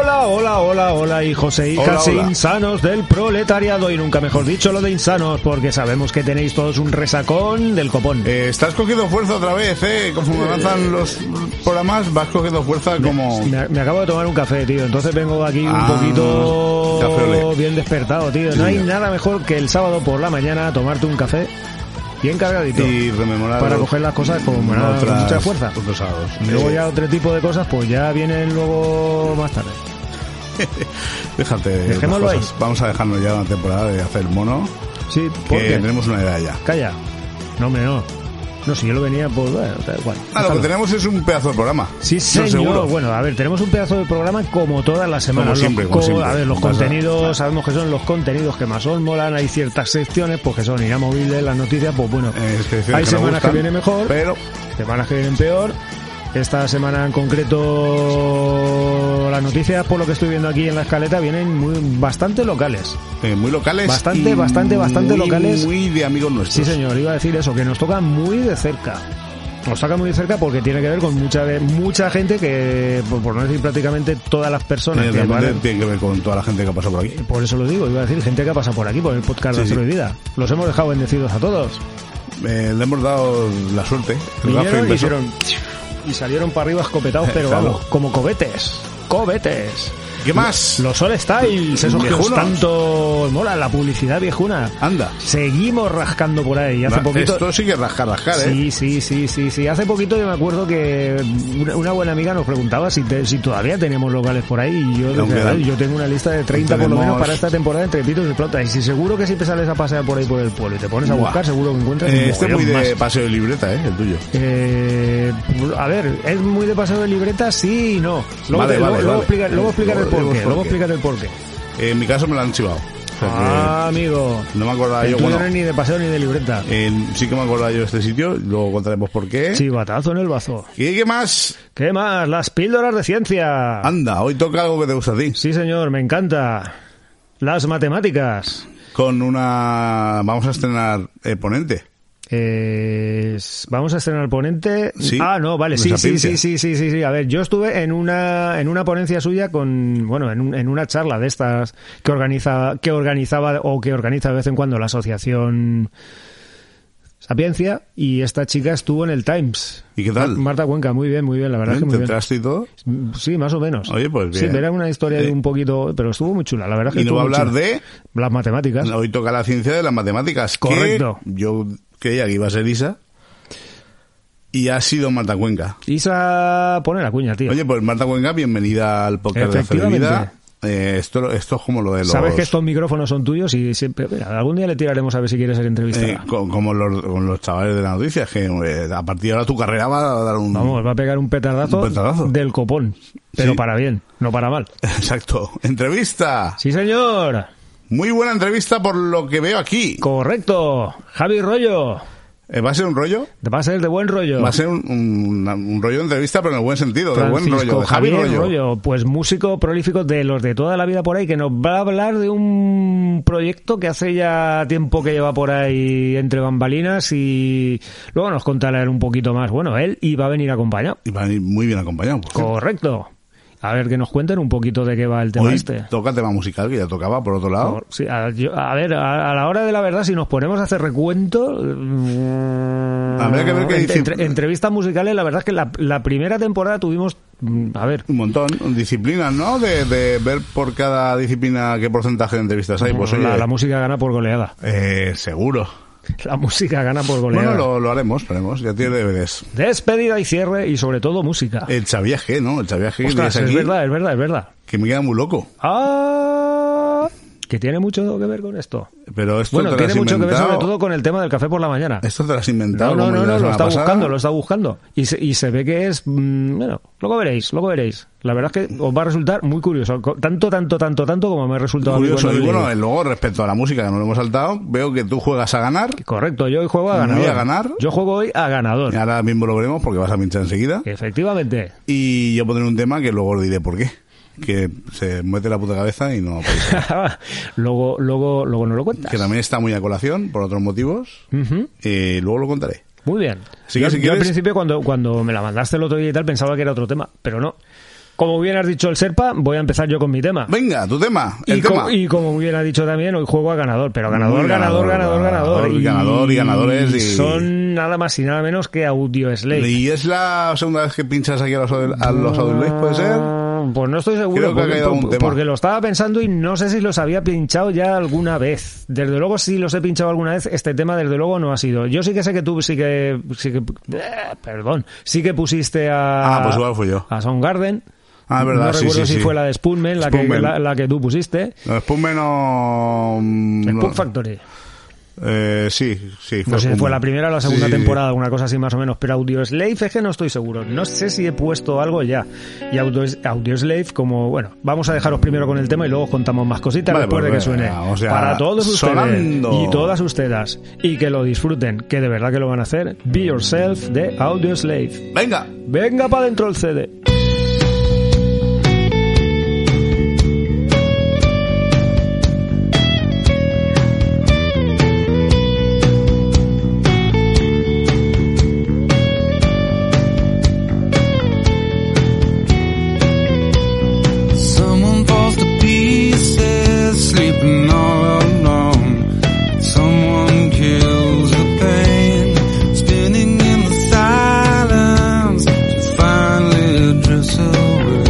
Hola, hola, hola, hola, hijos e hijas Hola, hola. insanos del proletariado y nunca mejor dicho lo de insanos, porque sabemos que tenéis todos un resacón del copón. Eh, estás cogiendo fuerza otra vez, ¿eh? Conforme avanzan los programas, vas cogiendo fuerza como... Me, me acabo de tomar un café, tío, entonces vengo aquí un Ah, poquito café olé. bien despertado, tío. No Sí, hay señor. nada mejor que el sábado por la mañana tomarte un café bien cargadito. Y rememorar... Para coger las cosas con- con otras- mucha fuerza. otros sábados. Y Luego Eh, ya otro tipo de cosas, pues ya vienen luego más tarde. Déjate de Dejémoslo otras cosas. Vamos a dejarnos ya una temporada de hacer mono, Sí, que porque... tenemos una edad ya. Calla. No, hombre, no. No, si yo lo venía, pues bueno, da igual. Ah, lo que tenemos es un pedazo de programa. Sí, Eso señor. seguro. Bueno, a ver, tenemos un pedazo de programa como todas las semanas. Como Los siempre, como co- siempre. A ver, los Como pasa. contenidos, sabemos que son los contenidos que más os molan. Hay ciertas secciones, pues que son inamovibles, las noticias, pues bueno. Eh, es que decían hay que no semanas que gustan, vienen mejor, Pero semanas que vienen peor. Esta semana en concreto, las noticias, por lo que estoy viendo aquí en la escaleta, vienen muy, bastante locales. eh, muy locales. Bastante, y bastante, bastante muy, locales. Muy de amigos Sí, nuestros. Eh, señor, iba a decir eso, que nos toca muy de cerca. Nos toca muy de cerca porque tiene que ver con mucha de- mucha gente que, por por no decir prácticamente todas las personas Eh, que realmente van- tiene que ver con toda la gente que ha pasado por aquí. Por eso lo digo, iba a decir gente que ha pasado por aquí, por el podcast Sí, de sí. Astro y Vida. Los hemos dejado bendecidos a todos. Eh, le hemos dado la suerte. El gafe Vinieron y, inversor. hicieron- y salieron para arriba escopetados, pero Claro. vamos, como cobetes. Cobetes. ¿Qué más? Los All Styles, esos que os Viejunos. tanto mola, la publicidad viejuna. Anda. Seguimos rascando por ahí. Hace Ra- poquito Esto sigue rascar, rascar, ¿eh? Sí, sí, sí, sí, sí. Hace poquito yo me acuerdo que una- una buena amiga nos preguntaba si, te- si todavía tenemos locales por ahí y yo, No, dije, quedan. "Ay, yo tengo una lista de 30 por lo Tenemos- menos para esta temporada entre pitos y flautas. Y si seguro que si te sales a pasear por ahí por el pueblo y te pones a Buah. buscar, seguro que encuentras Eh, este es muy mogollón de más. paseo de libreta, ¿eh? El tuyo. Eh, a ver, es muy de paseo de libreta, sí y no. Luego, Vale, te- vale, luego- luego vale. explicar- luego explicar el Luego- luego porqué. Luego explicar. explicar el porqué. Eh, en mi caso me lo han chivado. O sea que Ah, amigo. no me acordaba El yo. tuyo Bueno, no es ni de paseo ni de libreta. en- sí que me acordaba yo de este sitio. Luego contaremos por qué. Chivatazo en el bazo. ¿Y qué más? ¿Qué más? Las píldoras de ciencia. Anda, hoy toca algo que te gusta a ti. Sí, señor, me encanta. Las matemáticas. Con una. Vamos a estrenar eh, ponente. Eh, s- vamos a estrenar ponente. Sí. Ah, no, vale, sí, Nuestra sí, pincia. sí, sí, sí, sí, sí. A ver, yo estuve en una en una ponencia suya con, bueno, en, un- en una charla de estas que organiza que organizaba o que organiza de vez en cuando la asociación Sapiencia y esta chica estuvo en el Times. ¿Y qué tal? Marta Cuenca, muy bien, muy bien, la verdad es que ¿Eh? muy ¿Te bien. entraste y todo? Sí, más o menos. Oye, pues bien. Sí, era una historia de Eh. un poquito, pero estuvo muy chula, la verdad es que Y nos va a estuvo muy hablar chula. de. las matemáticas. Hoy toca la ciencia de las matemáticas. que Correcto. yo creía que iba a ser Isa. Y ha sido Marta Cuenca. Isa pone la cuña, tío. Oye, pues Marta Cuenca, bienvenida al podcast de la Efectivamente. Vida. Eh, esto, esto es como lo de los. Sabes que estos micrófonos son tuyos y siempre. mira, algún día le tiraremos a ver si quiere ser entrevistada. eh, co- como los, con los chavales de las noticias, que eh, a partir de ahora tu carrera va a dar un. Vamos, va a pegar un petardazo, Un petardazo. del copón. Pero Sí. para bien, no para mal. Exacto. Entrevista. Sí, señor. Muy buena entrevista por lo que veo aquí. Correcto. Javi Rollo. Eh, ¿Va a ser un rollo? Va a ser de buen rollo. Va a ser un, un- un rollo de entrevista, pero en el buen sentido, de buen Francisco rollo. de Javi Javier rollo. pues músico prolífico de los de toda la vida por ahí, que nos va a hablar de un proyecto que hace ya tiempo que lleva por ahí entre bambalinas y luego nos contará él un poquito más. Bueno, él y va a venir acompañado. Y van a ir muy bien acompañados. por cierto. Correcto. A ver, que nos cuenten un poquito de qué va el tema Hoy este. toca tema musical, que ya tocaba, por otro lado. Por- sí, a, yo- a ver, a, a la hora de la verdad, si nos ponemos a hacer recuento... Habrá que ver qué dice- entrevistas musicales, la verdad es que la, la primera temporada tuvimos... mm, A ver, Un montón, disciplinas, ¿no? De, de ver por cada disciplina qué porcentaje de entrevistas hay. Pues oye, la, la música gana por goleada. eh, seguro. La música gana por goleada. Bueno, lo, lo haremos, lo haremos. Ya tiene deberes. Despedida y cierre y sobre todo música. El Xavier G, ¿no? El Xavier G que Ostras, tienes es aquí, verdad, es verdad, es verdad. que me queda muy loco. Ah, que tiene mucho que ver con esto. Pero esto Bueno, te lo has tiene mucho que ver sobre inventado. todo con el tema del café por la mañana. Esto te lo has No, inventado. no, como no, ya la no, lo semana está pasada. buscando, lo está buscando. Y se, y se ve que es... mm, bueno, luego veréis, luego veréis. La verdad es que os va a resultar muy curioso. co- Tanto, tanto, tanto, tanto como me ha resultado a mí Curioso. cuando Y lo bueno, leí. luego respecto a la música, que no lo hemos saltado, veo que tú juegas a ganar. Correcto, yo hoy juego a Voy a ganador. ganar. Yo juego hoy a ganador. Y ahora mismo lo veremos porque vas a pinchar enseguida. Efectivamente. Y yo pondré un tema que luego os diré por qué. Que se mete la puta cabeza y no... aparece. luego, luego, luego no lo cuentas. que también está muy a colación por otros motivos. Ujú. Eh, luego lo contaré. Muy bien. Así que yo yo si al quieres- principio cuando, cuando me la mandaste el otro día y tal pensaba que era otro tema, pero no. Como bien has dicho el Serpa, voy a empezar yo con mi tema. Venga, tu tema, el Y, tema. como- y como bien ha dicho también, hoy juego a ganador, pero ganador, Muy ganador, ganador, ganador. ganador, ganador y ganadores y- Son nada más y nada menos que Audio Slate. Y es la segunda vez que pinchas aquí a los, a los Outlays, ¿puede ser? Ah, Pues no estoy seguro, Creo que ha porque, quedado un por- tema. porque lo estaba pensando y no sé si los había pinchado ya alguna vez. Desde luego, si los he pinchado alguna vez, este tema desde luego no ha sido. Yo sí que sé que tú sí que... Sí que eh, perdón. Sí que pusiste a... Ah, pues igual fui yo. A Soundgarden. Ah, es verdad, No sí, recuerdo sí, si sí. fue la de Spoonman, la, que- Spoonman. la- la que tú pusiste. Después menos... mm, Spoon Factory. Eh, sí, sí. No sé si Spoon fue la Man. primera o la Sí, segunda sí, sí. temporada, una cosa así más o menos. Pero Audio Slave es que no estoy seguro. No sé si he puesto algo ya. Y Audio, Audio Slave, como bueno, vamos a dejaros primero con el tema y luego os contamos más cositas Vale, después pues de que suene. venga, o sea, Para todos ustedes sonando. y todas ustedes. Y que lo disfruten, que de verdad que lo van a hacer. Be Yourself de Audio Slave. Venga. Venga para dentro el CD. Someone falls to pieces, sleeping all alone. Someone kills the pain, spinning in the silence. Finally, a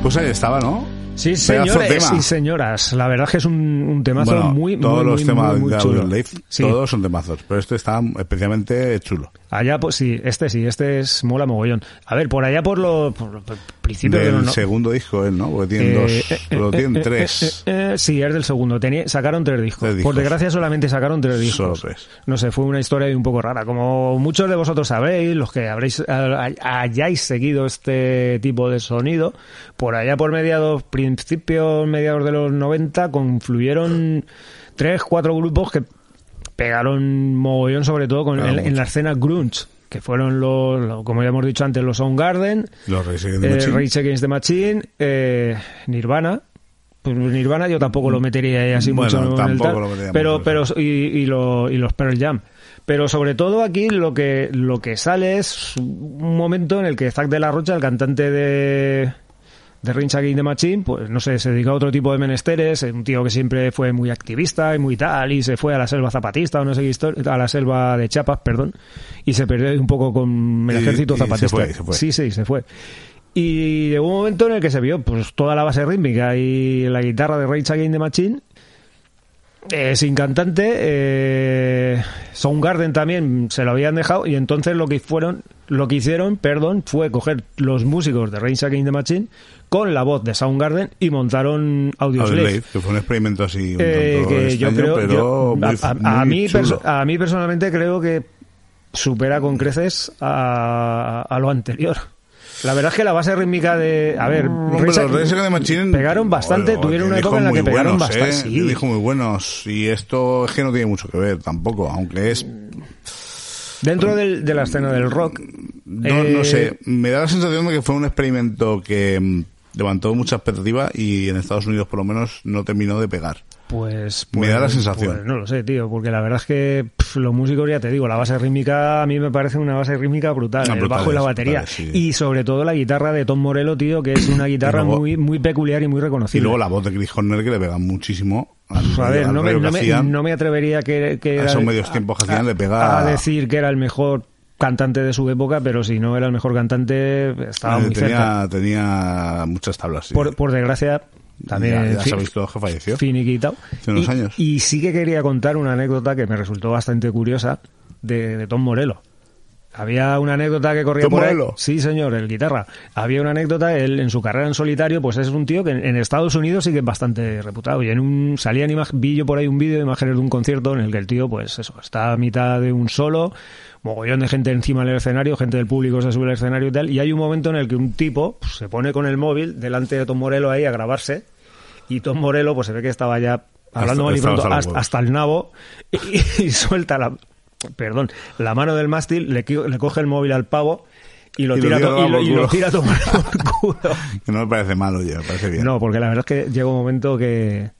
Mauser Pues estaba, ¿no? Sí, Pedazo señores tema. y señoras. La verdad es que es un, un temazo Bueno, muy, muy, todos muy, los temas muy, muy de chulo. Auron Leif, Sí. todos son temazos, pero este está especialmente chulo. Allá, pues sí, este sí, este es mola mogollón. A ver, por allá por los principios de Del los... no- segundo disco, él, ¿no? Porque tienen Eh, dos, eh, lo eh, tienen eh, tres. eh, eh, eh, sí, es del segundo. Tenía- sacaron tres discos. Tres discos. Por desgracia solamente sacaron tres eh, discos. Solo tres. No sé, fue una historia ahí un poco rara. Como muchos de vosotros sabréis, los que habréis a- a- hayáis seguido este tipo de sonido, por allá por mediados, principios, mediados de los 90, confluyeron tres, cuatro grupos que pegaron mogollón sobre todo con, Pegaron en, en mucho. la escena grunge, que fueron los, los- como ya hemos dicho antes, los Soundgarden, Los Reyes de eh, Machín. Rage Against the Machine, eh, Nirvana. Pues Nirvana yo tampoco lo metería ahí así Bueno, mucho en el tampoco tal, lo metería pero mucho, pero y, y lo- y los Pearl Jam. Pero sobre todo aquí lo que lo que sale es un momento en el que Zack de la Rocha, el cantante de de Rage Against the Machine, pues no sé, se dedica a otro tipo de menesteres, un tío que siempre fue muy activista y muy tal, y se fue a la selva zapatista o no sé qué historia, a la selva de Chiapas, perdón, y se perdió ahí un poco con el Y- ejército y se zapatista. fue, y se fue. Sí, sí, se fue. Y llegó un momento en el que se vio pues toda la base rítmica y la guitarra de Rage Against the Machine eh, sin cantante, eh, Soundgarden también se lo habían dejado y entonces lo que fueron, lo que hicieron, perdón, fue coger los músicos de Rage Against the Machine con la voz de Soundgarden y montaron Auron Audioslave. Leif, que fue un experimento así un Eh, tanto que yo extraño, creo, pero yo- muy, a, a- a muy mí chulo. perso- a mí personalmente creo que supera con creces a, a lo anterior. La verdad es que la base rítmica de, a ver, Hombre, Rage- los Reyes de Machín pegaron bastante, tuvieron una época en la que pegaron bastante. sí. ¿eh? Dijo muy buenos y esto es que no tiene mucho que ver tampoco, aunque es Dentro del- de la escena del rock. No, eh, no sé, me da la sensación de que fue un experimento que mm, levantó mucha expectativa y en Estados Unidos por lo menos no terminó de pegar. Pues, Me pues- da la sensación. pues no lo sé, tío, porque la verdad es que pf, los músicos, ya te digo, la base rítmica a mí me parece una base rítmica brutal, Ah, el brutales, bajo y la batería. brutales, sí. Y sobre todo la guitarra de Tom Morello, tío, que es una guitarra Y luego- muy, muy peculiar y muy Y reconocible. luego la voz de Chris Horner que le pega muchísimo al, Pues, a ver, al no me, rollo que no me- hacían. no me atrevería que, que A era- esos medios tiempos que hacían le pega- a decir que era el mejor cantante de su época, pero si no era el mejor cantante, estaba Eh, muy cerca. tenía, tenía muchas tablas. sí. Por, por desgracia, también ya, ya fi- sabéis todos que falleció. finiquitado. Hace unos y, años. y sí que quería contar una anécdota que me resultó bastante curiosa de, de Tom Morello. Había una anécdota que corría ¿Tom por ahí. Morello? Sí, señor, el guitarra. Había una anécdota, él en su carrera en solitario, pues es un tío que en, en Estados Unidos sí que es bastante reputado. Y en un salían ima- vi yo por ahí un vídeo de imágenes de un concierto en el que el tío, pues eso, está a mitad de un solo, mogollón de gente encima del escenario, gente del público se sube al escenario y tal, y hay un momento en el que un tipo pues, se pone con el móvil delante de Tom Morello ahí a grabarse, y Tom Morello, pues se ve que estaba ya hablando Hasta- mal y estabas pronto, a los hasta, huevos. hasta el nabo y, y suelta la perdón la mano del mástil le, qui- le coge el móvil al pavo y lo Y lo tira tira to- y lo- por y lo culo. tira a tomar por culo Que no me parece malo, oye, me parece bien. no porque la verdad es que llega un momento que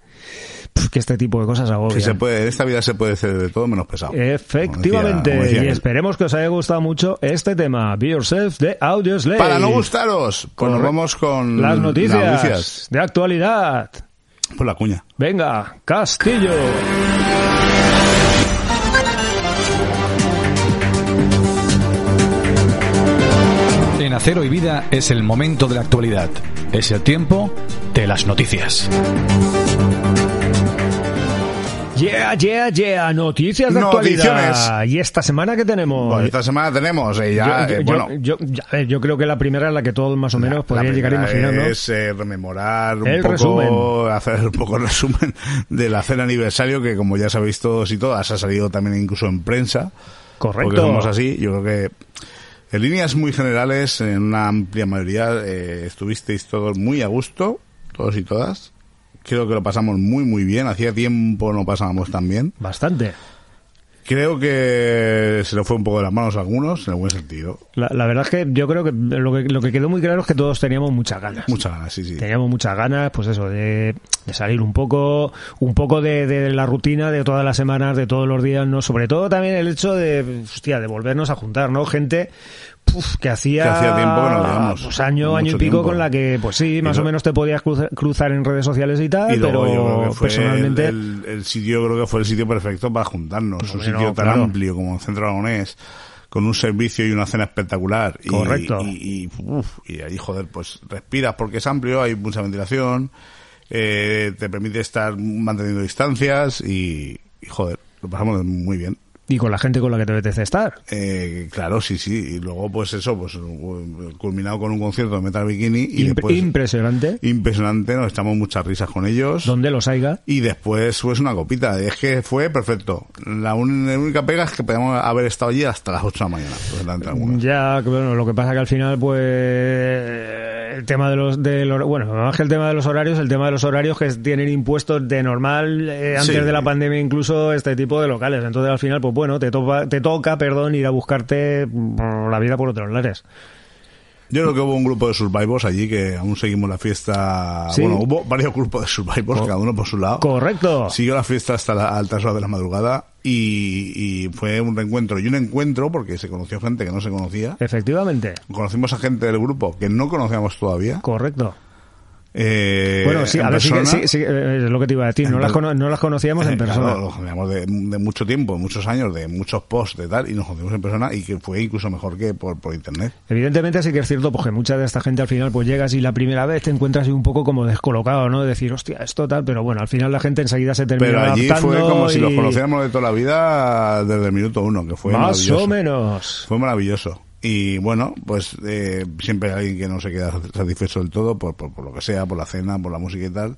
pf, que este tipo de cosas agobian Que se puede, en esta vida se puede hacer de todo menos pesado. Eh, efectivamente Como decía- como decía y él. esperemos que os haya gustado mucho este tema Be Yourself de Audio Slave Para no gustaros, pues nos Corre- vamos con las noticias, de actualidad Por la cuña. venga Castillo En Acero y Vida es el momento de la actualidad. Es el tiempo de las noticias. Yeah, yeah, yeah, noticias de Noticiones. actualidad. Y esta semana que tenemos. Bueno, Pues esta semana tenemos, eh, Yo- ya, yo, eh, yo- bueno, yo- ya, a ver, yo creo que la primera es la que todos más o menos La podrían llegar a primera imaginar, ¿no? Es eh, rememorar un El poco, resumen. hacer un poco el resumen de la cena aniversario que como ya sabéis todos y todas ha salido también incluso en prensa. Porque Correcto. somos así, yo creo que en líneas muy generales, en una amplia mayoría, eh, estuvisteis todos muy a gusto, todos y todas. Creo que lo pasamos muy muy bien, hacía tiempo no pasábamos tan bien. Bastante. Creo que se le fue un poco de las manos a algunos, en el buen sentido. La, la verdad es que yo creo que lo, que lo que quedó muy claro es que todos teníamos muchas ganas. Muchas ganas, sí, sí. Teníamos muchas ganas, pues eso, de, de salir un poco, un poco de, de la rutina de todas las semanas, de todos los días, ¿no? Sobre todo también el hecho de, hostia, de volvernos a juntar, ¿no? Gente puf, que hacía, Que hacía tiempo que no veíamos. pues, año, Mucho año y pico tiempo. con la que, pues sí, Y más lo- o menos te podías cruza- cruzar en redes sociales y tal, Y luego yo creo pero que fue personalmente... el, el- el sitio creo que fue el sitio perfecto para juntarnos, un Hombre, sitio no, tan claro. amplio como el Centro Aragonés, con un servicio y una cena espectacular. Y- Correcto. Y, y, uf, y ahí, joder, pues respiras porque es amplio, hay mucha ventilación, eh, te permite estar manteniendo distancias y, y, joder, lo pasamos muy bien. Y con la gente con la que te apetece estar. Eh, claro, sí, sí. Y luego, pues eso, pues culminado con un concierto de Metal Bikini y Impre- después... Impresionante. impresionante, nos echamos muchas risas con ellos. Donde los haya. Y después pues una copita. Es que fue perfecto. La, un- la única pega es que podíamos haber estado allí hasta las 8 de la mañana. pues, delante de algunas. Ya, que bueno, lo que pasa que al final, pues, el tema de los, del hor- bueno, más que el tema de los horarios, el tema de los horarios que tienen impuestos de normal, eh, antes Sí. de la pandemia incluso, este tipo de locales. Entonces al final, pues bueno, te, topa, te toca, perdón, ir a buscarte mm, la vida por otros lares. Yo creo que hubo un grupo de survivors allí que aún seguimos la fiesta. Sí. Bueno, hubo varios grupos de survivors, cada uno por su lado. Correcto. Siguió la fiesta hasta las altas horas de la madrugada y, y fue un reencuentro. Y un encuentro porque se conoció gente que no se conocía. Efectivamente. Conocimos a gente del grupo que no conocíamos todavía. Correcto. Eh, bueno, sí, en a ver, sí, que- persona. sí, sí, eh, es lo que te iba a decir, no en las, per- cono- no las conocíamos en Eh, claro, persona. los conocíamos de, de mucho tiempo, de muchos años, de muchos posts, de tal, y nos conocimos en persona y que fue incluso mejor que por, por internet. Evidentemente sí que es cierto, porque mucha de esta gente al final pues llegas y la primera vez te encuentras un poco como descolocado, ¿no? De decir, hostia, esto tal, pero bueno, al final la gente enseguida se termina Pero allí adaptando fue como si y- los conociéramos de toda la vida desde el minuto uno, que fue Más maravilloso. o menos. Fue maravilloso. Y bueno, pues eh, siempre hay alguien que no se queda satisfecho del todo, por, por, por lo que sea, por la cena, por la música y tal.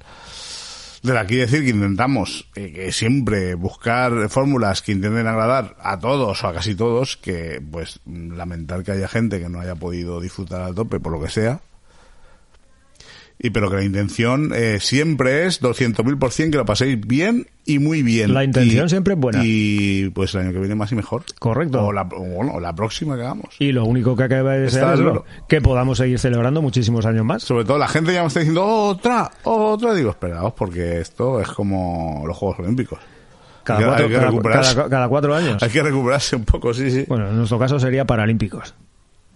De aquí decir que intentamos eh, que siempre buscar fórmulas que intenten agradar a todos o a casi todos, que pues mm, lamentar que haya gente que no haya podido disfrutar al tope por lo que sea. Y pero que la intención eh, siempre es 200.000% que lo paséis bien y muy bien. La intención Y- siempre es buena. Y pues el año que viene más y mejor. Correcto. O la, o, bueno, la próxima que hagamos. Y lo único que acaba de Está desear es lo- duro. que podamos seguir celebrando muchísimos años más. Sobre todo la gente ya me está diciendo otra, otra. Digo, esperaos, porque esto es como los Juegos Olímpicos. Cada Hay que- cuatro, hay que cada- recuperarse. cada- cada cuatro años. Hay que recuperarse un poco, sí, sí. Bueno, en nuestro caso sería paralímpicos.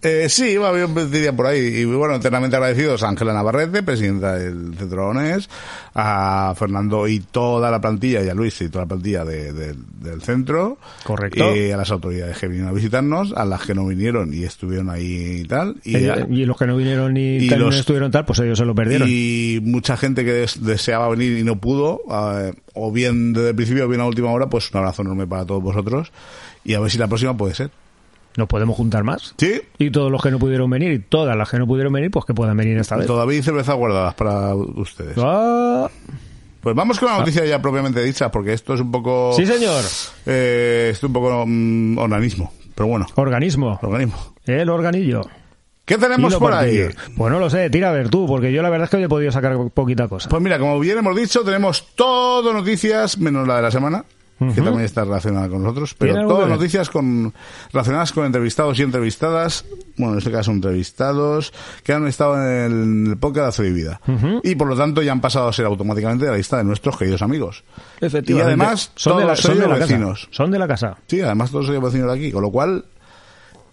Eh, sí, va bien, diría por ahí. Y bueno, eternamente agradecidos a Ángela Navarrete, presidenta del Centro Aragonés, a Fernando y toda la plantilla, y a Luis y toda la plantilla de- de- del centro. Correcto. Y a las autoridades que vinieron a visitarnos, a las que no vinieron y estuvieron ahí y tal. Y, Ellos- Eh, Y, los que no vinieron ni y tal, los- no estuvieron tal, pues ellos se lo perdieron. Y mucha gente que des- deseaba venir y no pudo, eh, o bien desde el principio o bien a última hora, pues un abrazo enorme para todos vosotros. Y a ver si la próxima puede ser. Nos podemos juntar más. Sí, Y todos los que no pudieron venir y todas las que no pudieron venir, pues que puedan venir esta vez. todavía hay cervezas guardadas para ustedes. Ah, Pues vamos con la noticia ya propiamente dicha, porque esto es un poco. sí, señor. eh, esto es un poco mm, onanismo, pero bueno, Organismo. organismo. El organillo. ¿Qué tenemos Hilo por ahí? partido. Pues no lo sé, tira a ver tú, porque yo la verdad es que hoy he podido sacar poquita cosa. Pues mira, como bien hemos dicho, tenemos todo noticias, menos la de la semana, Ujú. que también está relacionada con nosotros, ¿Tiene pero algo todas que ver? noticias con, relacionadas con entrevistados y entrevistadas, bueno, en este caso entrevistados, que han estado en el podcast de Hace Vida. Y por lo tanto ya han pasado a ser automáticamente de la lista de nuestros queridos amigos. Y además, son de la, todos son de ellos la casa. vecinos. Son de la casa. Sí, además todos ellos vecinos de aquí, con lo cual,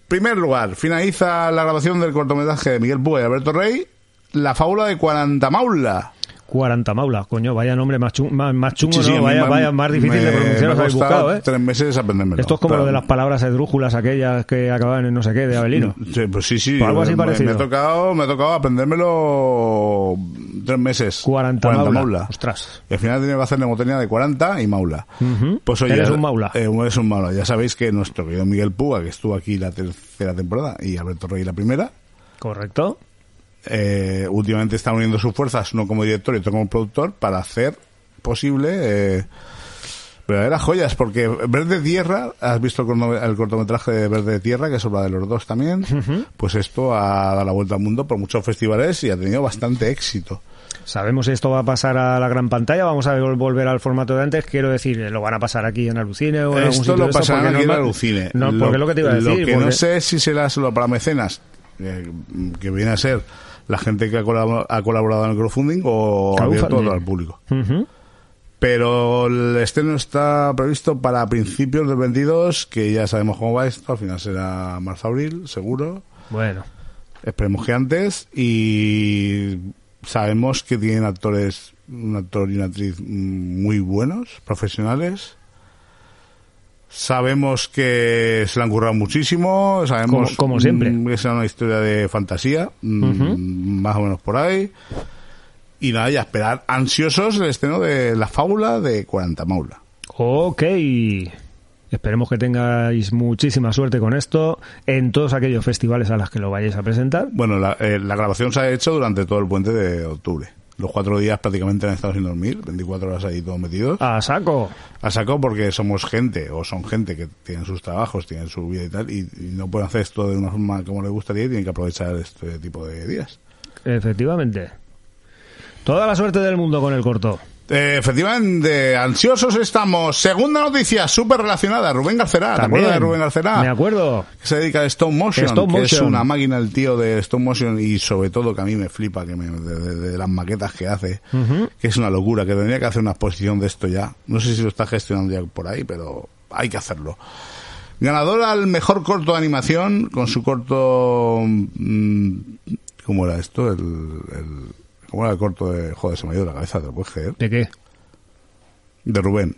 primer lugar, finaliza la grabación del cortometraje de Miguel Bue y Alberto Rey, La fábula de Cuarantamaula. 40 maulas, coño, vaya nombre más chungo, más, más chungo Sí, sí, a no, mí vaya, me- vaya más difícil me- de pronunciar me os ha habéis costado buscado, ¿eh? Tres meses aprendérmelo. Esto es como Pero- lo de las palabras esdrújulas aquellas que acababan en no sé qué de Avelino. Sí, pues sí, sí. O algo así me- parecido. Me, ha tocado, me ha tocado aprendérmelo tres meses. 40 maulas. maula. Ostras. Y al final tenía que hacer mnemotecnia de 40 y maula. Ujú. Mm-hmm. Pues oye, Eres un maula. eh, eres un maula. Ya sabéis que nuestro querido Miguel Puga, que estuvo aquí la tercera temporada y Alberto Rey la primera, Correcto. eh, últimamente están uniendo sus fuerzas, no como director y otro como productor, para hacer posible eh, verdaderas joyas, porque Verde Tierra, has visto el, corno- el cortometraje de Verde Tierra, que es obra de los dos también, pues esto ha dado la vuelta al mundo por muchos festivales y ha tenido bastante éxito. Sabemos si esto va a pasar a la gran pantalla, vamos a vol- volver al formato de antes. Quiero decir, eh, lo van a pasar aquí en Alucine o en algún esto sitio lo de estos, pasarán porque aquí en normal- Alucine. No, porque es lo que te iba a decir. Lo que no porque- sé es si será solo para mecenas, eh, que viene a ser la gente que ha colab- ha colaborado en el crowdfunding o Crowdfunding. abierto a todo al público. Ujú. Pero el estreno está previsto para principios del 22, que ya sabemos cómo va esto, al final será marzo-abril, seguro. Bueno, Esperemos que antes. Y sabemos que tienen actores, un actor y una actriz mm, muy buenos, profesionales. Sabemos que se la han currado muchísimo, sabemos Como- como siempre. mm, que es una historia de fantasía, mm, Ujú. más o menos por ahí. Y nada, ya esperar ansiosos el estreno de la fábula de 40 Maula. Ok. Esperemos que tengáis muchísima suerte con esto en todos aquellos festivales a los que lo vayáis a presentar. Bueno, la, eh, la grabación se ha hecho durante todo el puente de octubre. Los cuatro días prácticamente han estado sin dormir, 24 horas ahí todos metidos. A saco. A saco porque somos gente, o son gente que tienen sus trabajos, tienen su vida y tal, y, y no pueden hacer esto de una forma como les gustaría y tienen que aprovechar este tipo de días. Efectivamente. Toda la suerte del mundo con el corto. Eh, efectivamente, ansiosos estamos. Segunda noticia, súper relacionada, Rubén Garcerá. Ah, ¿Te También. acuerdas de Rubén Garcerá? Me acuerdo. que se dedica a Stone Motion, Stone que es Motion. una máquina el tío de Stone Motion y sobre todo que a mí me flipa que me- de, de- de las maquetas que hace, Ujú. que es una locura, que tendría que hacer una exposición de esto ya. No sé si lo está gestionando ya por ahí, pero hay que hacerlo. Ganador al mejor corto de animación con su corto... mm, ¿Cómo era esto? El, el- ¿Cómo era el corto de... Joder, se me ha ido la cabeza, te lo puedes creer. ¿De qué? De Rubén.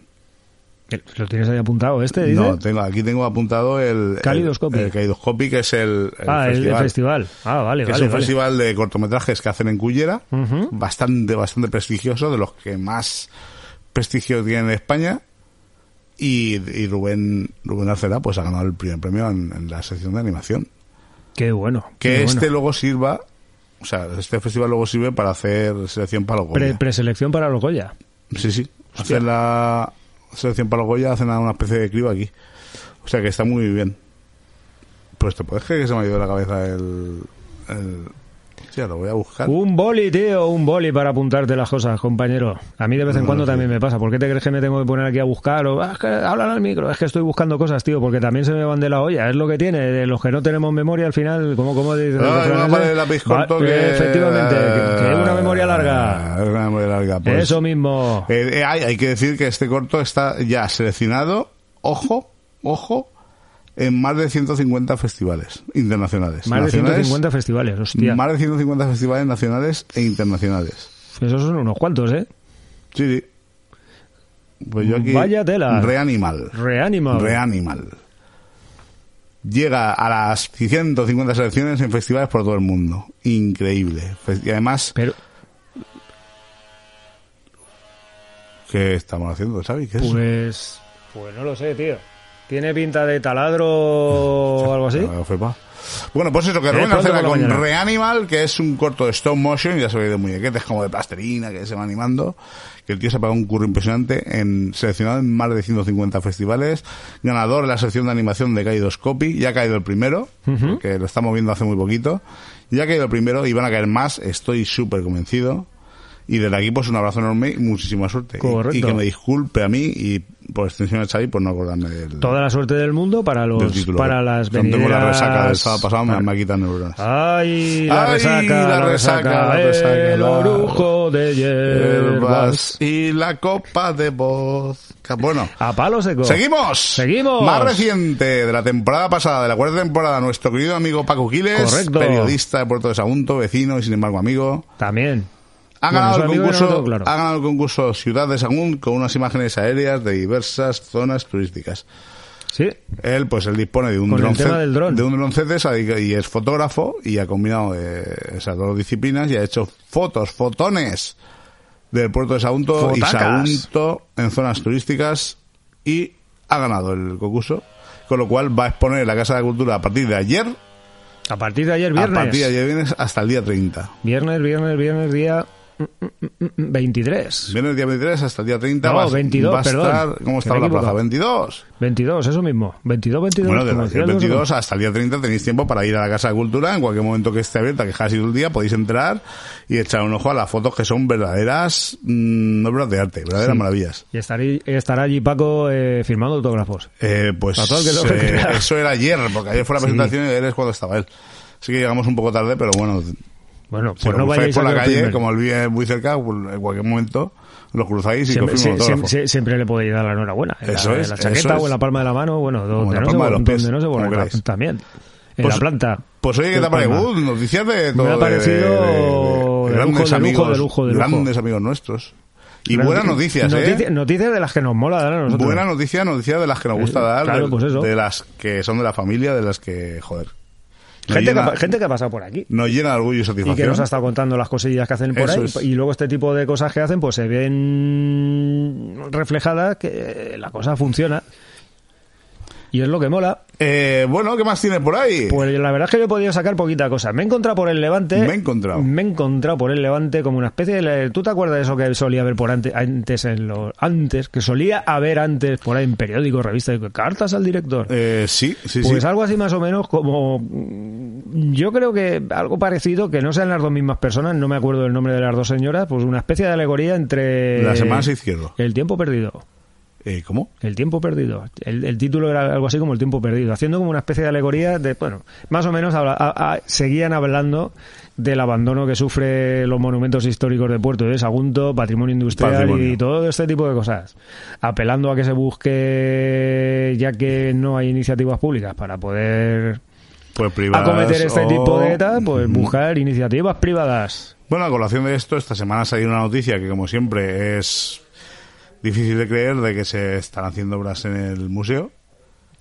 ¿Lo tienes ahí apuntado este? Dice? No, tengo, aquí tengo apuntado el... Kaleidoscopy. El, el Kaleidoscopy, que es el, el ah, el- el festival. Ah, vale, que vale. es un vale. festival de cortometrajes que hacen en Cullera, Ujú. bastante, bastante prestigioso, de los que más prestigio tiene en España. Y, y Rubén, Rubén Arcela pues ha ganado el primer premio en, en la sección de animación. Qué bueno. Que Ah, qué este bueno. luego sirva, o sea, este festival luego sirve para hacer selección para los Pre- Goya. preselección para los Goya. Sí, sí. Hacen la selección para los Goya, hacen una especie de criba aquí. O sea que está muy bien. Pues te puedes creer que se me ha ido de la cabeza el. el... Hostia, lo voy a buscar. Un boli, tío, un boli para apuntarte las cosas, compañero. A mí de vez en No, cuando tío. también me pasa. ¿Por qué te crees que me tengo que poner aquí a buscar? O, "Ah, es que hablan al micro, es que estoy buscando cosas, tío, porque también se me van de la olla. Es lo que tiene. De los que no tenemos memoria, al final, como como dice? Ah, no vale el lápiz corto que... pues, eh, Efectivamente, que, que una memoria larga. Ah, Una memoria larga. pues. Eso mismo. Eh, eh, hay, hay que decir que este corto está ya seleccionado, ojo, ojo, en más de 150 festivales internacionales. Más de Nacionales, 150 festivales, hostia. Más de 150 festivales nacionales e internacionales. Esos son unos cuantos, ¿eh? Sí, sí. Pues yo aquí... Vaya tela. Reanimal. Reánimo. Reanimal. Llega a las 150 selecciones en festivales por todo el mundo. Increíble. Fe- Y además, Pero, ¿qué estamos haciendo, Xavi? ¿Qué es? pues. Pues no lo sé, tío. ¿Tiene pinta de taladro o algo así? Ah, flipa. Bueno, pues eso, que Rubén pronto Arcela por la con mañana. Reanimal, que es un corto de stop motion, ya sabéis, de muñequetes como de plastilina, que se van animando, que el tío se ha pagado un curro impresionante, en, seleccionado en más de 150 festivales, ganador de la sección de animación de Kaidoscopy, ya ha caído el primero, que lo estamos viendo hace muy poquito, ya ha caído el primero y van a caer más, estoy súper convencido. Y desde aquí, pues un abrazo enorme y muchísima suerte. Y- Y, Correcto. que me disculpe a mí y por extensión a Xavi por no acordarme del, Toda la suerte del mundo para del los título. Pues para las Cuando tengo la resaca del venideras. sábado pasado, me, Para- me quitan neuronas. Ay, la Ay, resaca, la la resaca, resaca, la resaca, el la- orujo de Hierbas hierbas. y la copa de vodka. Bueno, A palo seco. seguimos. Seguimos. Más reciente de la temporada pasada, de la cuarta temporada, nuestro querido amigo Paco Quiles, Correcto. periodista de Puerto de Sagunto, vecino y sin embargo amigo. También. Ha Bueno, ganado, su el amigo concurso, era otro, claro. ha ganado el concurso Ciudad de Sagún con unas imágenes aéreas de diversas zonas turísticas. Sí. Él, pues él dispone de un Con el dronce- tema del dron. de un droncetes ahí- y es fotógrafo y ha combinado eh, esas dos disciplinas y ha hecho fotos, fotones del puerto de Sagunto y Fotacas. Sagunto en zonas turísticas y ha ganado el concurso, con lo cual va a exponer en la Casa de Cultura a partir de ayer, A partir de ayer viernes. a partir de ayer viernes hasta el día 30. Viernes, viernes, viernes, día mm, mm, mm, mm, 23. Viernes día 23 hasta el día 30 No, va, a- 22, va a perdón, estar, ¿cómo que estaba me la he plaza? equivocado. 22. 22, eso mismo. 22, 22. Bueno, como desde decía el el 22 hasta el día 30 tenéis tiempo para ir a la Casa de Cultura, en cualquier momento que esté abierta, que casi el día, podéis entrar y echar un ojo a las fotos que son verdaderas mm, obras de arte, verdaderas maravillas. Y estaré- estará allí Paco eh, firmando autógrafos. Eh, pues A todo el que lo eh, crea. eso era ayer, porque ayer fue la Sí. presentación y ayer es cuando estaba él. Así que llegamos un poco tarde, pero bueno, Bueno, pues si lo no cruzáis vayáis a por la ver calle, primero. como el vive muy cerca, pues, en cualquier momento lo cruzáis y Siempre, os firma un sie- autógrafo. sie- siempre le podéis dar la enhorabuena. En Eso la, en es, la eso chaqueta es. o en la palma de la mano, bueno, en donde, la no se, palma de los donde pies, no se como borra queráis. la- también. En Pues- la planta. Pues oye, ¿qué En te parece? palma. Uh, noticias de todo. Me ha de- parecido de- de- de de lujo, grandes de lujo, amigos, de lujo, de lujo. Grandes amigos nuestros. Y buenas noticias, Notici- ¿eh? Noticias de las que nos mola dar a nosotros. Buena noticia, noticia de las que nos gusta Eh, dar, claro, de, pues eso. de las que son de la familia, de las que, joder. Nos gente, que, llena- ha- gente que ha pasado por aquí. nos llena de orgullo y Y satisfacción. que nos ha estado contando las cosillas que hacen por Eso ahí. es. Y luego este tipo de cosas que hacen, pues se ven reflejadas que la cosa funciona. Y es lo que mola. Eh, bueno, ¿qué más tiene por ahí? Pues la verdad es que yo he podido sacar poquita cosa. Me he encontrado por el Levante. Me he encontrado. Me he encontrado por el Levante como una especie de. ¿Tú te acuerdas de eso que solía haber por antes, antes en los. Antes, que solía haber antes por ahí en periódicos, revistas, cartas al director? Eh, sí, sí, Pues sí. algo así más o menos como... Yo creo que algo parecido, que no sean las dos mismas personas, no me acuerdo del nombre de las dos señoras, pues una especie de alegoría entre... Las hermanas Izquierdo. El tiempo perdido. Eh, ¿Cómo? El tiempo perdido. El, el título era algo así como el tiempo perdido, haciendo como una especie de alegoría de, bueno, más o menos habla- a- a- seguían hablando del abandono que sufre los monumentos históricos de Puerto de Sagunto, patrimonio industrial Patrimonio. y todo este tipo de cosas, apelando a que se busque, ya que no hay iniciativas públicas para poder Pues privadas. acometer este o- tipo de tal, pues Ujú. buscar iniciativas privadas. Bueno, a colación de esto, esta semana ha salido una noticia que, como siempre, es difícil de creer de que se están haciendo obras en el museo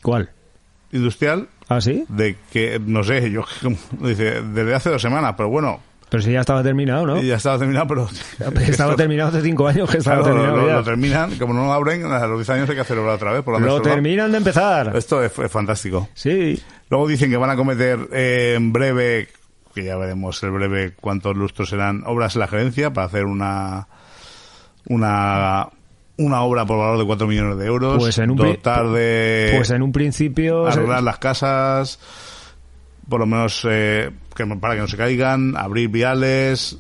¿Cuál? industrial, ¿Ah, sí? de que, no sé, yo, como dice, desde hace dos semanas, pero bueno, Pero si ya estaba terminado, ¿no? pues, ya estaba terminado, pero... Estaba esto- terminado hace cinco años que estaba Claro, lo, terminado lo- ya. lo terminan, como no lo abren, a los 10 años hay que hacerlo otra vez. Por la Lo tercera. terminan de empezar. Esto es, es fantástico. Sí. Luego dicen que van a cometer eh, en breve, que ya veremos el breve cuántos lustros serán, obras en la gerencia para hacer una una una obra por valor de 4 millones de euros. Pues en un pri- dotar de Pues en un principio. se- arreglar las casas, por lo menos eh, que, no- para que no se caigan, abrir viales,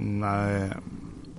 una, eh,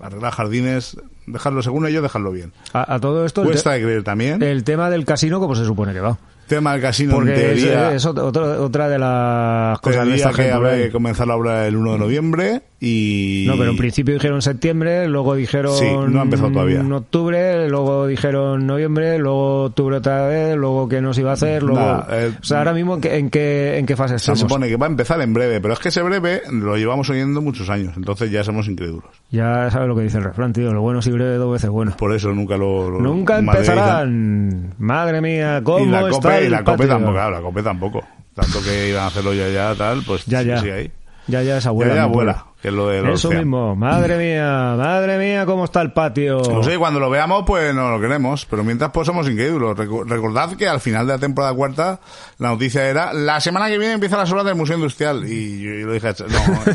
arreglar jardines, dejarlo según ellos, dejarlo bien. A, a todo esto. el Cuesta te- de creer también. El, tema del casino, como se supone que va. tema del casino en Porque es, eh, teoría, es otra, otra de las cosas de teoría esta que gente por habrá ahí. que comenzar la obra el 1 de noviembre y... No, pero en principio dijeron septiembre, luego dijeron. Sí, no ha empezado todavía. En octubre, luego dijeron noviembre, luego octubre otra vez, luego que nos iba a hacer, luego. Nada, eh, o sea, ahora mismo, ¿en qué, en qué, en qué fase Se estamos? supone que va a empezar en breve, pero es que ese breve lo llevamos oyendo muchos años, entonces ya somos incrédulos. Ya sabes lo que dice el refrán, tío. Lo bueno si breve dos veces bueno. Por eso nunca lo... lo Nunca materializan. empezarán. Madre mía, ¿cómo y la está copa, y el la copa patio? tampoco, claro, la copa tampoco. Tanto que iban a hacerlo ya, ya, tal, pues Ya, sí, ya. sigue ahí. Ya, ya es Ya, abuela. ya, mi pobre. abuela, que es lo de la Eso Orfea. mismo. mm. Madre mía, madre mía, cómo está el patio. No sé, cuando lo veamos, pues no lo queremos, pero mientras, pues somos incrédulos. Recu- Recordad que al final de la temporada cuarta, la noticia era, la semana que viene empiezan las obras del Museo Industrial. Y yo, yo lo dije a, Ch-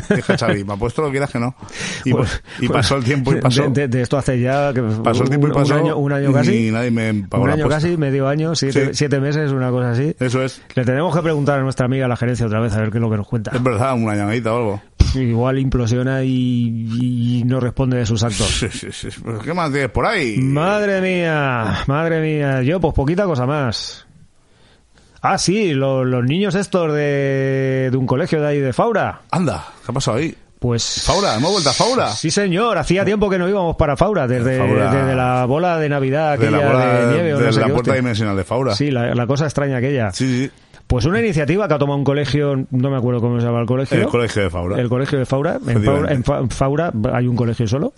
no, dije a Xavi, me apuesto lo que quieras que no. Y, Pues- y pasó el tiempo y de- pasó. De, de esto hace ya que pasó el tiempo y un- un pasó. año, un año casi. Y nadie me pagó un la año apuesta. casi, medio año, siete, Sí. siete meses, una cosa así. Eso es. Le tenemos que preguntar a nuestra amiga la gerencia otra vez a ver qué es lo que nos cuenta. Es verdad, una llamadita o algo. Igual implosiona y, y no responde de sus actos. Sí, sí, sí. Pues, ¿Qué más tienes por ahí? Madre mía, madre mía. Yo, pues poquita cosa más. Ah, sí, lo- los niños estos de, de un colegio de ahí de Faura. Anda, ¿qué ha pasado ahí? Pues. Faura, hemos vuelto a Faura. Sí, señor, hacía tiempo que no íbamos para Faura, desde, Faura. desde la bola de Navidad de aquella la, de, bola- nieve o de no sé la qué puerta hostia. dimensional de Faura. Sí, la, la cosa extraña aquella. sí. sí. Pues una iniciativa que ha tomado un colegio, no me acuerdo cómo se llama el colegio. El colegio de Faura. El colegio de Faura. En Efectivamente. Faura, en Fa- en Faura hay un colegio solo.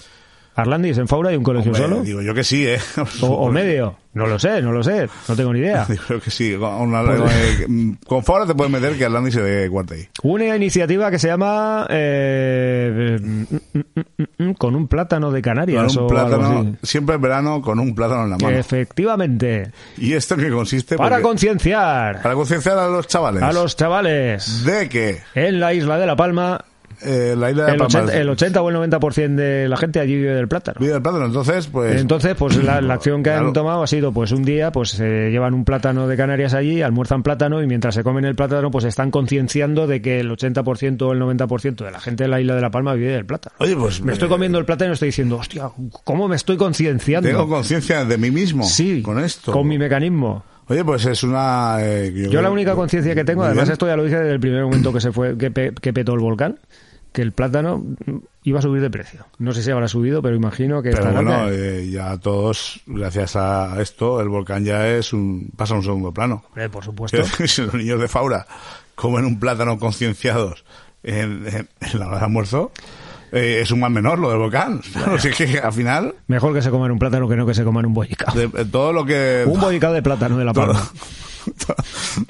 Arlandis, en Faura hay un colegio Hombre, solo. Digo yo que sí, ¿eh? O, o medio. No lo sé, no lo sé. No tengo ni idea. Yo creo que sí. Con, una- Pues eh, con Fabra te puedes meter que Arlandi se dé cuarta ahí. Una iniciativa que se llama eh, mm, mm, mm, mm, mm, con un plátano de Canarias. Con un o algo plátano, así. siempre en verano con un plátano en la mano. Efectivamente. ¿Y esto en qué consiste? Para Porque- concienciar para concienciar a los chavales. a los chavales De que en la isla de La Palma, eh, la isla de el Palmas 80, el 80 o el 90% de la gente allí vive del plátano. vive del plátano. Entonces, pues. Entonces, pues la, la acción que Claro. han tomado ha sido, pues un día, pues se llevan un plátano de Canarias allí, almuerzan plátano y mientras se comen el plátano, pues están concienciando de que el 80% o el 90% de la gente de la isla de La Palma vive del plátano. Oye, pues. Me eh, estoy comiendo el plátano y estoy diciendo, hostia, ¿cómo me estoy concienciando? Tengo conciencia de mí mismo. sí, Con esto. Con mi mecanismo. Oye, pues es una. eh, Yo la única conciencia que tengo, Muy además bien. esto ya lo dije desde el primer momento que se fue, que, pe- que petó el volcán, que el plátano mm, iba a subir de precio. No sé si habrá subido, pero imagino que Pero estará- bueno, eh, ya todos, gracias a esto, el volcán ya es un, pasa a un segundo plano. Hombre, por supuesto. Quiero decir, si los niños de Faura comen un plátano concienciados en, en- en la hora de almuerzo, eh, es un mal menor lo del volcán. Así que al final, Mejor que se coman un plátano que no que se coman un bollicao. de- de todo lo que. Un bollicao de plátano de la todo, palma.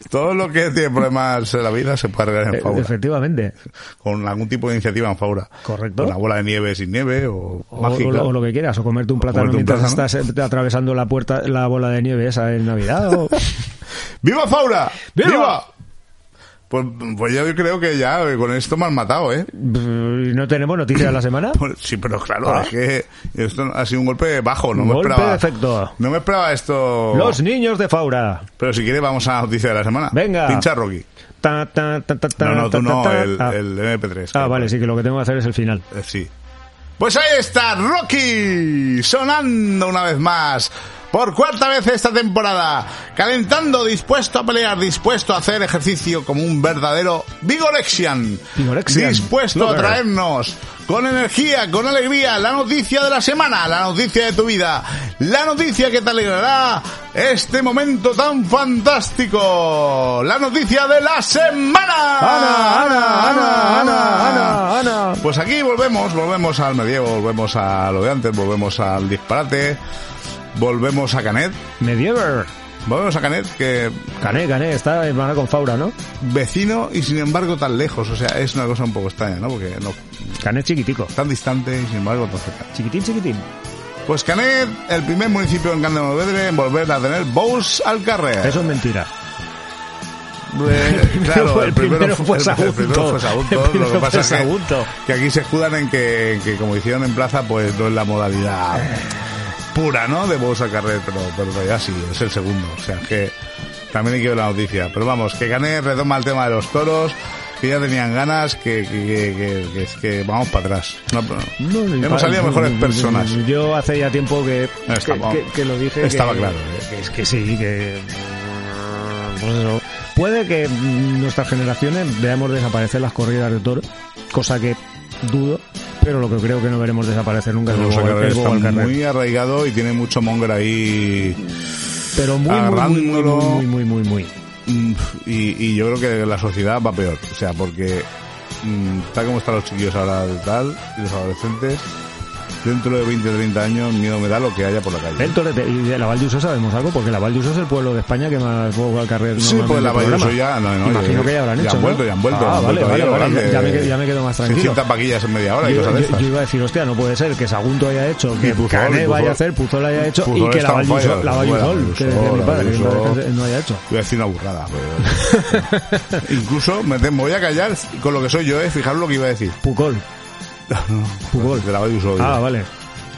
todo lo que tiene problemas en la vida se puede arreglar en Eh, Faura. Efectivamente. Con algún tipo de iniciativa en Faura. Correcto. Con la bola de nieve sin nieve o, O, mágica. o lo- o lo que quieras, o comerte un plátano comerte un mientras plátano. estás eh, atravesando la puerta, la bola de nieve esa en Navidad. o- ¡Viva Faura! ¡Viva! Pues, pues yo creo que ya eh, con esto me han matado, ¿eh? Mm, ¿No tenemos noticias de la semana? Pues sí, pero claro, Ah. es que esto ha sido un golpe bajo, no Golpe me esperaba. de efecto. No me esperaba esto. Los niños de Faura. Pero si quiere vamos a la noticia de la semana. Venga. Pincha Rocky. Ta, ta, ta, ta, ta, No, no, ta, tú no, ta, ta. el, Ah. el MP3. Ah, que- vale, sí, que lo que tengo que hacer es el final. eh, Sí. Pues ahí está Rocky sonando una vez más. Por cuarta vez esta temporada, calentando, dispuesto a pelear, dispuesto a hacer ejercicio como un verdadero Vigorexian. Vigorexian. Dispuesto a Lover. traer traernos con energía, con alegría, la noticia de la semana, la noticia de tu vida, la noticia que te alegrará este momento tan fantástico, la noticia de la semana. Ana, Ana, Ana, Ana, Ana, Ana. Pues aquí volvemos, volvemos al medievo, volvemos a lo de antes, volvemos al disparate, volvemos a Canet, Mediever. volvemos a Canet que Cané, Cané, está hermana con Faura, ¿no? vecino y sin embargo tan lejos, o sea, es una cosa un poco extraña, ¿no? Porque no Cané chiquitico. tan distante y sin embargo tan cerca. Chiquitín, chiquitín. Pues Canet, el primer municipio en Candelavedre en volver a tener Bous al carrer. Eso es mentira. Eh, claro, el primero, fue el- El primero Sagunto. fue Sagunto, El primero lo que pasa fue es que, Sagunto. que aquí se escudan en que, que como hicieron en plaza, pues no es la modalidad pura, ¿no? De Bous al carrer, pero, pero en realidad sí, es el segundo. O sea, que también hay que ver la noticia. Pero vamos, que Canet retoma el tema de los toros. Que ya tenían ganas, que, que, que, que- que es que vamos para atrás. No, No, ni pa- hemos salido mejores personas. Yo hace ya tiempo que, No, que, estaba- que- que lo dije. estaba que- claro. que es que sí, que. bueno, puede que mm, nuestras generaciones veamos desaparecer las corridas de toro, cosa que dudo, pero lo que creo que no veremos desaparecer nunca es el Pero Rosa bobo- Carrera el bobo al está carrer. muy arraigado y tiene mucho monger ahí. Pero muy, muy, muy, agarrándolo. muy, muy, muy, muy, muy. Mm, Y, y yo creo que la sociedad va peor. O sea, porque mm, tal como están los chiquillos ahora de tal, y los adolescentes, dentro de 20 o 30 años, miedo me da lo que haya por la calle. El torete. Y de la Val de Uso sabemos algo, porque la Val de Uso es el pueblo de España que más bobo al carrer Sí, normalmente pues la Valle programa. ya, no, no, Imagino que ya habrán hecho, han ¿no? vuelto, ya han vuelto. Ah, han vale, vuelto vale, ahí a lo vale, grande. ya me quedo- ya me quedo más tranquilo. 600 vaquillas en media hora y Yo, cosas de yo- estas. yo iba a decir, hostia, no puede ser que Sagunto haya hecho, que Y Puzol, y Cané Puzol. vaya a hacer, Puzol haya hecho Puzol y que la está on Vallusol, fire. la Bueno, Vallusol, que decía Vallusol, mi padre, que no, Vallusol. deja- no haya hecho. Voy a decir una burrada. pero- Incluso me, te- me voy a callar con lo que soy yo, eh, fijaros lo que iba a decir. Pucol. Pucol. De la Valle Uso, Ah, digo. vale.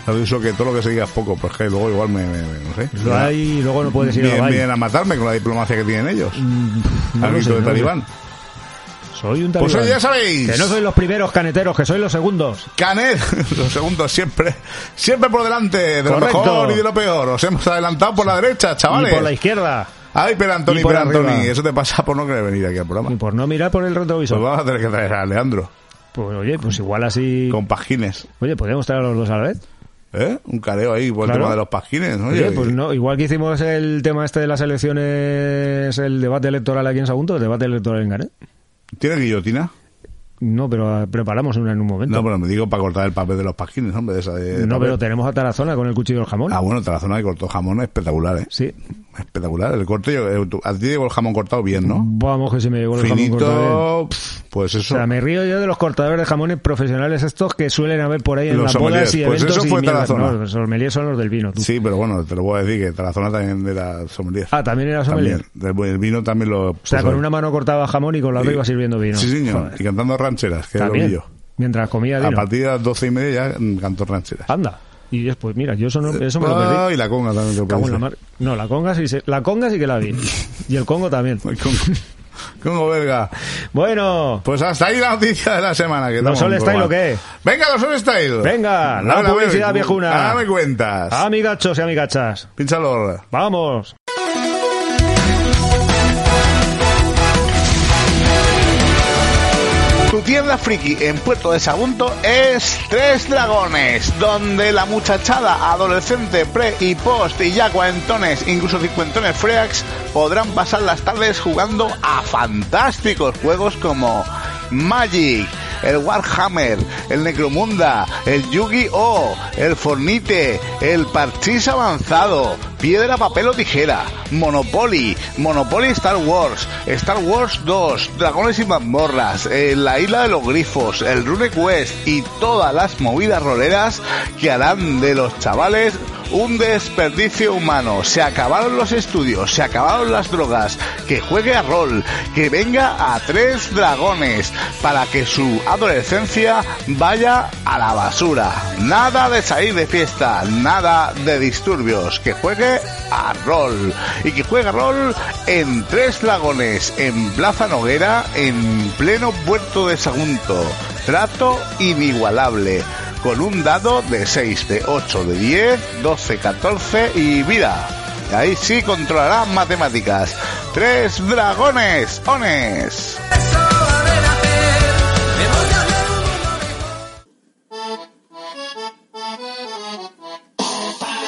La Valle Uso que todo lo que se diga es poco, pero es que luego igual me, me- me- no sé. Lo hay y luego no puedes ir a la Vienen, Vall. vienen a matarme con la diplomacia que tienen ellos. mm, No Al lo grito sé, no lo de sé. talibán. Soy un talibán. Pues oye, ya sabéis. Que no soy los primeros caneteros, que soy los segundos. Canet, los segundos siempre, siempre por delante, de Correcto. lo mejor y de lo peor. Os hemos adelantado por la derecha, chavales. Y por la izquierda. Ay, pero Antoni, Y por pero arriba. Antoni, eso te pasa por no querer venir aquí al Y programa. por no mirar por el Pues retrovisor. vamos a tener que traer a Leandro, Pues oye, pues igual así. con pajines. Oye, podríamos traer a los dos a la vez. ¿Eh? Un careo ahí por el Claro. tema de los pajines. ¿no? Oye, Oye, pues no, igual que hicimos el tema este de las elecciones, el debate electoral aquí en Sagunto, el debate electoral en Canet. ¿Tiene guillotina? No, pero ah, preparamos una en un momento. No, pero me digo para cortar el papel de los pajines, hombre. de esa de- de No, papel. pero tenemos a Tarazona con el cuchillo del jamón. Ah, bueno, te la zona de cortó jamón es espectacular, ¿eh? Sí. Espectacular. El corte, yo, eh, tú- a ti te llegó el jamón cortado bien, ¿no? Vamos que se me llegó Mm, el jamón cortado. eh. bien. finito, pf, pues O eso. sea, me río yo de los cortadores de jamones profesionales estos que suelen haber por ahí en Los las bodas sommeliers. y Pues eventos eso fue y mierdas. Tarazona. No, los sommeliers son los del vino. tú. Sí, pero bueno, te lo voy a decir que Tarazona también era sommelier. Ah, también era sommelier. También. El, el vino también lo. O sea, con una mano cortaba jamón y con la otra iba sirviendo vino. Sí, señor. Joder. Y cantando rancheras, que es lo También. mío. Mientras comía A vino. partir de las doce y media ya mm, cantó rancheras. Anda. Y después, mira, yo eso, no- eso me lo perdí. Ah, y la conga también. te lo Cago en la parece. mar. No, la conga sí, se- la conga sí que la vi. Y el Congo también. El Congo. Congo verga. Bueno, Pues hasta ahí la noticia de la semana. Que ¿Los estamos All un poco Style mal. o qué? Venga, los All Style. Venga, la Ahora publicidad me- viejuna. Ahora me cuentas. amigachos y amigachas, Pínchalo. vamos. Tu tienda friki en Puerto de Sagunto es Tres Dragones, donde la muchachada, adolescente, pre y post y ya cuarentones, incluso cincuentones freaks, podrán pasar las tardes jugando a fantásticos juegos como Magic, el Warhammer, el Necromunda, el Yu-Gi-Oh, el Fornite, el Parchís Avanzado, Piedra, Papel o Tijera, Monopoly, Monopoly Star Wars, Star Wars 2, Dragones y Mazmorras, eh, La Isla de los Grifos, el Rune Quest y todas las movidas roleras que harán de los chavales un desperdicio humano. Se acabaron los estudios, se acabaron las drogas. Que juegue a rol, que venga a tres dragones, para que su adolescencia vaya a la basura. Nada de salir de fiesta, nada de disturbios. Que juegue a rol. Y que juegue a rol en tres dragones, en Plaza Noguera, en pleno puerto de Sagunto. Trato inigualable con un dado de 6, de 8, de 10, 12, 14 y vida. Ahí sí controlará matemáticas. Tres dragones, ones.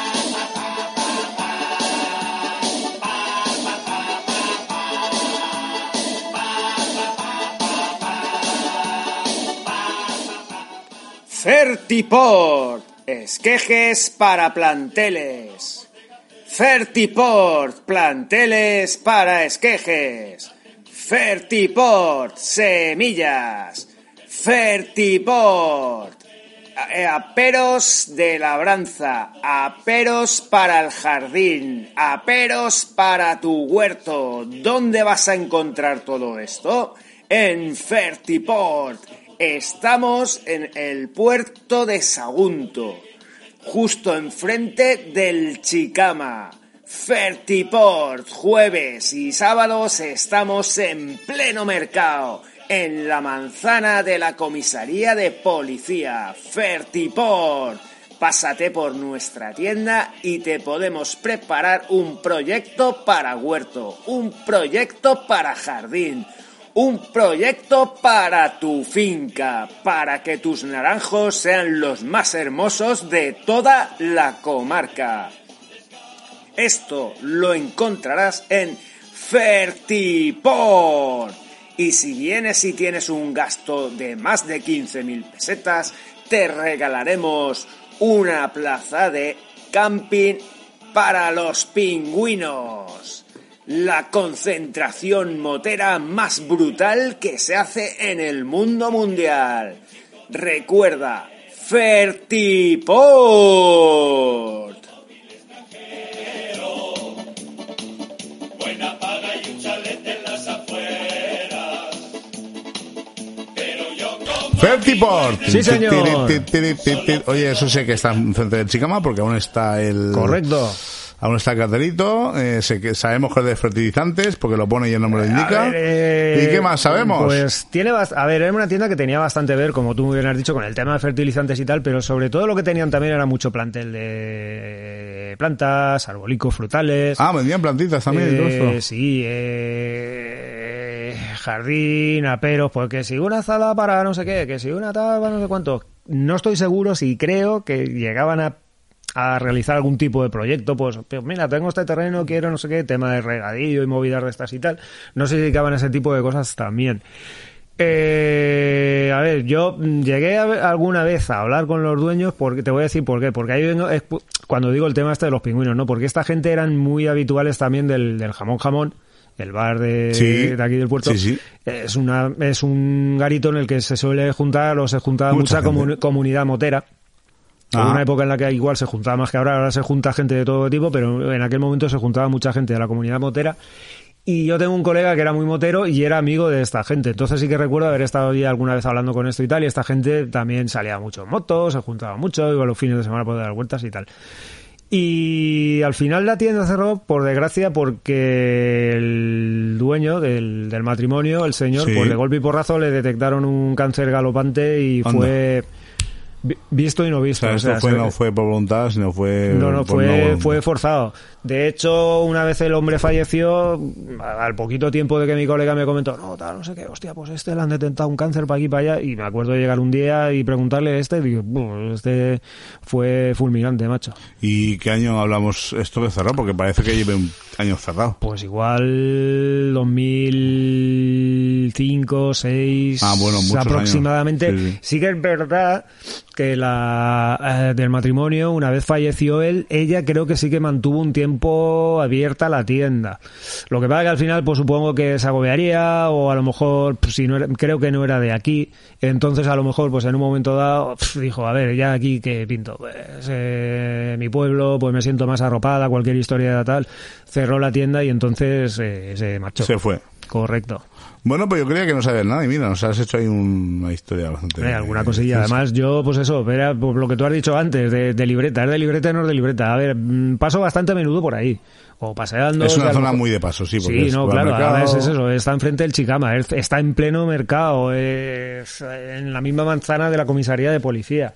Mm-hmm. Certiport, esquejes para planteles. Certiport, planteles para esquejes. Certiport, semillas. Certiport, a- aperos de labranza, aperos para el jardín, aperos para tu huerto. ¿Dónde vas a encontrar todo esto? En Fertiport. Estamos en el puerto de Sagunto, justo enfrente del Chicama. Fertiport, jueves y sábados estamos en pleno mercado, en la manzana de la comisaría de policía. Fertiport, pásate por nuestra tienda y te podemos preparar un proyecto para huerto, un proyecto para jardín. Un proyecto para tu finca, para que tus naranjos sean los más hermosos de toda la comarca. Esto lo encontrarás en Fertiport. Y si vienes y tienes un gasto de más de 15.000 pesetas, te regalaremos una plaza de camping para los pingüinos. La concentración motera más brutal que se hace en el mundo mundial. Recuerda, Fertiport. Fertiport. Sí, señor. Tiri, tiri, tiri, tiri. Oye, eso sé que está enfrente del Chicama porque aún está el... Correcto. Aún está el cartelito, eh, sé que sabemos que es de fertilizantes porque lo pone y el nombre lo indica. A ver, eh, ¿Y qué más sabemos? Pues tiene bas- a ver, era una tienda que tenía bastante que ver, como tú muy bien has dicho, con el tema de fertilizantes y tal, pero sobre todo lo que tenían también era mucho plantel de eh, plantas, arbolicos, frutales. Ah, vendían plantitas también. y todo Eh, eso. sí, eh, jardín, aperos, pues que si una sala para no sé qué, que si una tal para no sé cuánto. No estoy seguro si creo que llegaban a, a realizar algún tipo de proyecto, pues, pues mira, tengo este terreno, quiero no sé qué, tema de regadío y movidas de estas y tal. No sé si dedicaban a ese tipo de cosas también. Eh, a ver, yo mm, llegué a ver- alguna vez a hablar con los dueños, porque te voy a decir por qué, porque ahí vengo, es cu- cuando digo el tema este de los pingüinos, ¿no? Porque esta gente eran muy habituales también del, del jamón jamón, el bar de, Sí, de aquí del puerto. sí, sí. Es, una, es un garito en el que se suele juntar o se juntaba Mucha mucha, comu- gente. comunidad motera. Hubo Ah. una época en la que igual se juntaba más que ahora, ahora se junta gente de todo tipo, pero en aquel momento se juntaba mucha gente de la comunidad motera. Y yo tengo un colega que era muy motero y era amigo de esta gente. Entonces sí que recuerdo haber estado allí alguna vez hablando con esto y tal. Y esta gente también salía mucho en moto, se juntaba mucho, iba los fines de semana por dar vueltas y tal. Y al final la tienda cerró, por desgracia, porque el dueño del, del matrimonio, el señor, Sí. pues de golpe y porrazo le detectaron un cáncer galopante y Anda. fue vi- visto y no O visto. sea, o esto sea, fue, se- no fue por voluntad, sino fue. no, no, por fue, no- fue forzado. De hecho, una vez el hombre falleció, a- al poquito tiempo de que mi colega me comentó, no, tal, no sé qué, hostia, pues este le han detectado un cáncer para aquí, para allá. Y me acuerdo de llegar un día y preguntarle a este, y digo, "Buh, este fue fulminante, macho. ¿Y qué año hablamos esto de cerrar? Porque parece que lleve un año cerrado. Pues igual 2005, 6 Ah, bueno, muchos aproximadamente. años. Sí, Sí, sí. que es verdad que la eh, del matrimonio, una vez falleció él, ella creo que sí que mantuvo un tiempo abierta la tienda. Lo que pasa que al final, pues supongo que se agobiaría o a lo mejor, pues, si no era- creo que no era de aquí, entonces a lo mejor, pues en un momento dado, pf, dijo, a ver, ya aquí que pinto, pues eh, mi pueblo, pues me siento más arropada, cualquier historia tal, cerró la tienda y entonces eh, se marchó. Se fue. Correcto. Bueno, pues yo creía que no sabías nada. Y mira, nos has hecho ahí un- una historia bastante. Eh, alguna cosilla. Además, yo, pues eso, era pues, lo que tú has dicho antes, de, de libreta. Es de libreta, no es de libreta. A ver, mm, paso bastante a menudo por ahí. O paseando. Es o sea, una a lo zona mejor- muy de paso, sí. porque Sí, es no, claro, supermercado. además es eso, está enfrente del Chicama, es- está en pleno mercado, es en la misma manzana de la comisaría de policía.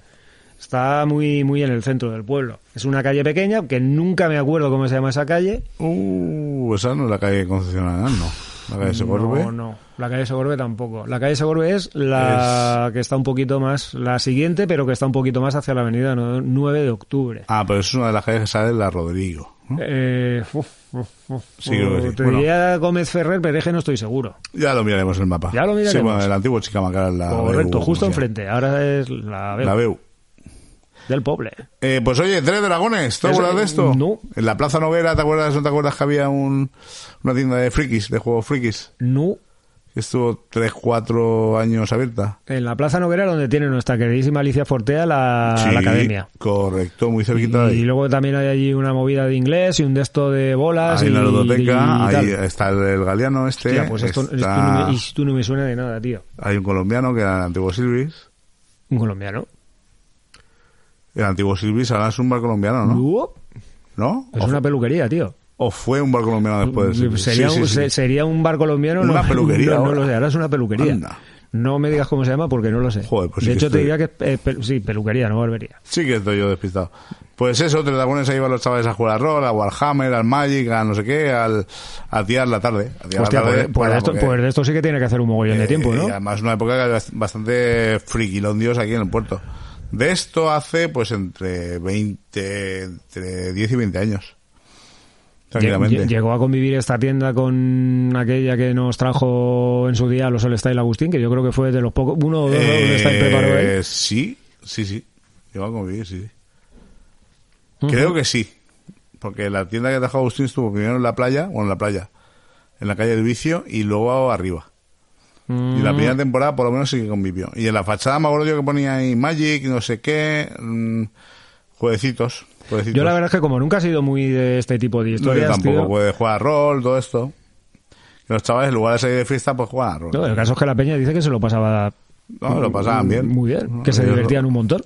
Está muy, muy en el centro del pueblo. Es una calle pequeña, que nunca me acuerdo cómo se llama esa calle. Uh, esa no es la calle concesionada, no. La calle Segorbe. No, no, la calle Segorbe tampoco. La calle Segorbe es la que está un poquito más, la siguiente, pero que está un poquito más hacia la avenida ¿no? 9 de octubre. Ah, pero es una de las calles que sale la Rodrigo. ¿no? Eh, uf, uf, uf, ¿Mm? Sí, creo que sí. Te Bueno. diría Gómez Ferrer, pero es que no estoy seguro. Ya lo miraremos en el mapa. Ya lo miraremos. Sí, bueno, el antiguo Chicamacara. La Correcto, Beu, justo como se enfrente. Ahora es la, llama. La Beu. del pueblo. Eh, pues oye, Tres Dragones, ¿te Eso- acuerdas de esto? no. En la Plaza Noguera, ¿te acuerdas? ¿No te acuerdas que había un, una tienda de frikis, de juegos frikis? No, Que estuvo 3, 4 años abierta. en la Plaza Noguera, donde tiene nuestra queridísima Alicia Fortea la, Sí, la academia. Correcto, muy Y, cerquita de ahí. luego también hay allí una movida de inglés y un de esto de bolas. y, Ahí en la ludoteca, y tal. ahí está el, el galeano este. Hostia, pues esto, esto está- no me, esto no me suena de nada, tío. Hay un colombiano que era el antiguo Silvis. Un colombiano. El antiguo Silvis ahora es un bar colombiano, ¿no? Uh, ¿No? es o, una peluquería, tío. o fue un bar colombiano después del Silvis. Pues Sería, Sí, sí, un, sí. se- sería un bar colombiano. Una no, peluquería No, no ahora. lo sé, ahora es una peluquería. Anda. No me digas cómo se llama porque no lo sé. Joder, pues sí de que hecho, te estoy- diría que es eh, pelu- sí, peluquería, no barbería. Sí que estoy yo despistado. Pues eso, te la pones ahí van los chavales a jugar al rol, a Warhammer, al Magic, a no sé qué, al, a tirar la tarde. A tirar Hostia, la tarde pues, pues para- de esto, eh, porque, pues de esto sí que tiene que hacer un mogollón eh, de tiempo, ¿no? y además una época que había bastante friquilondios aquí en el puerto. De esto hace pues entre 20, entre 10 y 20 años. Tranquilamente. Lle- Llegó a convivir esta tienda con aquella que nos trajo en su día a los Solestyle Agustín, que yo creo que fue de los pocos, uno o dos Eh, Solestyle preparó él. Sí, sí, sí. Llegó a convivir, sí. sí. Creo que sí. Porque la tienda que trajo Agustín estuvo primero en la playa, bueno, en la playa, en la calle del vicio y luego arriba. Y Mm. la primera temporada por lo menos sí que convivió. Y en la fachada me acuerdo yo que ponía ahí Magic, no sé qué, mm, jueguecitos, jueguecitos. Yo la verdad es que como nunca he sido muy de este tipo de pues- No, yo historias, tampoco, tío, puede jugar a rol, todo esto. Y los chavales en lugar de salir de fiesta, pues juegan a rol. no, el caso es que la peña dice que se lo pasaba No, lo pasaban bien. muy bien, No, que se yo- divertían un montón.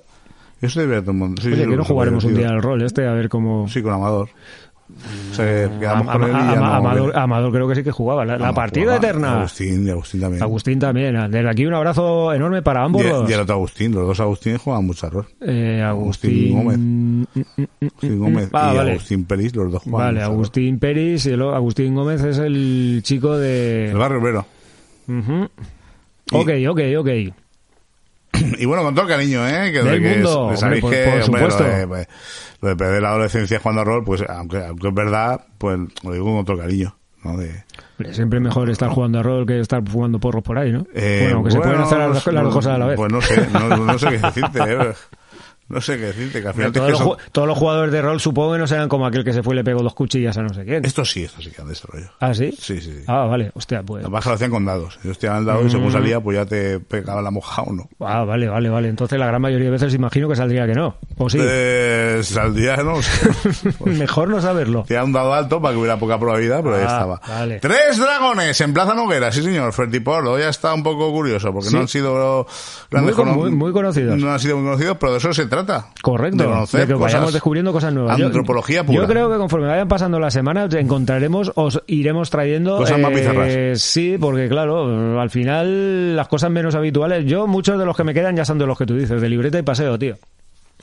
Yo se divierte un montón. Sí, Oye, sí, que no súper jugaremos un divertido. día al rol este, a ver cómo... Sí, con Amador. O sea, que quedamos Mm, Am- con él y Am- ya Am- no- Amador, Amador creo que sí que jugaba. La, la no, partida jugaba. eterna. Agustín. Agustín y Agustín también. también. ah, Desde aquí un abrazo enorme para Y, ambos. dos. y el otro Agustín, los dos Agustín jugaban mucho arroz. Eh, Agustín Agustín mm, Gómez. Agustín Gómez Ah, y vale. Agustín Peris, los dos jugaban. Vale, mucho arroz. Agustín Peris y el o- Agustín Gómez es el chico de... El barrio obrero. Ujú. Ok, ok, ok. Y bueno, con todo el cariño, ¿eh? Que, Del que es- mundo, que hombre, sabéis por- que, por hombre, lo supuesto. de- pues, lo, de, perder la adolescencia jugando a rol, pues aunque, aunque es verdad, pues lo digo con todo el cariño, ¿no? De, Hombre, Siempre mejor estar jugando a rol que estar jugando porros por ahí, ¿no? Eh, bueno, aunque se pueden hacer las, no- las dos cosas a la vez. Pues no sé, no, no sé qué decirte, ¿eh? No sé qué decirte, que al final Pero todos, es que los, son- ju- todos los jugadores de rol supongo que no serán como aquel que se fue y le pegó dos cuchillas a no sé quién. Esto sí, esto sí que han desarrollado. ¿Ah, sí? Sí, sí, sí. Ah, vale. Hostia, pues... Además que lo hacían con dados. Ellos te daban dados y Mm. según salía, pues ya te pegaba la moja o no. Ah, vale, vale, vale. Entonces la gran mayoría de veces imagino que saldría que no. O Pues sí. Eh, saldría, no sé. Mejor no saberlo. Te da un dado alto para que hubiera poca probabilidad, pero ahí Ah, estaba. vale. Tres dragones en Plaza Noguera, sí señor. Fertipolo ya está un poco curioso porque Sí. no han sido grandes con- cono- muy- muy conocidos. No han sido muy conocidos, pero de eso se trata. Correcto, De conocer de que cosas. vayamos descubriendo cosas nuevas. Yo- Antropología yo, pura. creo que conforme vayan pasando las semanas encontraremos, os iremos trayendo... eh, Cosas más pizarras. Sí, porque claro, al final las cosas menos habituales... Yo, muchos de los que me quedan ya son de los que tú dices, de libreta y paseo, tío.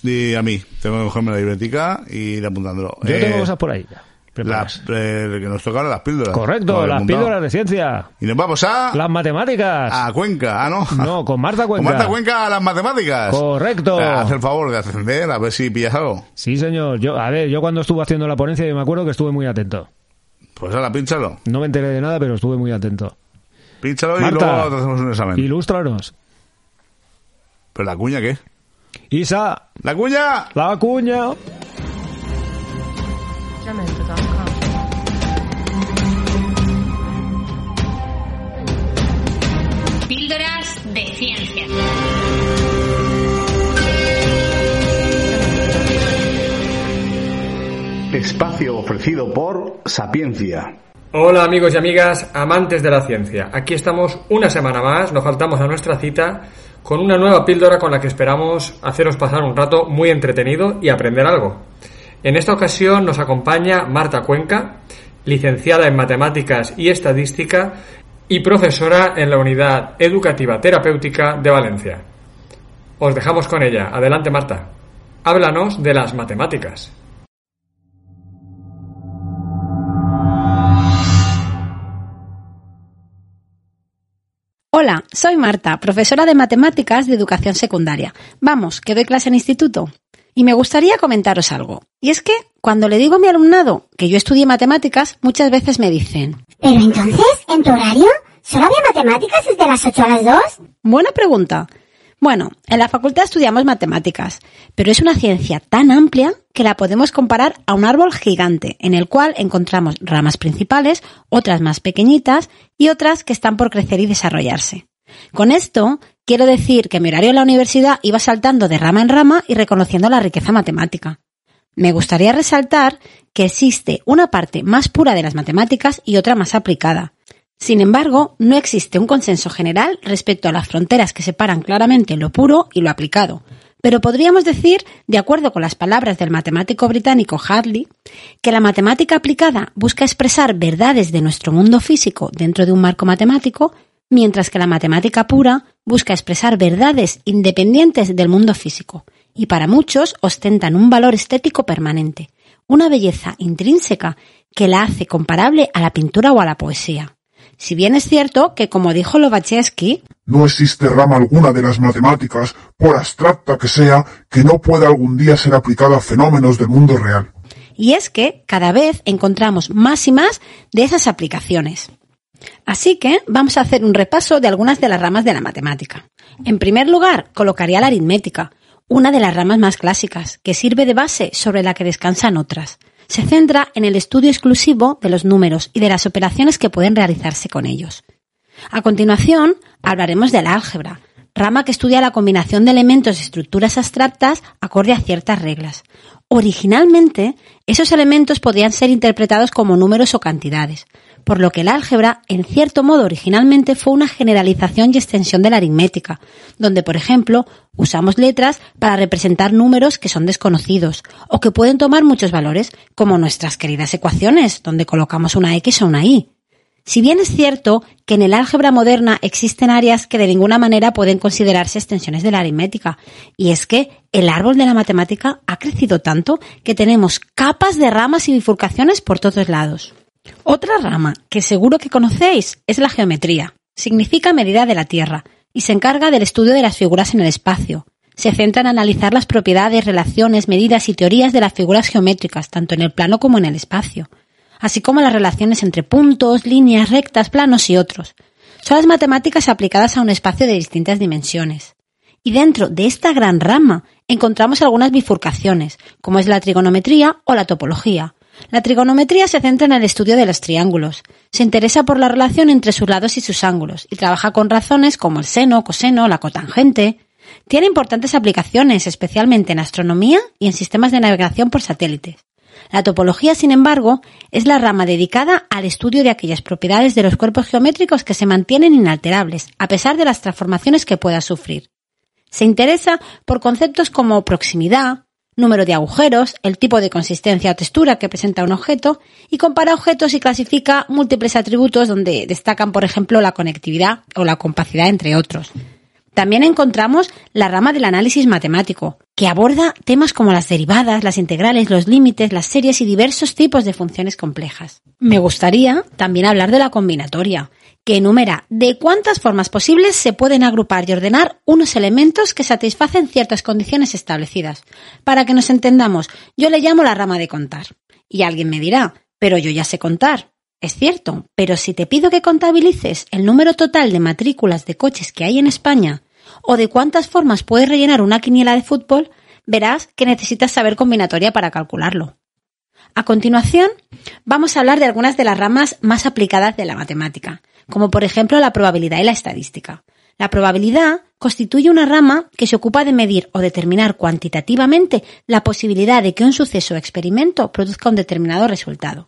Y a mí, tengo que cogerme la libretica y ir apuntándolo. Yo Eh, tengo cosas por ahí ya. preparadas. las- eh, que nos tocaron las píldoras. Correcto, Vale, las apuntado. píldoras de ciencia, Y nos vamos a... las matemáticas. A Cuenca, ah, no. No, con Marta Con Cuenca. Marta Cuenca a las matemáticas. Correcto. Eh, Haz el favor de ascender, a ver si pillas algo. Sí, señor. Yo, a ver, yo cuando estuve haciendo la ponencia, yo me acuerdo que estuve muy atento. Pues ahora, pínchalo. No me enteré de nada, pero estuve muy atento. Pínchalo Marta, y luego te hacemos un examen. Ilústranos. ¿Pero la cuña qué? Isa, ¡La cuña! la cuña. Jamaica.com. Píldoras de ciencia. Espacio ofrecido por Sapiencia. Hola amigos y amigas, amantes de la ciencia. Aquí estamos una semana más, nos faltamos a nuestra cita con una nueva píldora con la que esperamos haceros pasar un rato muy entretenido y aprender algo. En esta ocasión nos acompaña Marta Cuenca, licenciada en Matemáticas y Estadística y profesora en la Unidad Educativa Terapéutica de Valencia. Os dejamos con ella. Adelante Marta. Háblanos de las matemáticas. Hola, soy Marta, profesora de matemáticas de educación secundaria. Vamos, que doy clase en instituto. Y me gustaría comentaros algo. Y es que cuando le digo a mi alumnado que yo estudié matemáticas, muchas veces me dicen, Pero entonces, ¿en tu horario? ¿Solo había matemáticas desde las 8 a las 2? buena pregunta. Bueno, en la facultad estudiamos matemáticas, pero es una ciencia tan amplia que la podemos comparar a un árbol gigante, en el cual encontramos ramas principales, otras más pequeñitas y otras que están por crecer y desarrollarse. Con esto, quiero decir que mi horario en la universidad iba saltando de rama en rama y reconociendo la riqueza matemática. Me gustaría resaltar que existe una parte más pura de las matemáticas y otra más aplicada. Sin embargo, no existe un consenso general respecto a las fronteras que separan claramente lo puro y lo aplicado. Pero podríamos decir, de acuerdo con las palabras del matemático británico Hadley, que la matemática aplicada busca expresar verdades de nuestro mundo físico dentro de un marco matemático, mientras que la matemática pura busca expresar verdades independientes del mundo físico, y para muchos ostentan un valor estético permanente, una belleza intrínseca que la hace comparable a la pintura o a la poesía. Si bien es cierto que, como dijo Lobachevsky, No existe rama alguna de las matemáticas, por abstracta que sea, que no pueda algún día ser aplicada a fenómenos del mundo real. y es que cada vez encontramos más y más de esas aplicaciones. Así que vamos a hacer un repaso de algunas de las ramas de la matemática. En primer lugar, colocaría la aritmética, una de las ramas más clásicas, que sirve de base sobre la que descansan otras. Se centra en el estudio exclusivo de los números y de las operaciones que pueden realizarse con ellos. A continuación, hablaremos del álgebra, rama que estudia la combinación de elementos y estructuras abstractas acorde a ciertas reglas. Originalmente, esos elementos podían ser interpretados como números o cantidades, por lo que el álgebra, en cierto modo, originalmente fue una generalización y extensión de la aritmética, donde, por ejemplo, usamos letras para representar números que son desconocidos o que pueden tomar muchos valores, como nuestras queridas ecuaciones, donde colocamos una X o una Y. Si bien es cierto que en el álgebra moderna existen áreas que de ninguna manera pueden considerarse extensiones de la aritmética, y es que el árbol de la matemática ha crecido tanto que tenemos capas de ramas y bifurcaciones por todos lados. Otra rama que seguro que conocéis es la geometría. Significa medida de la Tierra y se encarga del estudio de las figuras en el espacio. Se centra en analizar las propiedades, relaciones, medidas y teorías de las figuras geométricas, tanto en el plano como en el espacio así como las relaciones entre puntos, líneas, rectas, planos y otros. Son las matemáticas aplicadas a un espacio de distintas dimensiones. Y dentro de esta gran rama encontramos algunas bifurcaciones, como es la trigonometría o la topología. La trigonometría se centra en el estudio de los triángulos. Se interesa por la relación entre sus lados y sus ángulos y trabaja con razones como el seno, coseno, la cotangente. Tiene importantes aplicaciones, especialmente en astronomía y en sistemas de navegación por satélites. La topología, sin embargo, es la rama dedicada al estudio de aquellas propiedades de los cuerpos geométricos que se mantienen inalterables, a pesar de las transformaciones que pueda sufrir. Se interesa por conceptos como proximidad, número de agujeros, el tipo de consistencia o textura que presenta un objeto y compara objetos y clasifica múltiples atributos donde destacan, por ejemplo, la conectividad o la compacidad, entre otros. También encontramos la rama del análisis matemático, que aborda temas como las derivadas, las integrales, los límites, las series y diversos tipos de funciones complejas. Me gustaría también hablar de la combinatoria, que enumera de cuántas formas posibles se pueden agrupar y ordenar unos elementos que satisfacen ciertas condiciones establecidas. Para que nos entendamos, yo le llamo la rama de contar. Y alguien me dirá, pero yo ya sé contar. Es cierto, pero si te pido que contabilices el número total de matrículas de coches que hay en España o de cuántas formas puedes rellenar una quiniela de fútbol, verás que necesitas saber combinatoria para calcularlo. A continuación, vamos a hablar de algunas de las ramas más aplicadas de la matemática, como por ejemplo la probabilidad y la estadística. La probabilidad constituye una rama que se ocupa de medir o determinar cuantitativamente la posibilidad de que un suceso o experimento produzca un determinado resultado.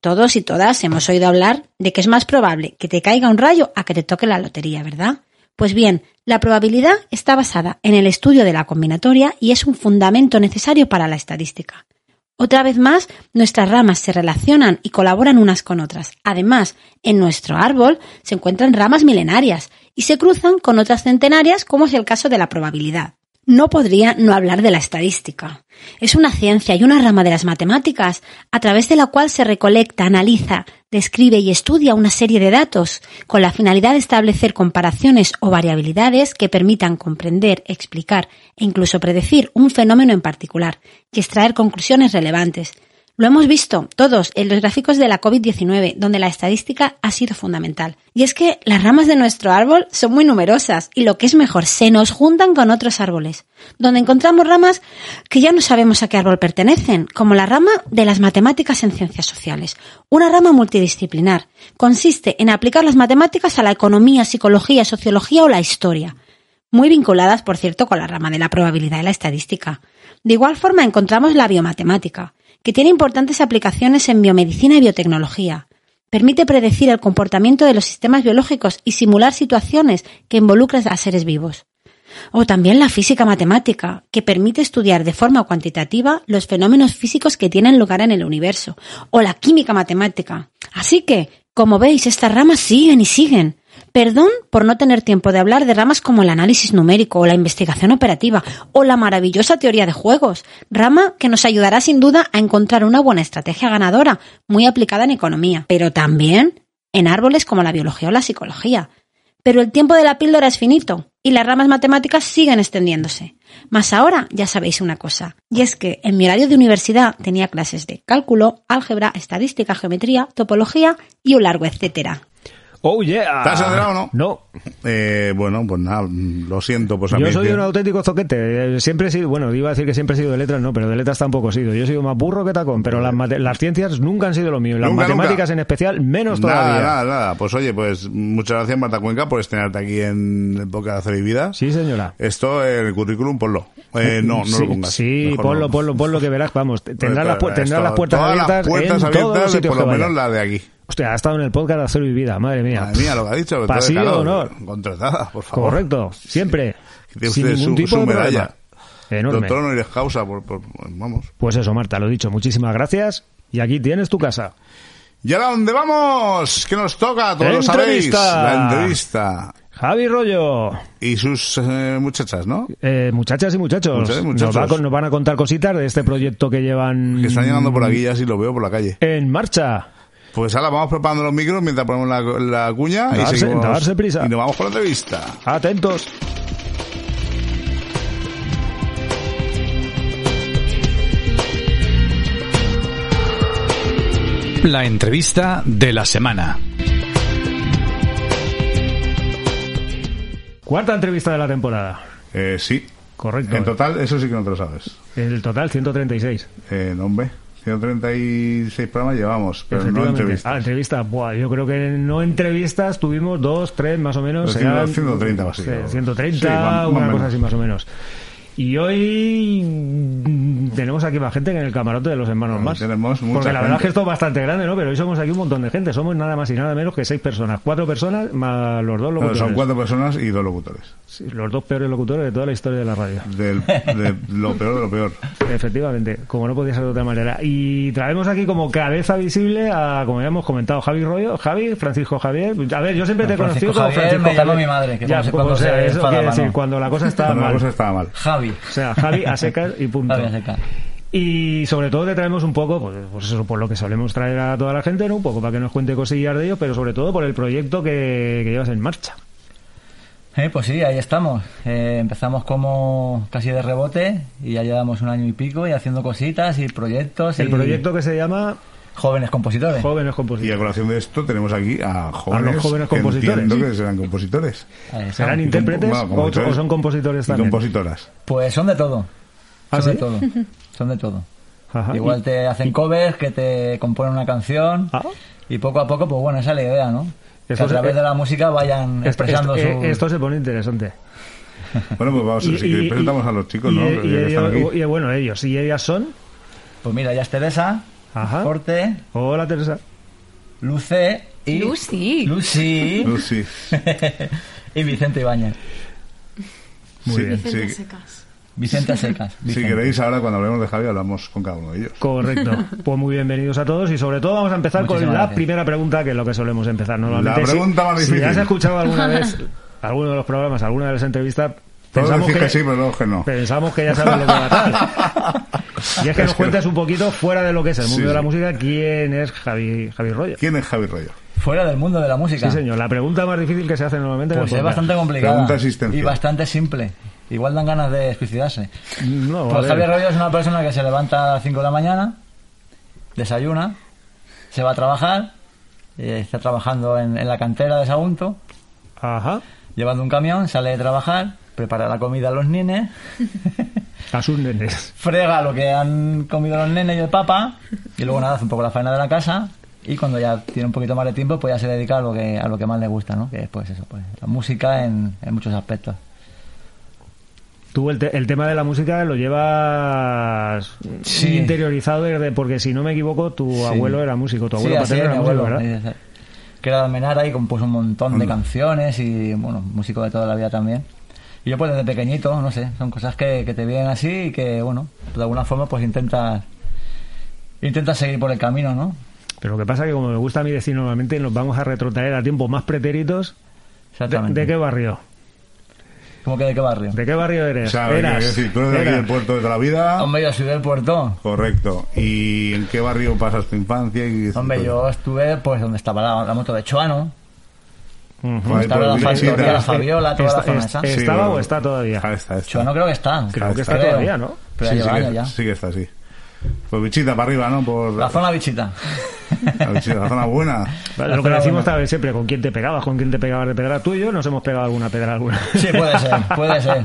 Todos y todas hemos oído hablar de que es más probable que te caiga un rayo a que te toque la lotería, ¿verdad? Pues bien, la probabilidad está basada en el estudio de la combinatoria y es un fundamento necesario para la estadística. Otra vez más, nuestras ramas se relacionan y colaboran unas con otras. Además, en nuestro árbol se encuentran ramas milenarias y se cruzan con otras centenarias, como es el caso de la probabilidad. No podría no hablar de la estadística. Es una ciencia y una rama de las matemáticas a través de la cual se recolecta, analiza, describe y estudia una serie de datos con la finalidad de establecer comparaciones o variabilidades que permitan comprender, explicar e incluso predecir un fenómeno en particular y extraer conclusiones relevantes. Lo hemos visto todos en los gráficos de la COVID-19, donde la estadística ha sido fundamental. Y es que las ramas de nuestro árbol son muy numerosas y lo que es mejor, se nos juntan con otros árboles, donde encontramos ramas que ya no sabemos a qué árbol pertenecen, como la rama de las matemáticas en ciencias sociales, una rama multidisciplinar. Consiste en aplicar las matemáticas a la economía, psicología, sociología o la historia muy vinculadas, por cierto, con la rama de la probabilidad y la estadística. De igual forma encontramos la biomatemática, que tiene importantes aplicaciones en biomedicina y biotecnología. Permite predecir el comportamiento de los sistemas biológicos y simular situaciones que involucran a seres vivos. O también la física matemática, que permite estudiar de forma cuantitativa los fenómenos físicos que tienen lugar en el universo. O la química matemática. Así que, como veis, estas ramas siguen y siguen. Perdón por no tener tiempo de hablar de ramas como el análisis numérico o la investigación operativa o la maravillosa teoría de juegos, rama que nos ayudará sin duda a encontrar una buena estrategia ganadora, muy aplicada en economía, pero también en árboles como la biología o la psicología. Pero el tiempo de la píldora es finito y las ramas matemáticas siguen extendiéndose. Mas ahora ya sabéis una cosa, y es que en mi horario de universidad tenía clases de cálculo, álgebra, estadística, geometría, topología y un largo etcétera. Oh, yeah. ¿Te has enterado o no? No. Eh, bueno, pues nada, lo siento. Pues a Yo mí soy que- un auténtico zoquete. Eh, Siempre he sido, bueno, iba a decir que siempre he sido de letras, no, pero de letras tampoco he sido. Yo he sido más burro que tacón, pero las, mate- las ciencias nunca han sido lo mío. Las Nunca, matemáticas en especial, menos todavía. Nada, nada, nada. Pues oye, pues muchas gracias Marta Cuenca por estrenarte aquí en el Boca de Hacer y Vida. Sí, señora. Esto, el currículum, ponlo. Eh, no, no sí, lo pongas. Sí, Mejor ponlo, no. Pues ponlo, ponlo que verás, vamos. te- Tendrás las, pu- Esto- tendrás las puertas todas las abiertas puertas en todos los abiertas, sitios por que lo menos vaya. la de aquí. Hostia, ha estado en el podcast de Acero y Vida, madre mía. Madre mía, lo que ha dicho. doctor Pasillo de Decano, honor. Contratada, por favor. Correcto, siempre. Que tiene Sin usted ningún su, tipo su de problema. medalla. Enorme. Doctor honoris causa, por, por- vamos. Pues eso, Marta, lo dicho. Muchísimas gracias. Y aquí tienes tu casa. ¿Y ahora dónde vamos? ¿Qué nos toca? Todos lo sabéis. Entrevista. La entrevista. Javi Rollo. Y sus eh, muchachas, ¿no? Eh, muchachas y muchachos, Muchachas y Nos, va a muchachos. con- nos van a contar cositas de este proyecto que llevan Que están llegando por aquí, ya si lo veo por la calle. en marcha. Pues ahora vamos preparando los micros mientras ponemos la, la cuña Darse- y seguimos. darse prisa. Y nos vamos con la entrevista. Atentos. La entrevista de la semana. Cuarta entrevista de la temporada. Eh, sí. Correcto. En total, eso sí que no te lo sabes. El total 136. Eh, no, hombre. 136 programas llevamos, pero no Efectivamente. entrevistas. Ah, entrevista. Buah, yo creo que no entrevistas tuvimos dos, tres más o menos. Los serán, 130 más o sí, menos. 130, Sí, más- más una o cosa menos. así más o menos. Y hoy mm, tenemos aquí más gente que en el camarote de los hermanos Ah, Bueno, más. tenemos mucha Porque la verdad gente. es que esto es bastante grande, ¿no? Pero hoy somos aquí un montón de gente. Somos nada más y nada menos que seis personas. Cuatro personas más los dos Claro, locutores. son cuatro personas y dos locutores. Sí, los dos peores locutores de toda la historia de la radio. Del- de lo peor de lo peor. Efectivamente, como no podía ser de otra manera. Y traemos aquí como cabeza visible a, como ya hemos comentado, Javi Rollo, Javi, Francisco Javier. A ver, yo siempre te he conocido Francisco como Javier Francisco me llama mi madre, que Ya, cuando se- pues, cuando o sea, se eso enfada, quiere decir, mano. cuando la cosa estaba Cuando la mal. cosa estaba mal. Javi. O sea, Javi a secas y punto. Javi a secas. Y sobre todo te traemos un poco, pues, pues eso, por lo que solemos traer a toda la gente, ¿no? Un poco para que nos cuente cosillas de ellos, pero sobre todo por el proyecto que, que llevas en marcha. Eh, pues sí, ahí estamos. Eh, empezamos como casi de rebote y ya llevamos un año y pico y haciendo cositas y proyectos. El y proyecto que se llama Jóvenes compositores. Jóvenes Y a compositores. colación de esto tenemos aquí a jóvenes, jóvenes que compositores. entiendo que serán compositores. Ah, ¿Serán Y compo- intérpretes bueno, o- o, son compositores y también? compositoras. Pues son de todo. ¿Ah, Son de sí? todo. Son de todo. Ajá. Igual te hacen covers, que te componen una canción y poco a poco, pues bueno, esa es la idea, ¿no? Que Esto a Ah. es- través eh, de la música vayan Esto- expresando esto, su... eh, esto se pone interesante. Bueno, pues vamos, si queréis, presentamos a los chicos, y- ¿no? y- Que y ya que están ellos- aquí. y bueno, ellos, y ellas son. Pues mira, ya es Teresa, Ajá. Corte, Hola, Teresa. Luce y... Lucy. Lucy. Lucy. y Vicente Ibañez. Sí, sí. Vicente a secas. Si Vicente. queréis, ahora cuando hablemos de Javi, hablamos con cada uno de ellos. Correcto. Pues muy bienvenidos a todos y sobre todo vamos a empezar con Muchísimas la gracias. primera pregunta, que es lo que solemos empezar normalmente. La Si- pregunta más si difícil. has escuchado alguna vez alguno de los programas, alguna de las entrevistas, Todos pensamos decís que, que... sí, pero luego que no. pensamos que ya sabes lo que va a tratar. Y es que Es nos que- cuentes un poquito fuera de lo que es el mundo Sí, de la sí. música, quién es Javi, Javi Rollo. ¿Quién es Javi Rollo? Fuera del mundo de la música. Sí, señor. La pregunta más difícil que se hace normalmente en el Pues es podcast. bastante complicada. Pregunta existencial. Y bastante simple. Igual dan ganas de suicidarse. No, a Pues ver. Javier Rollo es una persona que se levanta a las 5 de la mañana, desayuna, se va a trabajar, eh, está trabajando en, en la cantera de Sagunto, Ajá. llevando un camión, sale de trabajar, prepara la comida a los nenes, A sus nenes. frega lo que han comido los nenes y el papa, y luego nada, hace un poco la faena de la casa, y cuando ya tiene un poquito más de tiempo, pues ya se dedica a lo que, a lo que más le gusta, ¿no? Que es pues eso, pues, la música en, en muchos aspectos. Tú el, te- el tema de la música lo llevas Sí. interiorizado desde, porque si no me equivoco, tu Sí. abuelo era músico, tu Sí, abuelo así paterno es, era mi músico, abuelo, ¿verdad? sí, sí, sí. Que era de Almenara y compuso un montón de canciones y, bueno, músico de toda la vida también. Y yo, pues desde pequeñito, no sé, son cosas que, que te vienen así y que, bueno, de alguna forma, pues intentas intentas seguir por el camino, ¿no? Pero lo que pasa es que como me gusta a mí decir normalmente, nos vamos a retrotraer a tiempos más pretéritos. ¿De, Exactamente. de qué barrio? ¿Cómo que de qué barrio? ¿De qué barrio O eres? sea, quiero Eras, decir, tú eres de aquí eras. del puerto de toda la vida. Hombre, yo soy del puerto. Correcto. ¿Y en qué barrio pasas tu infancia? Y... Hombre, yo estuve, pues, donde estaba la, la moto de Chuano. Ujú. Ahí estaba Pues por la Vilasitas. factoría, la Fabiola, toda la Está- zona es- esa. Sí, ¿Estaba bueno. o está todavía? Ah, está, está. Chuano creo que está. Creo que está todavía, ¿no? Pero sí, ya sí, lleva que, años ya. sí que está, sí. Pues bichita para arriba, ¿no? Por La zona bichita. la bichita, la zona buena. Lo que Pero decimos bueno. también siempre, con quién te pegabas, con quién te pegabas de pedra. Tú y yo nos hemos pegado alguna pedra alguna. Sí, puede ser, puede ser.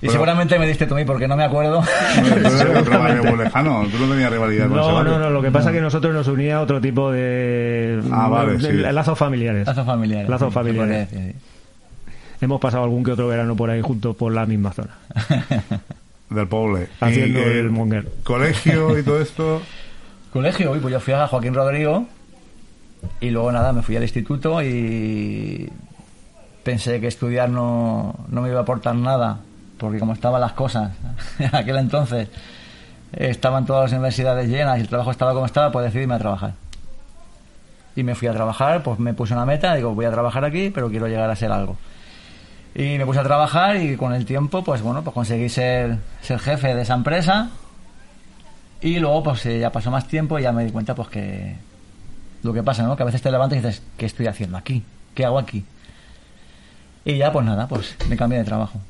Y Bueno. seguramente me diste tú a mí porque no me acuerdo. Tú eres de otro barrio muy lejano. Tú no tenías rivalidad con ese No, barrio. no, no. Lo que pasa es que nosotros nos unía otro tipo de, Ah, de- vale, sí. lazos familiares. Lazos familiares. Lazos Sí, familiares. se podría decir, Hemos pasado algún que otro verano por ahí juntos por la misma zona. Del poble. Haciendo Y, eh, el monger. Colegio y todo esto. sí. Colegio, uy, pues yo fui a Joaquín Rodrigo y luego nada, me fui al instituto y pensé que estudiar no, no me iba a aportar nada porque como estaban las cosas en aquel entonces, eh, estaban todas las universidades llenas y el trabajo estaba como estaba, pues decidí irme a trabajar. Y me fui a trabajar, pues me puse una meta, digo, voy a trabajar aquí, pero quiero llegar a ser algo. Y me puse a trabajar y con el tiempo, pues bueno, pues conseguí ser, ser jefe de esa empresa. Y luego, pues eh, ya pasó más tiempo y ya me di cuenta, pues que. Lo que pasa, ¿no? Que a veces te levantas y dices, ¿qué estoy haciendo aquí? ¿Qué hago aquí? Y ya, pues nada, pues me cambié de trabajo.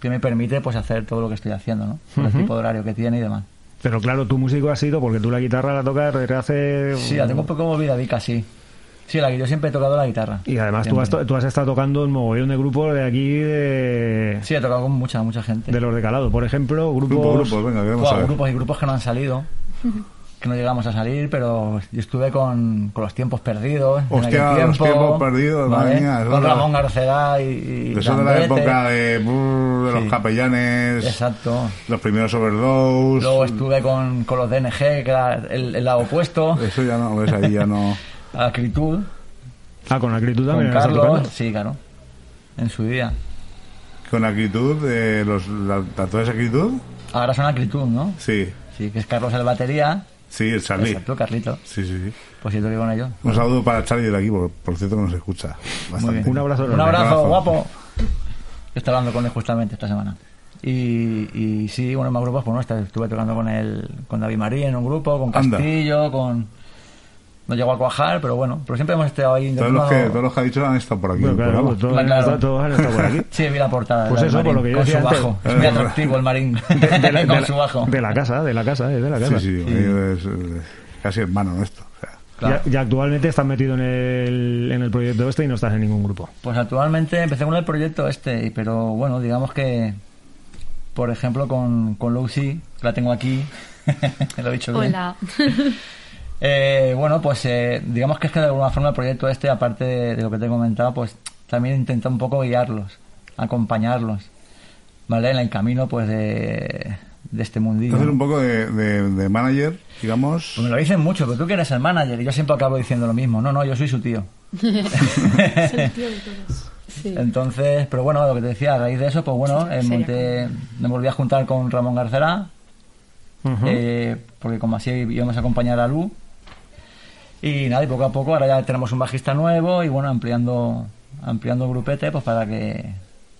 Que me permite, pues, hacer todo lo que estoy haciendo, ¿no? Por el Ujú. tipo de horario que tiene y demás. Pero claro, tu músico ha sido porque tú la guitarra la tocas desde hace. Sí, la tengo un poco olvidadica, sí. Sí, la que yo siempre he tocado la guitarra. Y además tú has, Siempre. to- tú has estado tocando un mogollón de grupos de aquí de, Sí, he tocado con mucha, mucha gente. de los de Calado. Por ejemplo, Grupo, grupos. grupo, venga, queremos Buah, saber. grupos y grupos que no han salido, que no llegamos a salir, pero yo estuve con, con los tiempos perdidos. en aquel Hostia, Los Tiempos Perdidos, madre mía, eso Con era- Ramón Garcedá y. y Eso de la Gandete. época de, brr, de los Sí. capellanes, Exacto. los primeros overdose. Luego estuve con, con los DNG, que era el, el lado opuesto, Eso ya no, ves, ahí ya no. a Acritud, Ah, con Acritud con también has estado Carlos. tocando. Sí, claro. En su día. Con acritud, eh, los la- tatuajes acritud. Ahora son acritud, ¿no? Sí. Sí, que es Carlos el batería. Sí, el Charlie. Exacto, Carlito. Sí, sí, sí. Pues sí, lo digo yo. Un saludo para Charlie de aquí, porque por cierto que nos escucha. Muy Bastante. bien. Un abrazo, guapo. Yo estaba hablando con él justamente esta semana. Y, y sí, bueno, más grupos, pues no, esta- estuve tocando con él, con David María en un grupo, con Anda. Castillo, con... No llegó a cuajar, pero bueno, pero siempre hemos estado ahí Todos los, que, intentando- todos los que ha dicho han estado por aquí. Bueno, en el claro, programa. todos- Claro. todos han estado por aquí. Sí, vi la portada. de Pues David eso, por Marín, lo que yo con decía su antes. bajo. Eh, Es muy atractivo el Marín. de la, con de la- su bajo. de la casa, de la casa, eh, de la casa. Sí, sí, ellos es, eh, casi hermano nuestro. o sea. Y, y actualmente estás metido en el, en el proyecto este y no estás en ningún grupo. Pues actualmente empecé con el proyecto este, y- pero bueno, digamos que, por ejemplo, con, con Lucy, que la tengo aquí, lo he dicho bien. Hola. Eh, bueno, pues eh, digamos que es que de alguna forma el proyecto este, aparte de, de lo que te he comentado, pues también intenta un poco guiarlos, acompañarlos, ¿vale? En el camino, pues, de, de este mundillo. Hacer un poco de, de- de manager, digamos. Pues me lo dicen mucho, pero tú que eres el manager, y yo siempre acabo diciendo lo mismo. No, no, yo soy su tío. Entonces, pero bueno, lo que te decía, a raíz de eso, pues bueno, eh, Sería monté- me volví a juntar con Ramón Garcera, eh, porque como así íbamos a acompañar a Lu. Y nada, y poco a poco, ahora ya tenemos un bajista nuevo y bueno, ampliando ampliando el grupete, pues para que...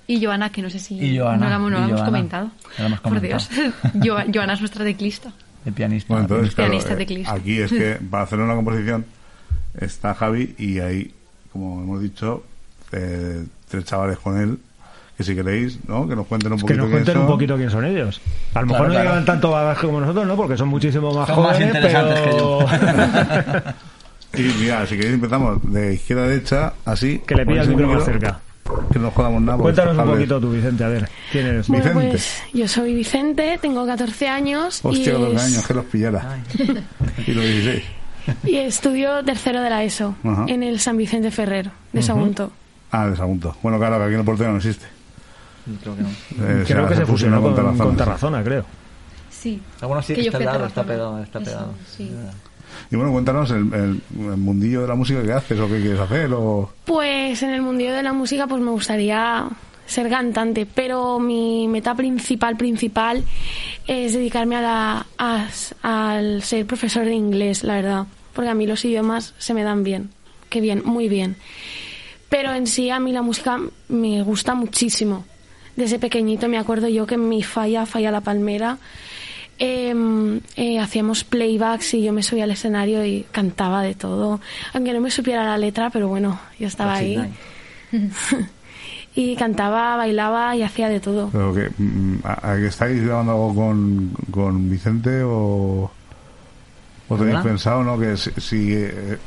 Y Joana, que no sé si Y Joana, no, la, no la y hemos Joana. comentado. No la hemos Por comentado. Dios. Jo- Joana es nuestra teclista. El pianista. Bueno, entonces, claro, Pianista, eh, teclista. aquí es que para hacer una composición está Javi y ahí, como hemos dicho, eh, tres chavales con él, que si queréis, ¿no? Que nos cuenten un Que poquito nos quiénes cuenten un son. poquito quiénes son ellos. A lo Claro, mejor no claro. llevan tanto bagaje como nosotros, ¿no? Porque son muchísimo más Son más jóvenes, interesantes que pero... yo. Y mira, si queréis empezamos de izquierda a derecha, así. Que le pilla el Ponéis micro más cerca. Que no jodamos nada. porque Cuéntanos estos un chavales- poquito tú, Vicente, a ver, ¿quién eres? Bueno, Vicente. pues yo soy Vicente, tengo 14 años Hostia, y, los es- años, que los pillara. y los 16. y estudio tercero de la ESO Ajá. en el San Vicente Ferrer de Ujú. Sagunto. Ah, de Sagunto. Bueno, claro, que aquí en el portero no existe. Creo que no. Eh, Creo que se fusionó con, Tarrazona, con sí. Tarazona, creo. Sí. Ah, bueno, sí, Que yo está fui a pegado, está pegado, Tarazona. está Eso, pegado. sí. Y bueno, cuéntanos el, el- el mundillo de la música que haces o qué quieres hacer o... Pues en el mundillo de la música pues me gustaría ser cantante, pero mi meta principal, principal es dedicarme a la, a- al ser profesor de inglés, la verdad, porque a mí los idiomas se me dan bien, que bien, muy bien. Pero en sí a mí la música me gusta muchísimo. Desde pequeñito me acuerdo yo que en mi falla, falla la palmera, em, eh, hacíamos playbacks y yo me subía al escenario y cantaba de todo, aunque no me supiera la letra, pero bueno, yo estaba That's ahí. it, y cantaba, bailaba y hacía de todo. Pero que, mm, a- a que ¿Estáis grabando algo con, con Vicente o, o tenéis ¿Hola? pensado, no? Que si... si, eh,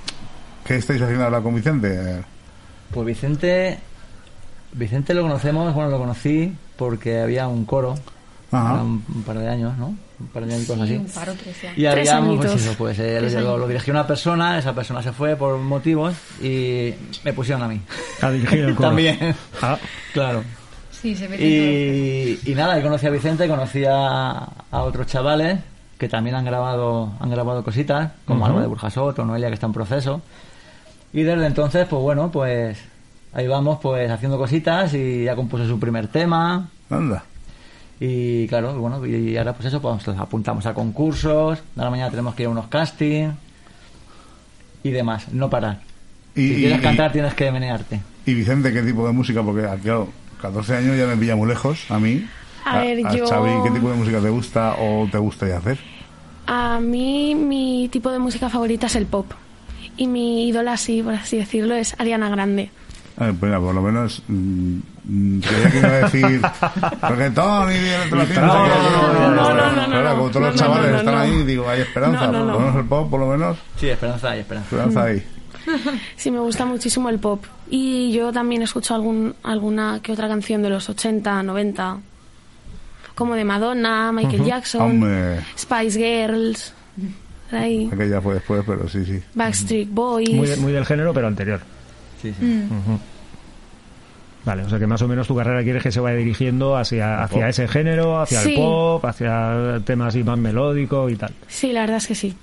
¿Qué estáis haciendo ahora con Vicente? Pues Vicente, Vicente lo conocemos, bueno, lo conocí porque había un coro, Ajá. era un, un par de años, ¿no? Un par de años, cosas así. un par o tres años. Y Tres habíamos, pues añitos. eso, pues eh, Tres lo, años. lo dirigió una persona, esa persona se fue por motivos y me pusieron a mí. A dirigir el coro. También. Ah. Claro. Sí, se mete Y, y nada, y conocí a Vicente, conocí a, a otros chavales que también han grabado, han grabado cositas, como Ujú. algo de Burjasot o Noelia que está en proceso. Y desde entonces, pues bueno, pues ahí vamos pues haciendo cositas y ya compuso su primer tema. Anda. Y claro, bueno, y ahora pues eso, pues los apuntamos a concursos, ahora mañana tenemos que ir a unos castings y demás, no parar. Y- si quieres y- cantar tienes que menearte. ¿Y Vicente qué tipo de música? Porque ah, claro, 14 años ya me pilla muy lejos a mí. A ver, yo- Xavi, ¿qué tipo de música te gusta o te gustaría hacer? A mí mi tipo de música favorita es el pop. Y mi ídola, así, por así decirlo, es Ariana Grande. A ver, pues mira, por lo menos mm, mm, creía que iba a decir reggaetón y bien latino, No, sé qué. no, no, no, no, no, no, Ahora, como todos los no, no, chavales no, están no. ahí, digo, hay esperanza. No, no, no. Por lo menos el pop, por lo menos, Sí, esperanza hay, esperanza. esperanza ahí. Sí, me gusta muchísimo el pop. Y yo también escucho algún, alguna que otra canción de los 80, 90. Como de Madonna, Michael Ujú. Jackson, Hombre. Spice Girls, por ahí, Aquella Eh, fue después, pues, pero sí, sí. Backstreet Boys. Muy, de- muy del género, pero anterior. Sí, Mm. Ujú. Vale, o sea que más o menos tu carrera quieres que se vaya dirigiendo hacia, hacia ese género, hacia Sí. el pop, hacia temas así más melódicos y tal. Sí, la verdad es que sí.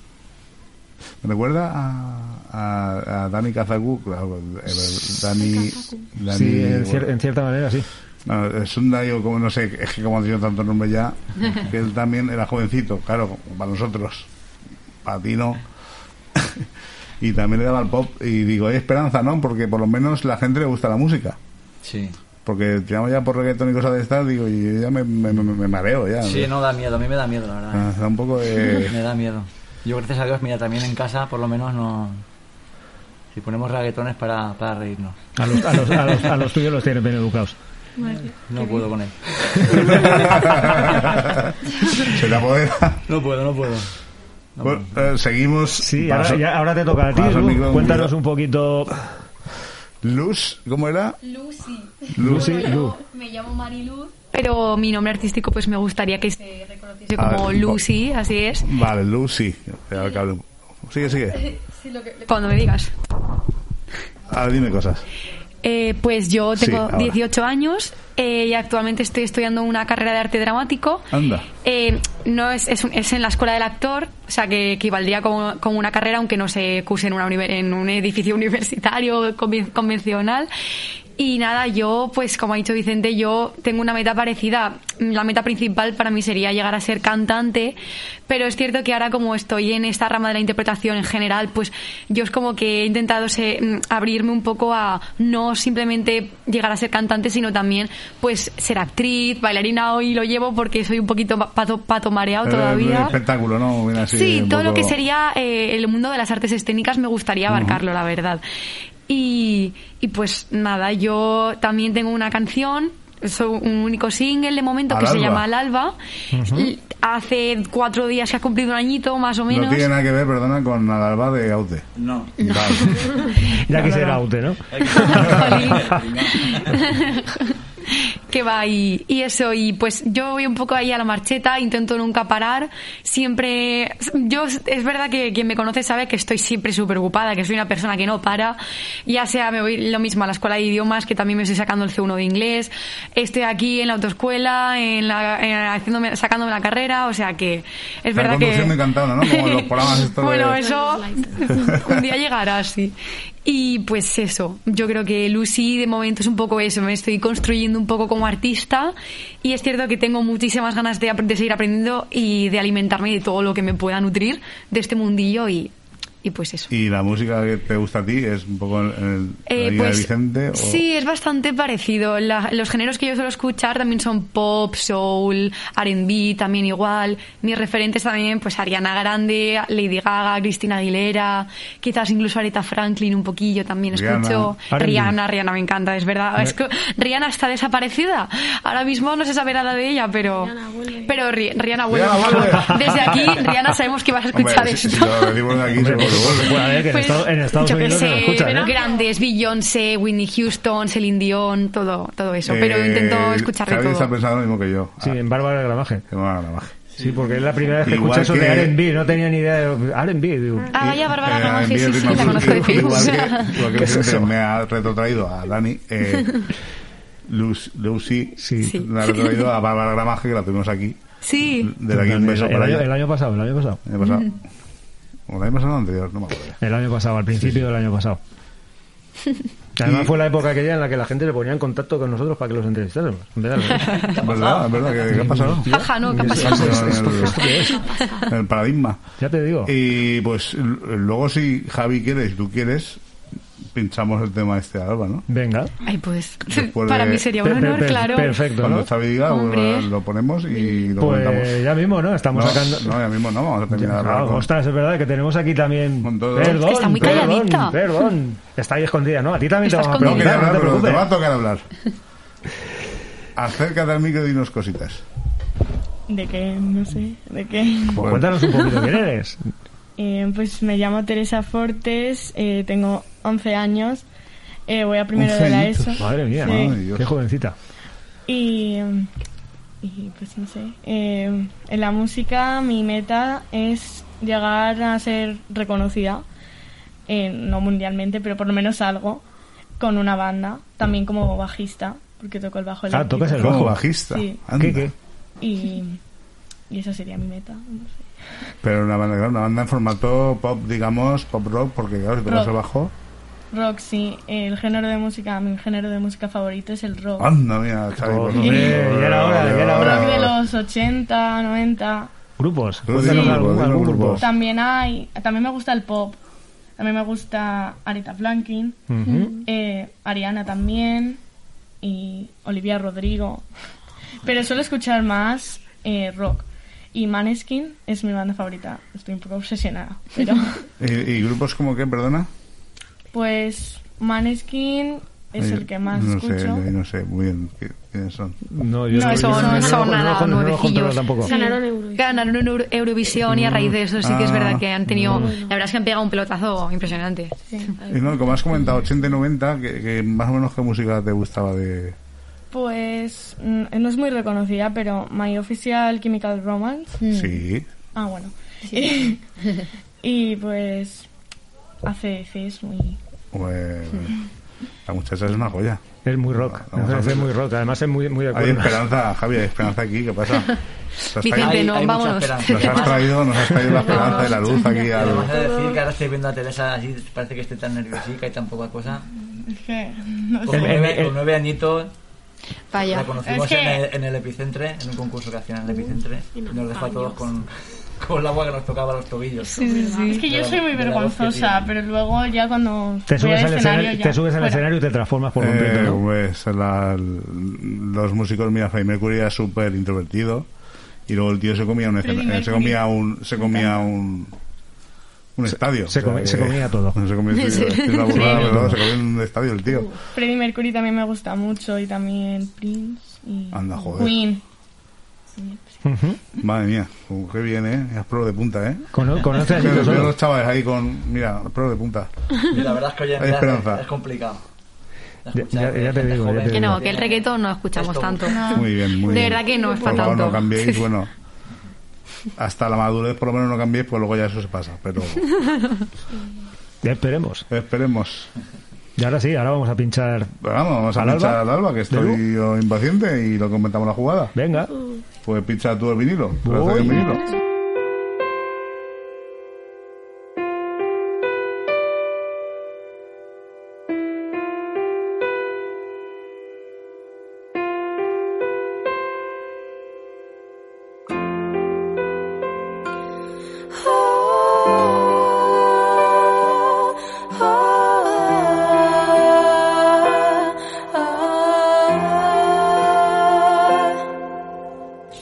¿Me recuerda a, a, a Dani Kazaku? Claro, eh, Dani, Dani sí, en, cier- bueno, en cierta manera, sí. No, es un daño, como no sé, es que como ha tenido tanto nombre ya, que él también era jovencito, claro, para nosotros, para ti no. y también le daba al pop. Y digo, hay esperanza, ¿no? Porque por lo menos la gente le gusta la música. Sí. Porque tiramos ya por reggaetón y cosas de estas, digo, y yo ya me, me- me- me mareo ya. Sí, no da miedo, a mí me da miedo, la verdad. Ah, da un poco de- Me da miedo. Yo, gracias a Dios, mira, también en casa, por lo menos, no. Si ponemos raguetones para, para reírnos. A los, a, los, a, los, a los tuyos los tienen bien educados. No puedo con él. Se la apodera. No puedo, no puedo. Bueno, eh, seguimos. Sí, ahora, ya- ahora te toca a ti. Paso el Lu. micro- Cuéntanos un poquito. Luz, ¿cómo era? Lucy. Lucy, Bueno, yo Lu. Me llamo Mariluz, pero mi nombre artístico pues me gustaría que se reconociese A como ver, Lucy, así es. Vale, Lucy. Ya que hablo. Sigue, sigue. Cuando me digas. Ahora dime cosas. Eh, pues yo Sí, tengo ahora. 18 años eh, y actualmente estoy estudiando una carrera de arte dramático. Anda. Eh, no es, es, un- es en la escuela del actor, o sea que equivaldría como, como una carrera, aunque no se curse en, una univer- en un edificio universitario conven- convencional. Y nada, yo, pues como ha dicho Vicente, yo tengo una meta parecida. La meta principal para mí sería llegar a ser cantante, pero es cierto que ahora como estoy en esta rama de la interpretación en general, pues yo es como que he intentado se- mm, abrirme un poco a no simplemente llegar a ser cantante, sino también pues ser actriz, bailarina, hoy lo llevo porque soy un poquito ma- pato, pato mareado Eh, todavía. espectáculo, ¿no? Viene así Sí, un todo lo poco- que sería eh, el mundo de las artes escénicas me gustaría abarcarlo, la verdad. Y, y pues nada, yo también tengo una canción, soy un único single de momento Al que se alba. llama Al Alba. Ujú. L- Hace cuatro días que ha cumplido un añito, más o menos. No tiene nada que ver, perdona, con Alba de Aute. No. Ya quisiera Aute, ¿no? que va y, y eso y pues yo voy un poco ahí a la marcheta intento nunca parar siempre yo es verdad que quien me conoce sabe que estoy siempre súper ocupada que soy una persona que no para ya sea me voy lo mismo a la escuela de idiomas que también me estoy sacando el C1 de inglés estoy aquí en la autoescuela en la, en- haciéndome- sacándome la carrera o sea que es Está verdad que conduciendo y cantando, ¿no? Como los programas estos de- bueno eso un día llegará, sí. Y pues eso, yo creo que Lucy de momento es un poco eso, me estoy construyendo un poco como artista y es cierto que tengo muchísimas ganas de, ap- de seguir aprendiendo y de alimentarme de todo lo que me pueda nutrir de este mundillo y, y pues eso. ¿Y la música que te gusta a ti es un poco en- en la Eh, línea de pues, Vicente? o- Sí, es bastante parecido. La- los géneros que yo suelo escuchar también son pop, soul, R&B, también igual. Mis referentes también, pues Ariana Grande, Lady Gaga, Cristina Aguilera, quizás incluso Aretha Franklin un poquillo también Rihanna. escucho. R&B. Rihanna, Rihanna me encanta, es verdad. Me- Es que Rihanna está desaparecida. Ahora mismo no se sabe nada de ella, pero... Pero Ri- Rihanna vuelve, Rihanna por favor. vuelve. Desde aquí, Rihanna, sabemos que vas a Hombre, escuchar si- esto. si lo decimos de aquí, seguro que vuelve. Bueno, a ver, que en Pues, Estados- en Estados yo qué Unidos no lo sé, escuchan, ¿eh? grandes, Beyoncé, Whitney Houston, Celine Dion, todo, todo eso. Pero Eh, intento escuchar de Xavi está todo. pensando lo mismo que yo. Sí, en Bárbara Gramaje. Sí, porque es la primera vez que Igual escucho eso de que- R&B, no tenía ni idea de R&B, digo. Ah, vaya, Bárbara Eh, Gramaje, envío sí, el sí, ritmo la al conozco de Vicente, Facebook. Igual que, igual que ¿Qué es Vicente eso? me ha retrotraído a Dani. Eh, Luz- Lucy Sí. me ha retrotraído a Bárbara Gramaje, que la tuvimos aquí. Sí. De la que un beso el, para año, ella. el año pasado, el año pasado. Mm, El año pasado. O la año pasado o anterior, no me acuerdo. El año pasado, al principio del año pasado. Además fue la época aquella en la que la gente le ponía en contacto con nosotros para que los entrevistáramos. En vez de al revés. Es verdad, es verdad, ¿qué, qué ha pasado? Jaja, no, ¿qué ha Sí, pasado? sí, sí, sí, sí, sí, sí. El paradigma. Ya te digo. Y pues l- luego si Javi quiere, si tú quieres, pinchamos el tema este de Alba, ¿no? Venga. Ay, pues, Después para de- mí sería un honor, claro. Cuando Xavi diga, pues, Hombre. lo ponemos y lo Pues comentamos. ya mismo, ¿no? Estamos No, sacando... No, ya mismo no, vamos a terminar de Claro, hablar con- ostras, es verdad que tenemos aquí también. todo. Perdón, Es que está muy perdón, calladita. Perdón, está ahí escondida, ¿no? A ti también te No, vamos a quería preguntar, hablar, no te pero te preocupes. va a tocar hablar. Acércate al micro y dinos cositas. ¿De qué? No sé. ¿De qué? Pues cuéntanos un poquito quién eres. Eh, pues me llamo Teresa Fortes, eh, tengo 11 años, eh, voy a primero de la ESO. Madre mía, Sí. qué jovencita. Y, y, pues no sé. eh, en la música mi meta es llegar a ser reconocida, eh, no mundialmente, pero por lo menos algo, con una banda, también como bajista, porque toco el bajo. Ah, tocas el eléctrico. bajo. Sí. ¿Qué, qué? Y, y esa sería mi meta. no sé. Pero una banda, claro, una banda en formato pop, digamos, pop rock, porque claro, si tocas Rock. el bajo. Rock, sí. El género de música, mi género de música favorito es el rock. Anda, mira, Xavi, por lo Joder, menos. ya era hora, ya era hora. Rock de los 80, 90. Grupos. Grupos, Cuéntanos sí. algún, algún grupo. También hay, también me gusta el pop. También me gusta Aretha Franklin, Ujú. eh, Ariana también y Olivia Rodrigo. Pero suelo escuchar más eh, rock. Y Maneskin es mi banda favorita. Estoy un poco obsesionada, pero ¿Y, y grupos como qué, perdona? pues Maneskin es Eh, el que más no escucho. Sé, no sé muy bien qué- quiénes son. No, No, son, no, son no, no, no, nada, no, no, nuevecillos. tampoco. Sí. Ganaron en Euro- Eurovisión y a raíz de eso sí que es Ah, verdad que han tenido, bueno. la verdad es que han pegado un pelotazo impresionante. Y no, como has comentado, 80 y 90, que, que más o menos qué música te gustaba de... Pues mm, no es muy reconocida, pero My Official Chemical Romance. Mm. Sí. Ah, bueno. y pues ACDC es muy... Pues, la muchacha es una joya. Es muy rock. Vamos a Es ver. muy rock. Además es muy, muy de Hay acuerdo. esperanza, Javi, hay esperanza aquí, ¿qué pasa? Nos has Vicente, traído- no, Hay- hay mucha vámonos. esperanza. Nos has traído, nos has traído la esperanza y la luz aquí Además de al... decir que ahora estoy viendo a Teresa así, parece que estoy tan nerviosica y tan poca cosa. Es que... No Con sé. nueve, con nueve añitos Vaya. la conocimos Es que- en, el, en el epicentre, en un concurso que hacían en el epicentre, y nos dejó a todos con, con el agua que nos tocaba los tobillos. Es que yo De la- soy muy de la voz que vergonzosa, pero luego ya cuando... Te voy subes, al escenario escenario, ya- pues, te subes al Fuera. escenario y te transformas por completo. Eh, ¿no? pues la- los músicos, mira, Freddie Mercury era súper introvertido y luego el tío se comía un, escena- Freddie eh, se Mercury. comía un, se comía un, un estadio. se come- se comía todo. No se comía, sí, Sí. es una burrada, Sí. pero se comía un estadio el tío. Freddie Mercury también me gusta mucho y también Prince y Anda, joder. Queen. Madre mía, uh, qué bien, ¿eh? Es pro de punta, ¿eh? Cono- conoce a Veo- Tito veo Solo. los chavales ahí con, mira, pro de punta. Y la verdad es que hoy en Hay día esperanza. es, es complicado. Ya, ya- ya te digo, ya te Que digo. no, que el reggaetón no escuchamos tanto. Muy bien, muy Ah. de bien. verdad que no es Por para favor, tanto. no cambiéis, bueno. Hasta la madurez, por lo menos no cambiéis, pues luego ya eso se pasa. Pero Ya esperemos. esperemos. Y ahora sí, ahora vamos a pinchar. Pues Vamos, vamos a ¿Al pinchar Alba? al alba, que estoy yo impaciente y lo comentamos la jugada. Venga. Oh, Pues pincha tú el vinilo. te lo traigo el Voy. vinilo.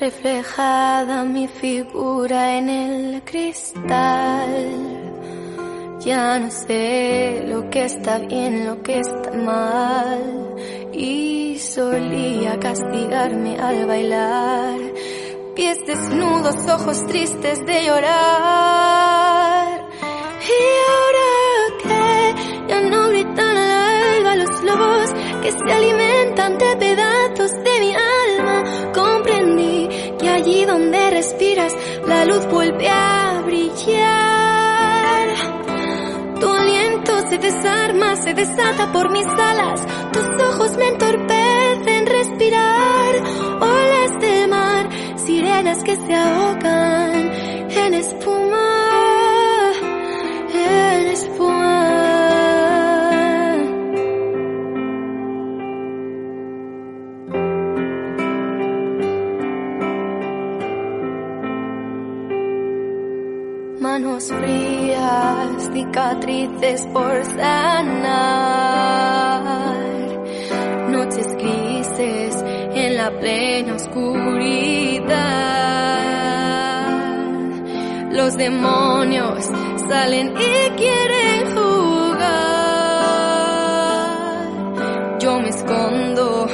Reflejada mi figura en el cristal. Ya no sé lo que está bien, lo que está mal. Y solía castigarme al bailar. Pies desnudos, ojos tristes de llorar. Y ahora que ya no gritan al alba los lobos que se alimentan de pedazos de mi alma, comprendí que allí donde respiras la luz vuelve a brillar. Tu aliento se desarma, se desata por mis alas. Tus ojos me entorpecen respirar. Olas del mar, sirenas que se ahogan en espuma. En espuma. manos frías, cicatrices por sanar, noches grises en la plena oscuridad. Los demonios salen y quieren jugar. Yo me escondo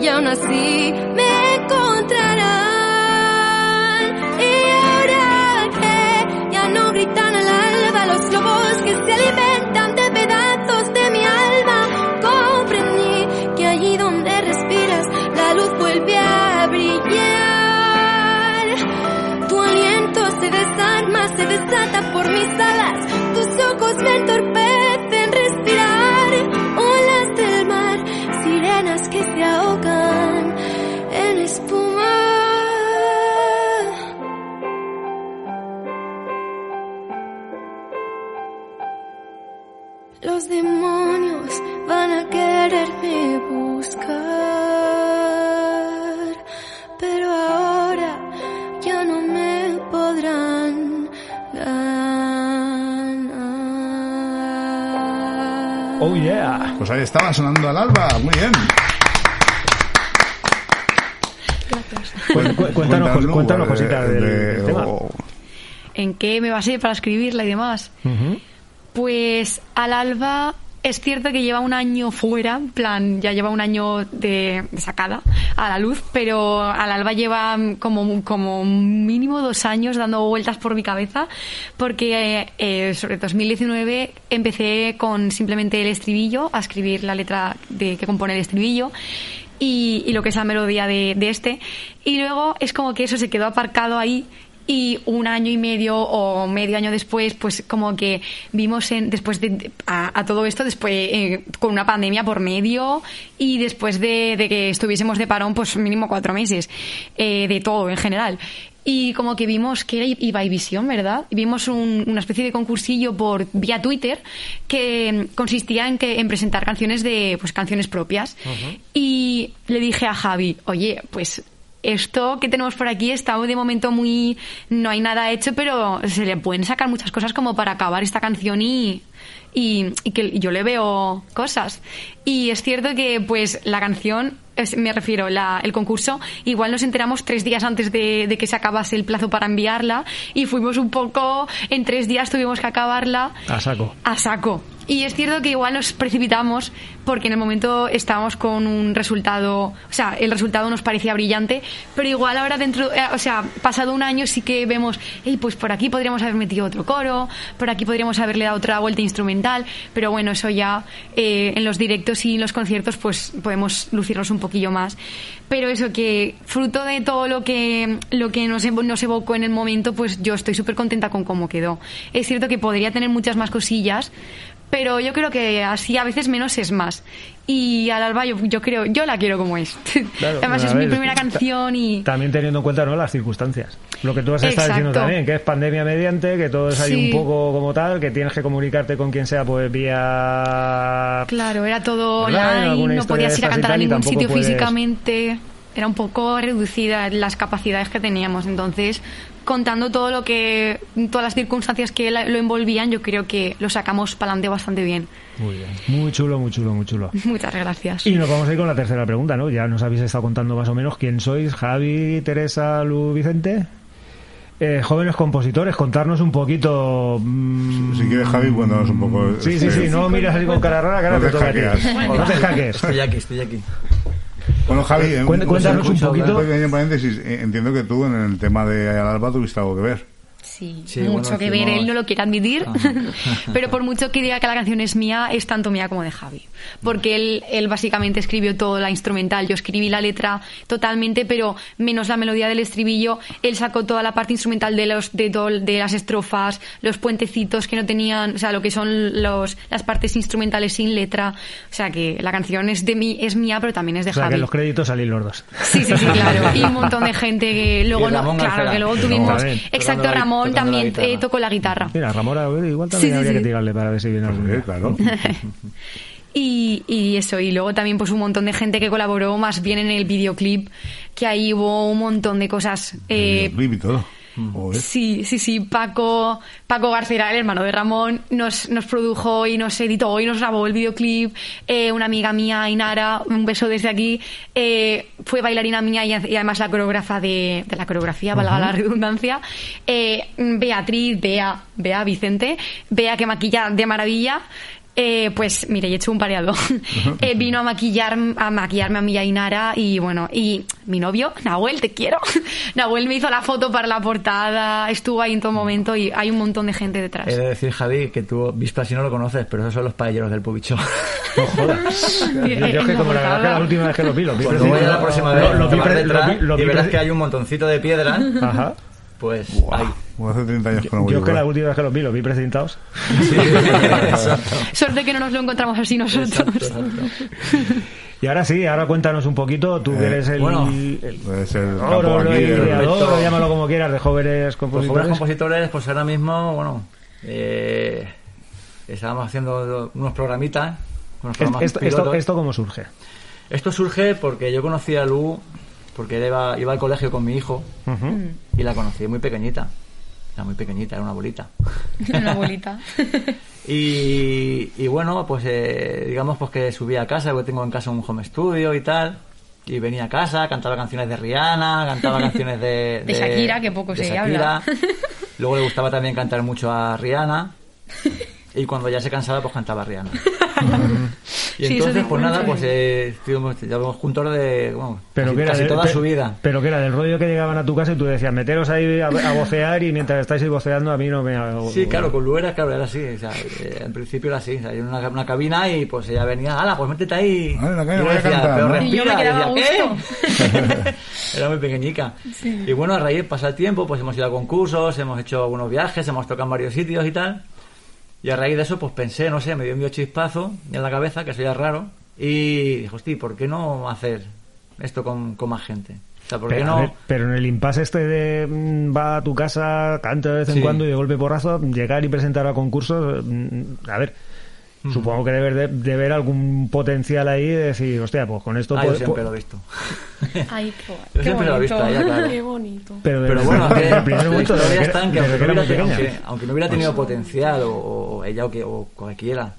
y aún así me encontrarán. Y ahora que ya no gritan al alba los lobos que se alimentan de pedazos de mi alma, comprendí que allí donde respiras la luz vuelve a brillar. Tu aliento se desarma, se desata por mis alas, tus ojos me entorpecen respirar. Olas del mar, sirenas que se ahogan en espuma. Los demonios. Oh yeah. Pues ahí estaba sonando al alba, muy bien. Pues, cu- cuéntanos, Cuéntanos, cuéntanos eh, cositas del, de- del tema. o- ¿En qué me basé para escribirla y demás? Ujú. Pues al alba es cierto que lleva un año fuera, en plan, ya lleva un año de, de sacada a la luz, pero al alba lleva mm, como, como mínimo dos años dando vueltas por mi cabeza, porque eh, eh, sobre 2019 empecé con simplemente el estribillo, a escribir la letra de, que compone el estribillo. Y, y lo que es la melodía de, de este. Y luego es como que eso se quedó aparcado ahí y un año y medio o medio año después, pues como que vimos en, después de, a, a todo esto, después eh, con una pandemia por medio y después de, de que estuviésemos de parón, pues mínimo cuatro meses, eh, de todo en general. Y como que vimos que era I- Ivaivisión, ¿verdad? Y vimos un- una especie de concursillo por vía Twitter que mm, consistía en, que, en presentar canciones de pues canciones propias. Y le dije a Javi, oye, pues esto que tenemos por aquí está de momento muy... no hay nada hecho, pero se le pueden sacar muchas cosas como para acabar esta canción y... Y, y que yo le veo cosas. Y es cierto que, pues, la canción, es- me refiero, la, el concurso, igual nos enteramos tres días antes de, de que se acabase el plazo para enviarla y fuimos un poco, en tres días tuvimos que acabarla A saco. a saco. Y es cierto que igual nos precipitamos porque en el momento estábamos con un resultado, o sea, el resultado nos parecía brillante, pero igual ahora dentro, eh, o sea, pasado un año sí que vemos, hey, pues por aquí podríamos haber metido otro coro, por aquí podríamos haberle dado otra vuelta instrumental, pero bueno, eso ya eh, en los directos y en los conciertos pues podemos lucirnos un poquillo más. Pero eso que fruto de todo lo que, lo que nos, evo- nos evocó en el momento, pues yo estoy súper contenta con cómo quedó. Es cierto que podría tener muchas más cosillas, pero yo creo que así a veces menos es más. Y al alba yo, yo creo, yo la quiero como es. Claro, Además a es mi ver, primera ta- canción y... También teniendo en cuenta ¿no? las circunstancias. Lo que tú has estado diciendo Exacto. también, que es pandemia mediante, que todo es ahí Sí. un poco como tal, que tienes que comunicarte con quien sea pues vía... Claro, era todo ¿Verdad? Era alguna online, no historia podías ir de a estas y cantar a tal, y ningún tampoco sitio puedes- físicamente. Era un poco reducida las capacidades que teníamos. Entonces, contando todo lo que, todas las circunstancias que la- lo envolvían, yo creo que lo sacamos para adelante bastante bien. Muy bien. Muy chulo, muy chulo, muy chulo. Muchas gracias. Y nos vamos a ir con la tercera pregunta, ¿no? Ya nos habéis estado contando más o menos quién sois, Javi, Teresa, Lu, Vicente. Eh, jóvenes compositores, contarnos un poquito... mm, Si quieres, Javi, cuéntanos un poco. Sí, sí, sí, no miras así con cara rara, que ahora No te te toca a ti. hackeas. No te hackees. Estoy aquí, estoy aquí. Bueno, Javi, eh, Cuént- cuéntanos un poquito. Un pequeño paréntesis. Eh, Entiendo que tú en el tema de Al Alba tuviste algo que ver. Sí, Sí, mucho bueno, que ver, hicimos- él no lo quiere admitir, Ah, pero por mucho que diga que la canción es mía, es tanto mía como de Javi, porque él, él básicamente escribió todo la instrumental, yo escribí la letra totalmente, pero menos la melodía del estribillo, él sacó toda la parte instrumental de, los, de, todo- de las estrofas, los puentecitos que no tenían, o sea, lo que son los, las partes instrumentales sin letra, o sea que la canción es, de mí, es mía, pero también es de O sea, que Javi. en los créditos salís los dos. Sí, sí, sí, claro. Y un montón de gente que luego, Y no- Ramón claro, Alcalá. que luego Y tuvimos. Ramón. Exacto, Tocando la- tocando Ramón la también guitarra. eh, tocó la guitarra. Mira, Ramona, a ver, igual Sí, también sí, habría sí. que tirarle para ver si viene algún día. claro. Y, y eso, y luego también pues un montón de gente que colaboró más bien en el videoclip, que ahí hubo un montón de cosas. Eh, Clip y todo. Joder. Sí, sí, sí. Paco, Paco Garcera, el hermano de Ramón, nos, nos produjo y nos editó y nos grabó el videoclip. Eh, una amiga mía, Inara, un beso desde aquí, eh, fue bailarina mía y, y además la coreógrafa de, de la coreografía, valga la redundancia. Eh, Beatriz, Bea, Bea Vicente, Bea que maquilla de maravilla. Eh, pues mire, he hecho un pareado. Eh, vino a maquillar, a maquillarme a mí y a Inara y bueno, y mi novio, Nahuel, te quiero. Nahuel me hizo la foto para la portada, estuvo ahí en todo momento y hay un montón de gente detrás. He de decir, Javi, que tú Vispas si no lo conoces, pero esos son los paelleros del pubicho. No jodas. Yo, yo es que como la verdad que la última vez que lo vi, lo vi Cuando preci- vayas la próxima vez, lo- lo te vi vas pre- detrás lo vi- lo y vi verás pre- que hay un montoncito de piedra. Ajá. Pues ahí. Hace 30 años que no voy Yo es que a la última vez que los vi, los vi presentados. Suerte que no nos lo encontramos así nosotros. Y ahora sí, ahora cuéntanos un poquito, tú Eh, que eres el... bueno, pues, el Puede ser el Oro, campo lo aquí, el- ideador, perfecto. llámalo como quieras, de jóvenes Los jóvenes compositores. compositores, pues ahora mismo, bueno, eh, estábamos haciendo unos programitas. Unos Est- programas esto, esto, pilotos. ¿Esto cómo surge? Esto surge porque yo conocí a Lu, porque él iba, iba al colegio con mi hijo Ujú. y la conocí muy pequeñita. Era muy pequeñita, era una bolita. Una bolita. Y, y bueno, pues eh, digamos pues que subía a casa, yo tengo en casa un home studio y tal. Y venía a casa, cantaba canciones de Rihanna, cantaba canciones de... De Shakira, que poco de se Shakira. habla. Luego le gustaba también cantar mucho a Rihanna. Y cuando ya se cansaba, pues cantaba Rihanna. y eso entonces, dijo pues nada, mucho. pues eh, estuvimos, llevamos juntos de bueno, Pero casi, que era casi del- toda pe- su vida. Pero que era del rollo que llegaban a tu casa y tú decías, meteros ahí a, a vocear y mientras estáis ahí voceando a mí no me... hago- Sí, claro, con Lu era, claro, era así. O sea, eh, en principio era así. O sea, yo en una, una cabina y pues ella venía, ala, pues métete ahí. Y yo cabina, voy a decía, cantar, pero ¿no? respira. Y yo me quedaba decía, a "¿Qué?". era muy pequeñica. Sí. Y bueno, a raíz pasa el tiempo, pues hemos ido a concursos, hemos hecho algunos viajes, hemos tocado en varios sitios y tal. Y a raíz de eso, pues pensé, no sé, me dio un chispazo en la cabeza, que eso ya es raro. Y dije, hostia, ¿por qué no hacer esto con, con más gente? O sea, ¿por qué Pero, a no...? ver, pero en el impasse este de mm, va a tu casa, canta de vez en Sí. cuando y de golpe porrazo, llegar y presentar a concursos, mm, a ver, supongo que debe de, de ver algún potencial ahí de decir, hostia, pues con esto... Ah, yo puedo- siempre pu- lo he visto. Ay, Yo qué siempre lo he visto, bonito. ya, claro. Qué bonito. Pero, de- Pero bueno, que en primer la momento, historia desde está en que que era- aunque desde no, que era hubiera, muy aunque, pequeña. aunque no hubiera tenido Pues- potencial o, o ella o, que, o cualquiera,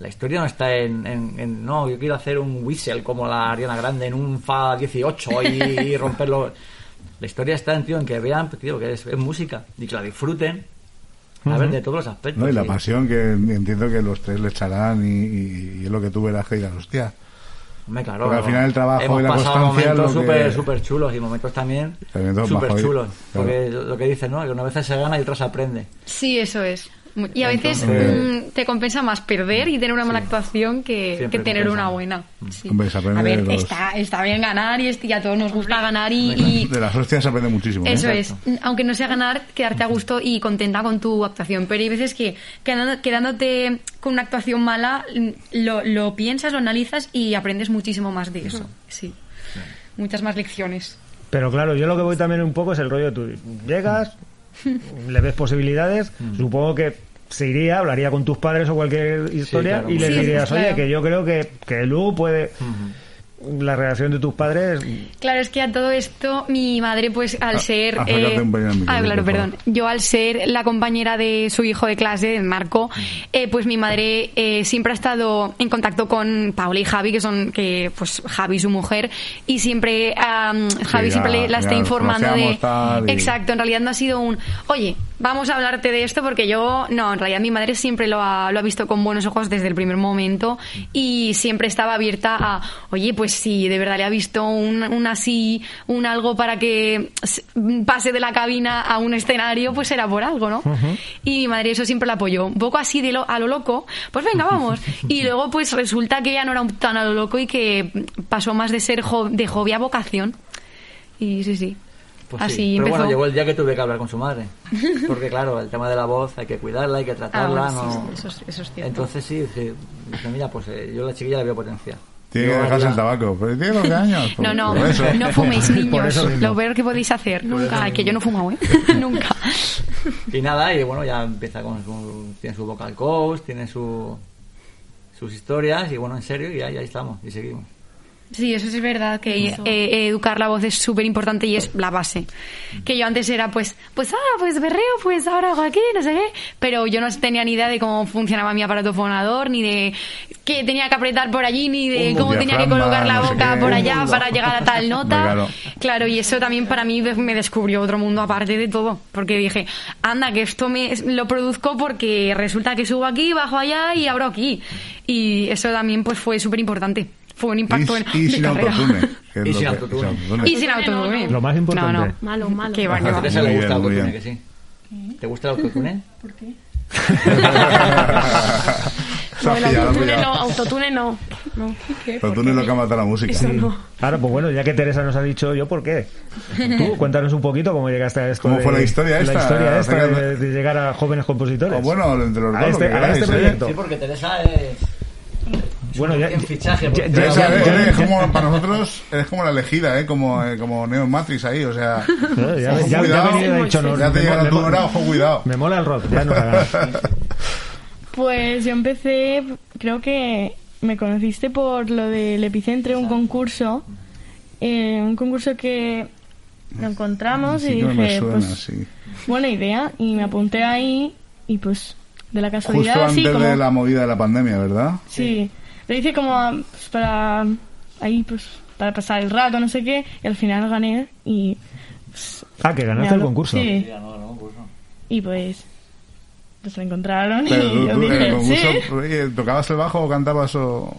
la historia no está en, en- en, no, yo quiero hacer un whistle como la Ariana Grande en un Fa 18 y, y romperlo. La historia está en, tío, en que vean pues, tío, que es, es música y que la disfruten. A ver, Ujú. de todos los Pues, aspectos. No, y la sí. pasión que entiendo que los tres le echarán y, y- y es lo que tú verás que dirás, hostia. Hombre, claro, Porque al final el trabajo hemos y la pasado constancia es momentos lo que- súper super chulos y momentos también También todo más súper chulos. jodido, claro. Porque lo que dices, ¿no? Que una vez se gana y otra se aprende. Sí, eso es. Y a veces Entonces- mm, te compensa más perder y tener una mala actuación que, Siempre que tener compensa. Mm. una buena. Sí. Hombre, se aprende A ver, de los- está, está bien ganar y, es- y a todos nos gusta ganar y, y- De las hostias se aprende muchísimo. ¿eh? eso es. Mm, Aunque no sea ganar, quedarte a gusto y contenta con tu actuación. Pero hay veces que quedando- quedándote con una actuación mala, mm, lo, lo piensas, lo analizas y aprendes muchísimo más de eso. Sí. Muchas más lecciones. Pero claro, yo lo que voy también un poco es el rollo tú llegas, le ves posibilidades, supongo que se iría, hablaría con tus padres o cualquier historia claro, y les sí, sí, dirías, claro. oye, que yo creo que, que Lu puede... La reacción de tus padres... Claro, es que a todo esto mi madre, pues al Ah, ser... acércate un pelín al micrófono, ah, claro, por perdón. favor. Yo al ser la compañera de su hijo de clase, de Marco, eh, pues mi madre eh, siempre ha estado en contacto con Paula y Javi, que son, que pues Javi su mujer, y siempre am, Javi ya- siempre le- ya la está nos informando de... conocíamos, tal, y- Exacto, en realidad no ha sido un, oye, vamos a hablarte de esto porque yo, no, en realidad mi madre siempre lo ha, lo ha visto con buenos ojos desde el primer momento y siempre estaba abierta a, oye, pues sí, de verdad le ha visto un, un así, un algo para que s- pase de la cabina a un escenario, pues era por algo, ¿no? Y mi madre eso siempre la apoyó. Un poco así de lo, a lo loco, pues venga, vamos. Y luego pues resulta que ella no era un- tan a lo loco y que pasó más de ser jo- de hobby a vocación. Y sí, Ah, sí. Pues sí. así Pero empezó. bueno, llegó el día que tuve que hablar con su madre. Porque claro, el tema de la voz hay que cuidarla, hay que Ah, tratarla. bueno, sí, no... sí, eso, es- eso es cierto. Entonces sí, dije, dije, mira, pues eh, yo a la chiquilla le veo potencial. Tiene que Yo dejarse la- el tabaco. Pero tiene 12 años. No, por- no, por eso. no fuméis Por eso niños. mismo. Lo peor que podéis hacer. Nunca. Ay, que yo no fumo, ¿eh? Nunca. Y nada, y bueno, ya empieza con su, tiene su vocal coach, tiene su, sus historias, y bueno, en serio, y ahí, ahí estamos, y seguimos. Sí, eso sí es verdad, que eh, educar la voz es súper importante y es la base. Que yo antes era pues, pues ah, pues berreo, pues ahora hago aquí, no sé qué. Pero yo no tenía ni idea de cómo funcionaba mi aparato fonador, ni de qué tenía que apretar por allí, ni de Un Eh, cómo tenía que diafragma, colocar la no sé boca qué. por Un allá mundo. para llegar a tal nota. Claro. Claro, y eso también para mí me descubrió otro mundo aparte de todo, porque dije, anda, que esto me lo produzco porque resulta que subo aquí, bajo allá y abro aquí. Y eso también pues fue súper importante. Fue un impacto en Y mi sin carrera. autotune. que es Y lo sin que- autotune. Y sin autotune. Lo más importante. No, no. Malo, malo. Qué va, qué ¿A va. Teresa le Muy gusta el bien, muy autotune, bien. que sí? ¿Te gusta el autotune? ¿Por qué? Se ha No, el pillado, ha autotune pillado. no, autotune no. No, ¿qué? ¿Por Autotune es lo que ha matado la música. Eso no. Ahora, pues bueno, ya que Teresa nos ha dicho yo, ¿por qué? Eh. Tú, cuéntanos un poquito cómo llegaste a esto. ¿Cómo de- fue la historia esta? La historia esta Acerca- de, de llegar a jóvenes compositores. O bueno, entre los a dos, este, lo que a queráis, este ¿eh? proyecto. Sí, porque Teresa es... Bueno, ya, fichaje, porque- Eres, ya- eres- ya- eres como para nosotros, eres como la elegida, ¿eh? como, eh, como Neo Matrix ahí, o sea. Claro, ya- ojo, ya- ya cuidado, venía de hecho, no- ya te me llega mo- me la mo- hora, ojo, cuidado. Me mola el rock, ya no hagas. Pues yo empecé, creo que me conociste por lo del Epicentro, un concurso, eh, un concurso que lo encontramos Sí y que me dije, suena, pues, sí. buena idea. Y me apunté ahí y pues, de la Justo casualidad, antes así como... de la movida de la pandemia, ¿verdad? Sí, lo hice como a- pues, para ahí, pues, para pasar el rato, no sé qué, y al final gané y... pues, Ah, que me ganaste el habló- concurso. Sí, y pues, pues me encontraron Pero y tú, tú yo en dije, el concurso, "Sí". oye, ¿tocabas el bajo o cantabas o...?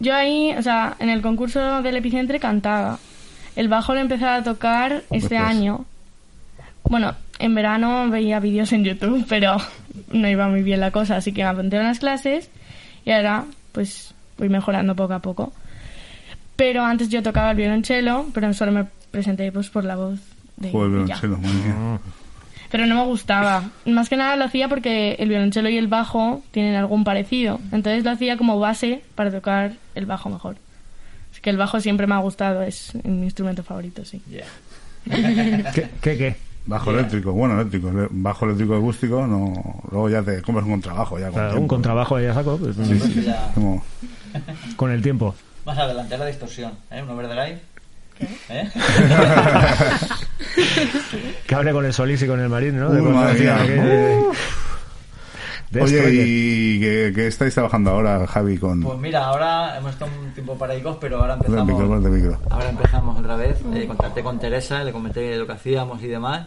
Yo ahí, o sea, en el concurso del Epicentre cantaba. El bajo lo empecé a tocar este Después. año. Bueno, en verano veía vídeos en YouTube, pero no iba muy bien la cosa, así que me apunté a unas clases y ahora pues voy mejorando poco a poco. Pero antes yo tocaba el violonchelo, pero solo me presenté pues por la voz de Joder, y ya. violonchelo, madre Ah. mía. Pero no me gustaba. Más que nada lo hacía porque el violonchelo y el bajo tienen algún parecido. Entonces lo hacía como base para tocar el bajo mejor. Así que el bajo siempre me ha gustado, es mi instrumento favorito, sí. ¿Qué, qué, qué? Bajo eléctrico, bueno, eléctrico, le- bajo eléctrico acústico, no, luego ya te compras un contrabajo. Ya con Claro, tiempo. un contrabajo ya saco. pues, Sí, sí, Ya. como- Con el tiempo. Más adelante la distorsión, ¿eh? Un overdrive. ¿Eh? Que hable con el Solís y con el Marín, ¿no? De Uy, cuando Uh, madre hacía mía. aquel- Oye, Destroyer. ¿y qué, qué estáis trabajando ahora, Javi, con Pues mira, ahora hemos estado un tiempo paraicos, pero ahora con el micro, empezamos. con el micro? Ahora empezamos otra vez. Eh, contacté con Teresa, le comenté lo que hacíamos y demás.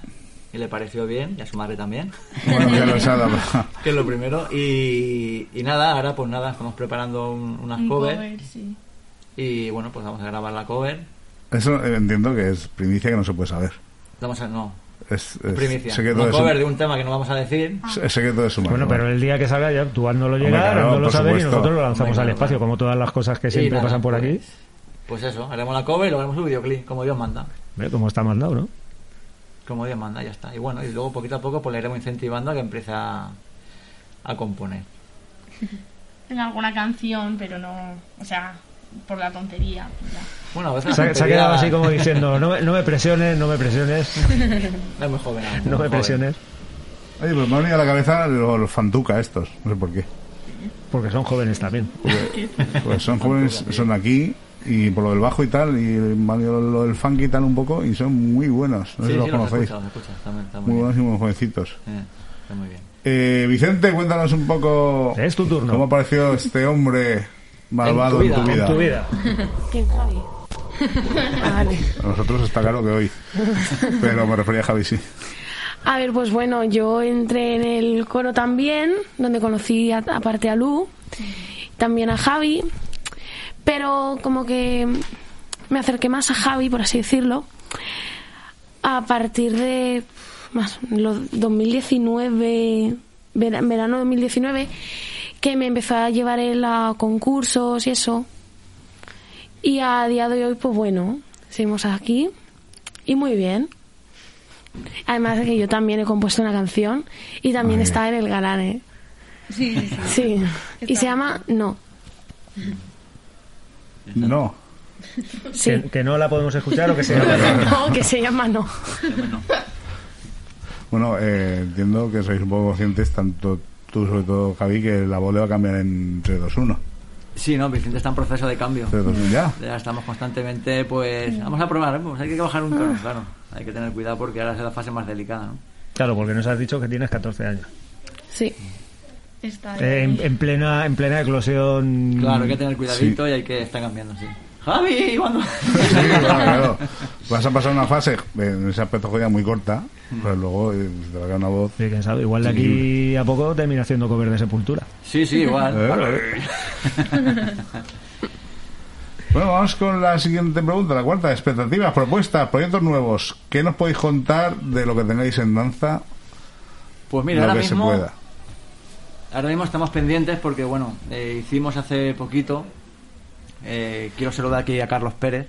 Y le pareció bien, y a su madre también. Bueno, ya lo sabe, pero- que es lo primero. Y, y nada, ahora pues nada, estamos preparando un- unas Un covers. cover, sí. Y bueno, pues vamos a grabar la cover. Eso eh, entiendo que es primicia que no se puede saber. Vamos a. No, Es, es primicia. secreto Un de su- cover de un tema que no vamos a decir. es secreto de su madre. Bueno, pero el día que salga ya tú haznoslo Hombre, llegar, claro, haznoslo por saber supuesto. y nosotros lo lanzamos Hombre, al claro, espacio, como todas las cosas que Y siempre nada, pasan por pues- aquí. Pues eso, haremos la cover y luego haremos un videoclip, como Dios manda. Hombre, eh, como está mandado, ¿no? Como Dios manda, ya está. Y bueno, y luego poquito a poco pues le iremos incentivando a que empiece a, a componer. En alguna canción, pero no, o sea, por la tontería. Bueno, a veces la Se, ha- se ha tontería- quedado así como diciendo, no me, no me presiones, no me presiones, No es muy joven. aún, no muy me joven. presiones, Oye, pues me ha venido a la cabeza los, los fantuca estos, no sé por qué. porque son jóvenes también. Pues son jóvenes, son de aquí, y por lo del bajo y tal, y me ha venido lo del funk y tal un poco, y son muy buenos. No Sí, sé si los sí, los conocéis. escuchas, los escuchas, está muy- está muy Muy bien. buenos y muy jovencitos. Eh, está muy bien. Eh, Vicente, cuéntanos un poco. Es tu turno. ¿Cómo ha parecido este hombre malvado En en tu tu vida, vida? en tu vida. ¿Quién Javi? Vale. A nosotros está claro que hoy. Pero me refería a Javi, sí. A ver, pues bueno, yo entré en el coro también, donde conocí a- aparte a Lu, también a Javi, pero como que me acerqué más a Javi, por así decirlo, a partir de más, los 2019, vera- verano 2019, que me empezó a llevar él a concursos y eso. Y a día de hoy, pues bueno, seguimos aquí y muy bien. Además de que yo también he compuesto una canción y también está en el galán, ¿eh? Sí, sí, sí. Sí. Y se llama No. No. Sí. Que, que no la podemos escuchar o que se No, que se llama No. Bueno, eh, entiendo que sois un poco conscientes, tanto tú, sobre todo Javi, que la voz le va a cambiar en 3-2-1. Sí, no, Vicente está en proceso de cambio. Pero ya. estamos constantemente, pues. Vamos a probar, ¿eh? pues hay que bajar un tono, claro. Hay que tener cuidado porque ahora es la fase más delicada, Mm, ¿no? Claro, porque nos has dicho que tienes 14 años. Sí. Está Eh, em, en, en plena en plena eclosión. Claro, hay que tener cuidadito y hay que estar cambiando, sí. ¡Javi! ¿Cuándo? Sí, claro, claro. Vas a pasar una fase eh, en ese aspecto jodida muy corta, pero luego eh, te va a quedar una voz. Sí, quién sabe, igual de aquí a poco termina haciendo cover de Sepultura. Sí, sí, igual. Eh. Bueno, vamos con la siguiente pregunta, la cuarta. Expectativas, propuestas, proyectos nuevos. ¿Qué nos podéis contar de lo que tengáis en danza? Pues mira, lo ahora que mismo- se pueda. Ahora mismo estamos pendientes porque, bueno, eh, hicimos hace poquito. eh, quiero saludar aquí a Carlos Pérez,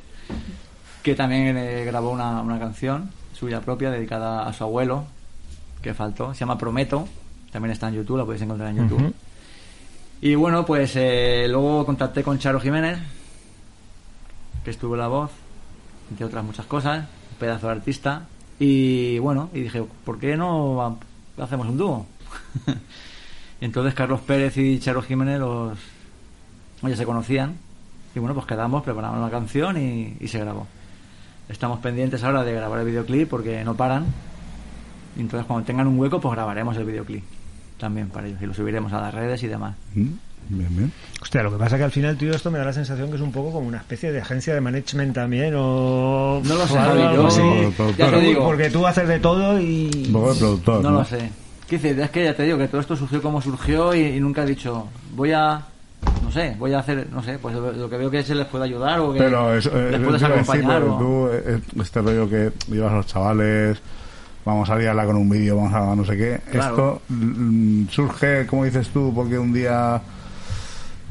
que también eh, grabó una, una canción suya propia dedicada a su abuelo, que faltó. Se llama Prometo. También está en YouTube, la podéis encontrar en YouTube. Ujú. Y bueno, pues eh, luego contacté con Charo Jiménez, que estuvo en la voz, entre otras muchas cosas, un pedazo de artista. Y bueno, y dije, ¿por qué no ha- hacemos un dúo? Entonces Carlos Pérez y Charo Jiménez los ya se conocían y bueno pues quedamos, preparamos la canción y, y se grabó. Estamos pendientes ahora de grabar el videoclip porque no paran. Y entonces cuando tengan un hueco, pues grabaremos el videoclip también para ellos y lo subiremos a las redes y demás. Hostia, lo que pasa que al final, tío, esto me da la sensación que es un poco como una especie de agencia de management también, o... No lo sé, o Javi, algo yo- así. Productor. ya te Porque- digo. Porque tú haces de todo y... No, lo sé. ¿Qué dices? Es que ya te digo que todo esto surgió como surgió y, y nunca he dicho, voy a. No sé, voy a hacer, no sé, pues lo lo que veo que se les puede ayudar o que Pero eso, eh, les eso puedes te iba a decir, acompañar. pero o- tú, eh, este rollo que llevas a los chavales, vamos a liarla con un vídeo, vamos a no sé qué. Claro. Esto mm, surge, como dices tú, porque un día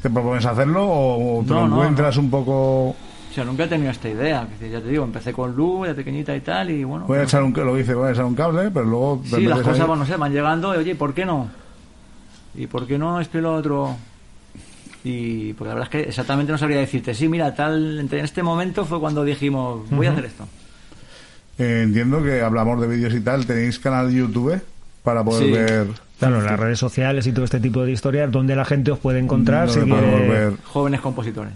te propones hacerlo o te No, lo no, encuentras un poco. O sea, nunca he tenido esta idea. que Ya te digo, empecé con Lu de pequeñita y tal, y bueno. Voy a echar un, lo dice, voy a echar un cable, pero luego. te Sí, las metes Pues, ahí. cosas, pues, no sé, van llegando, y oye, ¿por qué no? ¿Y por qué no esto y lo otro? Y pues la verdad es que exactamente no sabría decirte, sí, mira, tal, entre- en este momento fue cuando dijimos, voy a Ujú. hacer esto. Eh, entiendo que hablamos de vídeos y tal. ¿Tenéis canal de YouTube para poder ver? Claro, las redes sociales y todo este tipo de historias, donde la gente os puede encontrar, No si me puedo quiere, volver. Jóvenes compositores.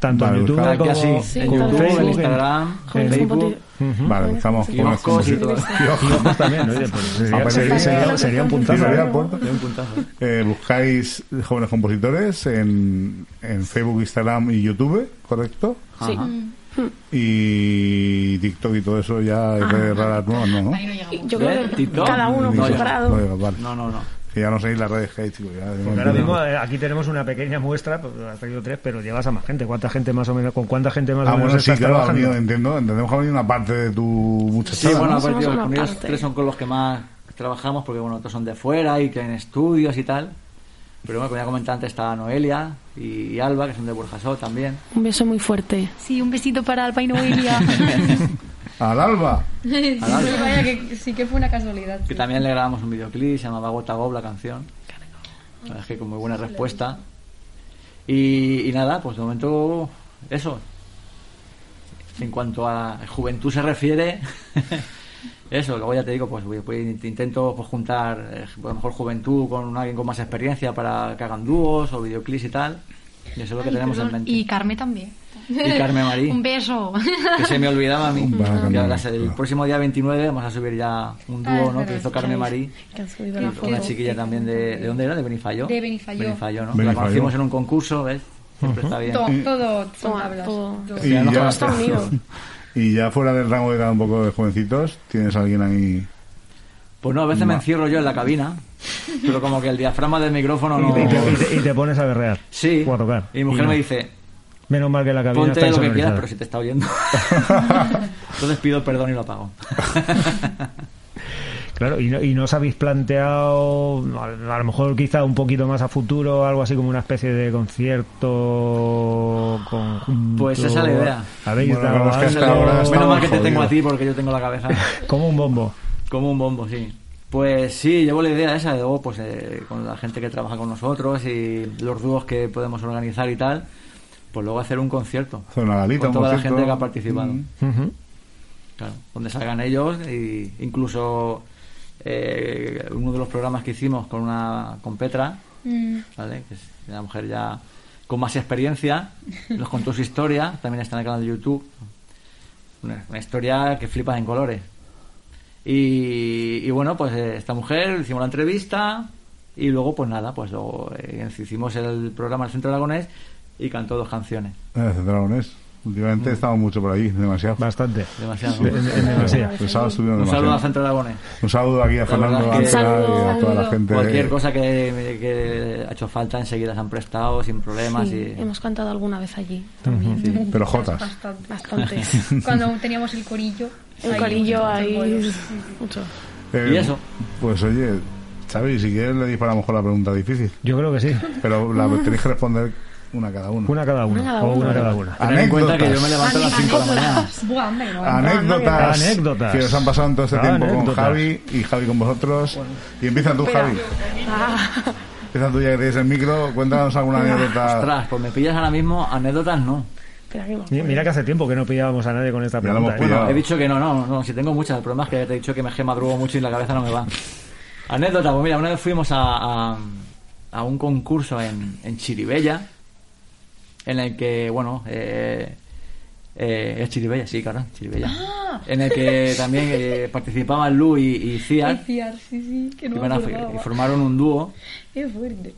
tanto Vale, en YouTube buscad. como, Aquí así, en como YouTube, en Facebook, Instagram, en en Facebook. Ujú. Vale, pues buscamos Kioscos ponemos y todo. kioscos. Kioscos también, oye, pues sería- Aparte sería- de- sería- sería un puntazo. Sería un Sería un puntazo. Eh, buscáis jóvenes compositores en, en Facebook, Instagram y YouTube, ¿correcto? Sí. Ajá. Y TikTok y todo eso ya es de raras nuevas, ¿no? ¿no? em. Yo creo que cada uno Eh, No, por ya, separado. no, ya, vale. No, no, no. Que ya no seguís las redes que hay, chicos. ya de Porque momento ahora no. mismo eh, aquí tenemos una pequeña muestra, pues, has traído tres, pero llevas a más gente. ¿Cuánta gente más o menos, con cuánta gente más Ah, o menos bueno, sí, estás claro, ha trabajando? venido, entiendo. Entendemos que ha venido una parte de tu Sí, muchachada. bueno, ¿no? pues tío, una con ellos parte. tres son con los que más trabajamos, porque bueno, otros son de fuera y que en estudios y tal. Pero bueno, como ya comenté antes, está Noelia y Alba, que son de Burjasot también. Un beso muy fuerte. Sí, un besito para Alba y Noelia. Al Alba. Sí, Al Alba. pues vaya que sí que fue una casualidad. Que sí. también le grabamos un videoclip, se llamaba Gota Gob la canción. La verdad es que con muy buena respuesta. Y, y nada, pues de momento eso. En cuanto a juventud se refiere, eso, luego ya te digo, pues, voy- pues, intento pues, juntar eh, a lo mejor juventud con alguien con más experiencia para que hagan dúos o videoclips y tal. Y eso es lo que Ay, tenemos en perdón, mente. Y Carmen también. Y Carmen Marí. un beso. Que se me olvidaba a mí. Vale, Ya Carmen, las- el próximo día 29 vamos a subir ya un Ah, dúo es ¿no? que verdad, hizo Carmen sí. Marí. Que has subido Y la con una foto. chiquilla también de... ¿De dónde era? ¿De Benifayó? De Benifayó. ¿no? La Benifayó. conocimos en un concurso, ¿ves? Siempre está bien. Todo, Y- todo, son hablas. Todo. Y ya, y ya fuera del rango de edad un poco de jovencitos, tienes a alguien ahí. Pues no, a veces me encierro yo en la cabina, pero como que el diafragma del micrófono no... Y te, y te- y te pones a berrear. Sí. O a tocar. Y mi mujer no. me dice, Menos mal que la cabina ponte está lo que quieras, pero si insonorizada. te está oyendo. Entonces pido perdón y lo apago. Claro, y no, y no os habéis planteado, a, a lo mejor quizá un poquito más a futuro, algo así como una especie de concierto conjunto. Pues esa es la idea. Habéis Bueno, dado claro, es que hasta algo? ahora Menos mal que te jodidos. tengo a ti porque yo tengo la cabeza... Como un bombo. Como un bombo, sí. Pues sí, llevo la idea esa, luego pues eh, con la gente que trabaja con nosotros y los dúos que podemos organizar y tal, pues luego hacer un concierto. Hacer una galita, con un toda la concierto. gente que ha participado. Mm. Claro, donde salgan ellos y incluso eh, uno de los programas que hicimos con una con Petra, Mm. ¿vale? Que es una mujer ya con más experiencia, nos contó su historia, también está en el canal de YouTube. Una, una historia que flipas en colores. Y, y bueno, pues eh, esta mujer, le hicimos la entrevista y luego, pues nada, pues luego eh, hicimos el programa El Centro Aragonés y cantó dos canciones. Eh, Dragones. Últimamente he estado mucho por allí, demasiado. Bastante. Demasiado. Sí, En- en demasía. El sábado estuvieron Un saludo demasiado. al Centro Aragonés. Un saludo aquí a La verdad Fernando es que- Ángela y a toda la gente. Cualquier cosa que, que ha hecho falta enseguida se han prestado sin problemas. Sí, y... Hemos cantado alguna vez allí. Sí. Pero jotas. Bastante. Bastante. Cuando teníamos el corillo. El ahí, corillo muchos ahí. bolos. Mucho. Eh, ¿Y eso? Pues oye, Xavi, si quieres le disparamos con la pregunta difícil. Yo creo que sí. Pero la tenéis que responder una cada uno. Una cada uno. Una cada o una uno. cada una. Tened en cuenta que yo me levanto a las 5 de la mañana. Buah, hombre, no. Anécdotas, Anécdotas. Ah, que os han pasado en todo este tiempo con Anécdotas. Javi y Javi con vosotros. Y empieza tú, Javi. Empieza tú ya que tienes el micro. Cuéntanos alguna anécdota. Ostras, pues me pillas ahora mismo. Anécdotas no. Mi- Mira que hace tiempo que no pillábamos a nadie con esta lo pregunta. hemos ¿eh? Bueno, he dicho que no, no, no. Si tengo muchas, el problema es que ya te he dicho que me je- madrugo mucho y la cabeza no me va. Anécdota, pues mira, una vez fuimos a, a- a un concurso en, en Chiribella en el que, bueno, eh, Eh, es Chiribella, sí, claro, Chiribella. Ah. En el que también eh, participaban Lu y, y Ciar, Confiar, sí, sí, que que no iban me a- acordaba. y formaron un dúo. Qué fuerte.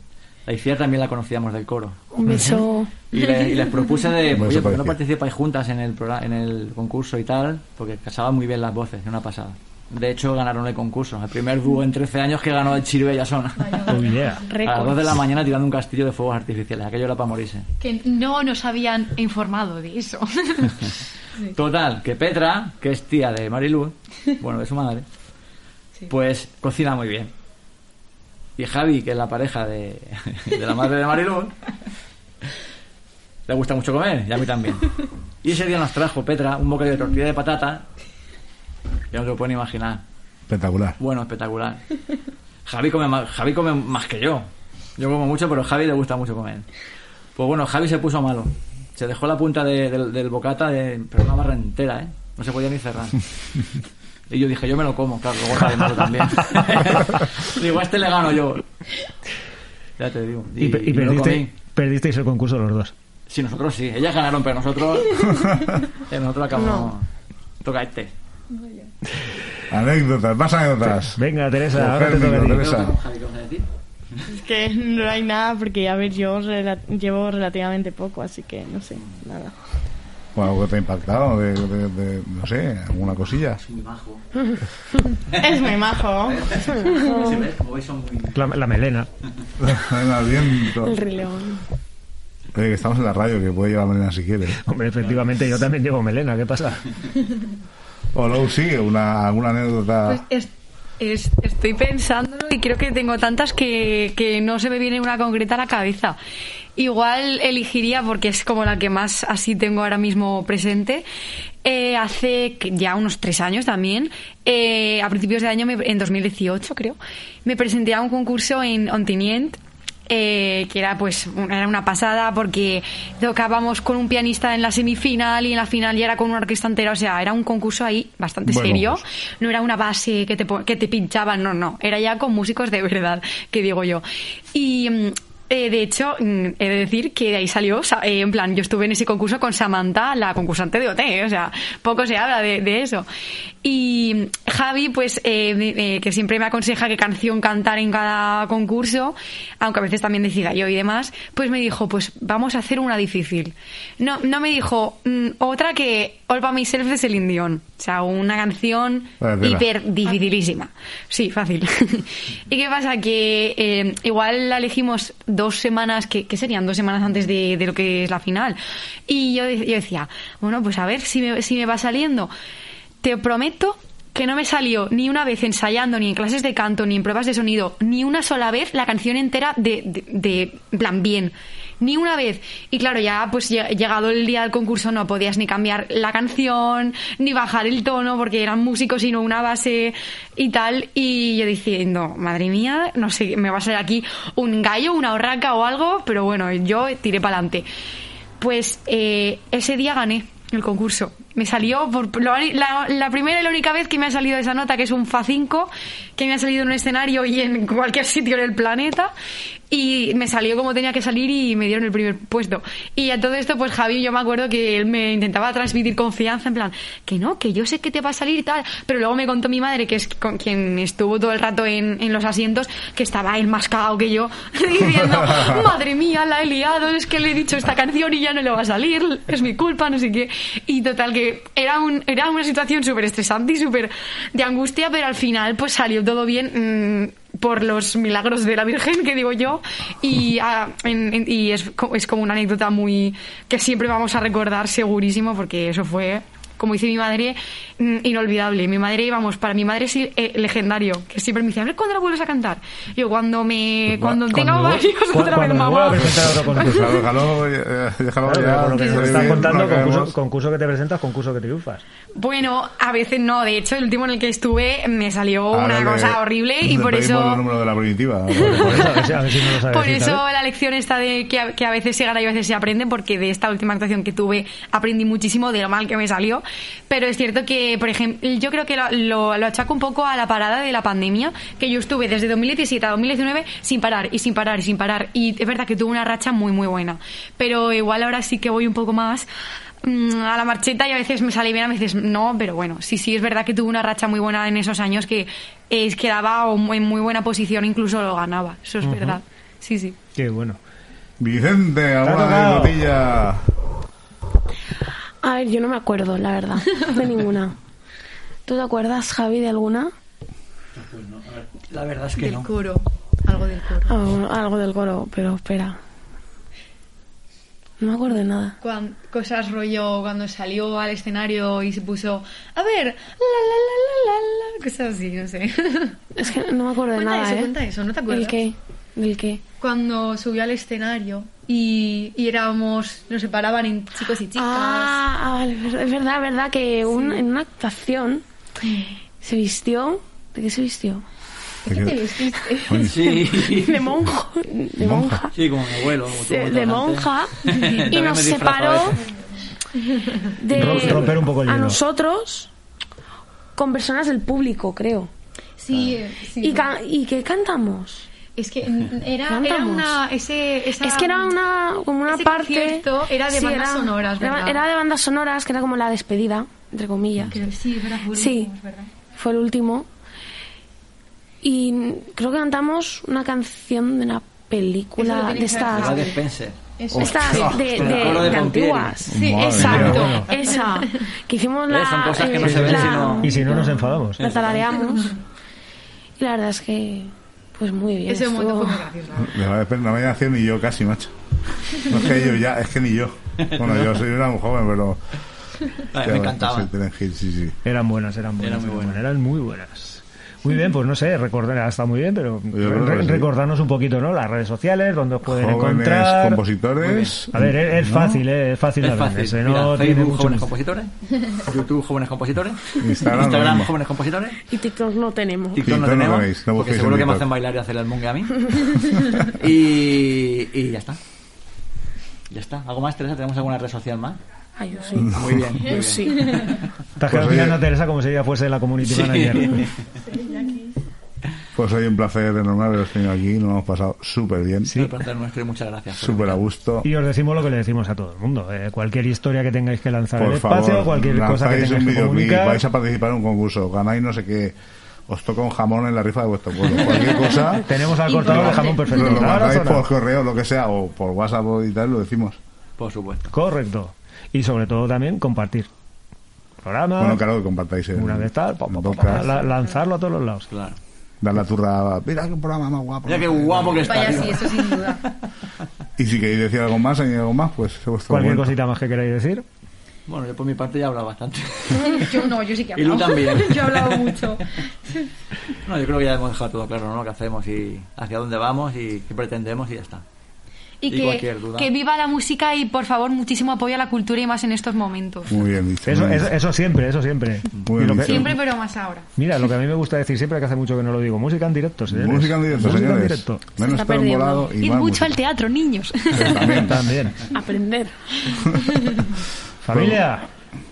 La Iciar también la conocíamos del coro. Un beso. Y, le- y les propuse de, Un beso oye, ¿por qué para no Iciar. participáis juntas en el, progra- en el concurso y tal? Porque casaban muy bien las voces, era una pasada. De hecho, ganaron el concurso. El primer dúo en 13 años que ganó el Chiribella Son. A las 2 de la mañana tirando un castillo de fuegos artificiales. Aquello era para morirse. Que no nos habían informado de eso. Total, que Petra, que es tía de Marilu, bueno, de su madre, pues cocina muy bien. Y Javi, que es la pareja de, de la madre de Marilu, le gusta mucho comer, y a mí también. Y ese día nos trajo Petra un bocadillo de tortilla de patata, que no te lo pueden imaginar. Espectacular. Bueno, espectacular. Javi come, ma- Javi come más que yo. Yo como mucho, pero a Javi le gusta mucho comer. Pues bueno, Javi se puso malo. Se dejó la punta de- del, del bocata, de, pero una barra entera, ¿eh? No se podía ni cerrar. Y yo dije, yo me lo como, claro, luego Javi malo también. Digo, a este le gano yo. Ya te digo. Y, pe- y y me lo perdiste, comí. perdisteis el concurso los dos. Sí, nosotros sí. Ellas ganaron, pero nosotros... eh, nosotros acabamos... Toca este. Anécdotas, más anécdotas. Venga, Los Teresa, ahora te términos, toca a ti. Teresa. Es que no hay nada porque, a ver, yo rela- llevo relativamente poco, así que no sé, nada. O algo que te ha impactado, de, de- de- no sé, alguna cosilla. es muy majo. es muy majo. Sí, ¿ves? Como veis son muy... La, la melena. El aliento. El rileón. Oye, eh, que estamos en la radio, que puede llevar melena si quieres. Hombre, efectivamente, yo también llevo melena, ¿qué pasa? O luego sí, una, alguna Pues anécdota. es- es- estoy pensándolo y creo que tengo tantas que, que no se me viene una concreta a la cabeza. Igual elegiría, porque es como la que más así tengo ahora mismo presente, eh, hace que- ya unos tres años también, eh, a principios de año, me- en 2018 creo, me presenté a un concurso en Ontinient eh, que era pues un- era una pasada porque tocábamos con un pianista en la semifinal y en la final ya era con una orquesta entera, o sea, era un concurso ahí bastante Buen serio, concurso. no era una base que te, po- que te pinchaban, no, no, era ya con músicos de verdad, que digo yo. Y mm, eh, de hecho, mm, he de decir que de ahí salió, sa- eh, en plan, yo estuve en ese concurso con Samantha, la concursante de OT, eh, o sea, poco se habla de, de eso. Y mm, Javi, pues, eh, me- eh, que siempre me aconseja qué canción cantar en cada concurso, aunque a veces también decida yo y demás, pues me dijo, pues vamos a hacer una difícil. No, no me dijo mm, otra que All by Myself de Celine Dion, o sea, una canción Vaya tela. hiper dificilísima. Sí, fácil. ¿Y qué pasa? Que eh, igual la elegimos dos semanas, que, que serían dos semanas antes de, de lo que es la final. Y yo, de- yo decía, bueno, pues a ver si me, si me va saliendo. Te prometo que no me salió ni una vez ensayando, ni en clases de canto, ni en pruebas de sonido, ni una sola vez la canción entera de, de, de en plan bien. Ni una vez. Y claro, ya pues lle- llegado el día del concurso no podías ni cambiar la canción, ni bajar el tono, porque eran músicos y no una base y tal. Y yo diciendo, madre mía, no sé, me va a salir aquí un gallo, una horraca o algo, pero bueno, yo tiré para adelante. Pues eh, ese día gané el concurso. Me salió por lo- la, la primera y la única vez que me ha salido esa nota, que es un Fa5, que me ha salido en un escenario y en cualquier sitio en el planeta. Y me salió como tenía que salir y me dieron el primer puesto. Y a todo esto, pues Javi, yo me acuerdo que él me intentaba transmitir confianza, en plan, que no, que yo sé que te va a salir y tal. Pero luego me contó mi madre, que es con quien estuvo todo el rato en, en los asientos, que estaba él más cao que yo, diciendo, madre mía, la he liado, es que le he dicho esta canción y ya no le va a salir, es mi culpa, no sé qué. Y total, que era, un, era una situación súper estresante y súper de angustia, pero al final pues salió todo bien mm, por los milagros de la Virgen, que digo yo, y, ah, en- en- y es, co- es como una anécdota muy que siempre vamos a recordar segurísimo, porque eso fue... Como dice mi madre, mm, inolvidable. Mi madre, vamos, para mi madre es eh, legendario. Que siempre me decía, "A ver, ¿cuándo la vuelves a cantar? Yo, cuando me. Cuando tenga varios otra vez, mamá. Déjalo, eh, déjalo Claro, pero ya. por lo que que nos se estás bien, contando, no concurso, acabemos. concurso que te presentas, concurso que triunfas. Bueno, a veces no. De hecho, el último en el que estuve me salió Ahora una le- cosa horrible y le por pedimos eso. el número de la primitiva. A ver si- a ver si no lo sabes Por decir, eso eh. ¿sabes? la lección está de que a, que a veces se gana y a veces se aprende, porque de esta última actuación que tuve aprendí muchísimo de lo mal que me salió. Pero es cierto que, por ejemplo, yo creo que lo, lo, lo achaco un poco a la parada de la pandemia, que yo estuve desde 2017 a 2019 sin parar y sin parar y sin parar. Y es verdad que tuve una racha muy, muy buena. Pero igual ahora sí que voy un poco más mm, a la marcheta y a veces me sale bien, a veces no, pero bueno, sí, sí, es verdad que tuve una racha muy buena en esos años que es, quedaba o muy- en muy buena posición, incluso lo ganaba, eso es Ujú. verdad. Sí, sí. Qué bueno. Vicente, Claro, alguna claro. anecdotilla. A ver, yo no me acuerdo, la verdad, de ninguna. ¿Tú te acuerdas, Javi, de alguna? La verdad es que Del no. coro, algo del coro. Ah, bueno, algo del coro, pero espera. No me acuerdo de nada. Cuan- cosas rollo cuando salió al escenario y se puso, a ver, la, la, la, la, la, la, cosas así, no sé. Es que no me acuerdo de Cuenta nada, eso, ¿eh? cuenta eso, ¿no te acuerdas? ¿Del qué? ¿Del qué? Cuando subió al escenario y, y éramos, nos separaban en chicos y chicas. Ah, ah, vale, ver- es verdad, verdad que un- en una actuación se vistió. ¿De qué se vistió? ¿De qué te Oye. Sí. De monjo. De monja. Sí, como mi abuelo. como todo de, el de mundo monja antes. y También nos me disfrazaba separó de Rom- romper un poco el a hielo. nosotros con personas del público, creo. Ah. Sí, sí. ¿Y, ca- y qué cantamos? Es que mm, era, Cantamos. era una. Ese, esa- es que era una, como una ese parte... concierto era de Sí, bandas era- sonoras, era- ¿verdad? Era de bandas sonoras, que era como la despedida, entre comillas. Sí, era fue el Sí. último, es ¿verdad? Fue el último. Y creo que cantamos una canción de una Eso lo película tiene de que esta... ver La de Spencer. Eso. Estas de, de, El coro de de Pompieri. antiguas. Sí, Madre exacto. mía. Esa. Que hicimos la. Eh, son cosas que no eh, se ven la- sino- Y si no, nos enfadamos. La tarareamos. Y la verdad es que. Pues muy bien. Ese momento estuvo. fue muy gracioso. De la no me nació ni yo casi, macho. No es que yo ya, es que ni yo. Bueno, yo soy una joven, pero. Ay, me Ya, encantaba. sí, Terence Hill, sí, sí. Eran buenas, eran buenas. Eran muy Eran buenas. Eran muy buenas. Muy bien, pues no sé, recordar, ha estado muy bien, pero creo re- que sí. recordarnos un poquito, ¿no? Las redes sociales, donde os pueden Jóvenes encontrar. compositores. A ver, es, es ¿No? fácil, eh, es fácil. Es de ver, fácil. ese, Mira, no Facebook, tiene mucho Jóvenes misterio. Compositores. YouTube, Jóvenes Compositores. Instagram, lo mismo. Jóvenes Compositores. Y TikTok no tenemos. TikTok no TikTok no tenemos. tenéis, no porque busquéis en seguro que me TikTok. hacen bailar y hacer el mungue a mí. y, y ya está. Ya está. ¿Algo más, Teresa? ¿Tenemos alguna red social más? Ay, yo sí. Muy bien. Muy Yo bien. sí. Estás quedando Pues, oye. mirando a Teresa como si ella fuese la community Sí. manager. Pues hoy un placer enorme haberos tenido aquí, nos hemos pasado súper bien. Un placer nuestro y muchas gracias. Súper a gusto. Y os decimos lo que le decimos a todo el mundo. eh, cualquier historia que tengáis que lanzar al Por espacio, favor, cualquier cosa que lanzáis un tengáis que videoclip, comunicar. vais a participar en un concurso, ganáis no sé qué, os toca un jamón en la rifa de vuestro pueblo, cualquier cosa. Tenemos al cortador de jamón perfecto. Lo Ahora mandáis suena. por correo, lo que sea, o por WhatsApp o y tal, lo decimos. Por supuesto. Correcto. Y sobre todo también compartir. Programa. Bueno, claro, que compartáis el, Una vez tal, pa, pa, el pa, podcast. la- lanzarlo a todos los lados. Claro. dar la turra. Mira qué programa más guapo. Mira qué guapo que está. Vaya, tío. sí, eso sin duda. Y si queréis decir algo más, añadir algo más, pues es vuestro Cualquier momento. cosita más que queráis decir. Bueno, yo por mi parte ya he hablado bastante. Yo no, yo sí que he Y Lu hablado. también. Yo he hablado mucho. No, yo creo que ya hemos dejado todo claro, ¿no? Lo que hacemos y hacia dónde vamos y qué pretendemos y ya está. Y, Y que, cualquier duda. que viva la música y por favor muchísimo apoyo a la cultura y más en estos momentos. Muy bien dicho. Eso, muy bien eso, eso siempre, eso siempre. Muy Y lo bien que- dicho. Siempre, pero más ahora. mira, lo que a mí me gusta decir siempre, que hace mucho que no lo digo, música en directo, señores. Música en directo, Música en señores. directo. Menos Se está tan perdiendo. volado y Ir más mucho música. al teatro, niños. También. También. Aprender. Familia.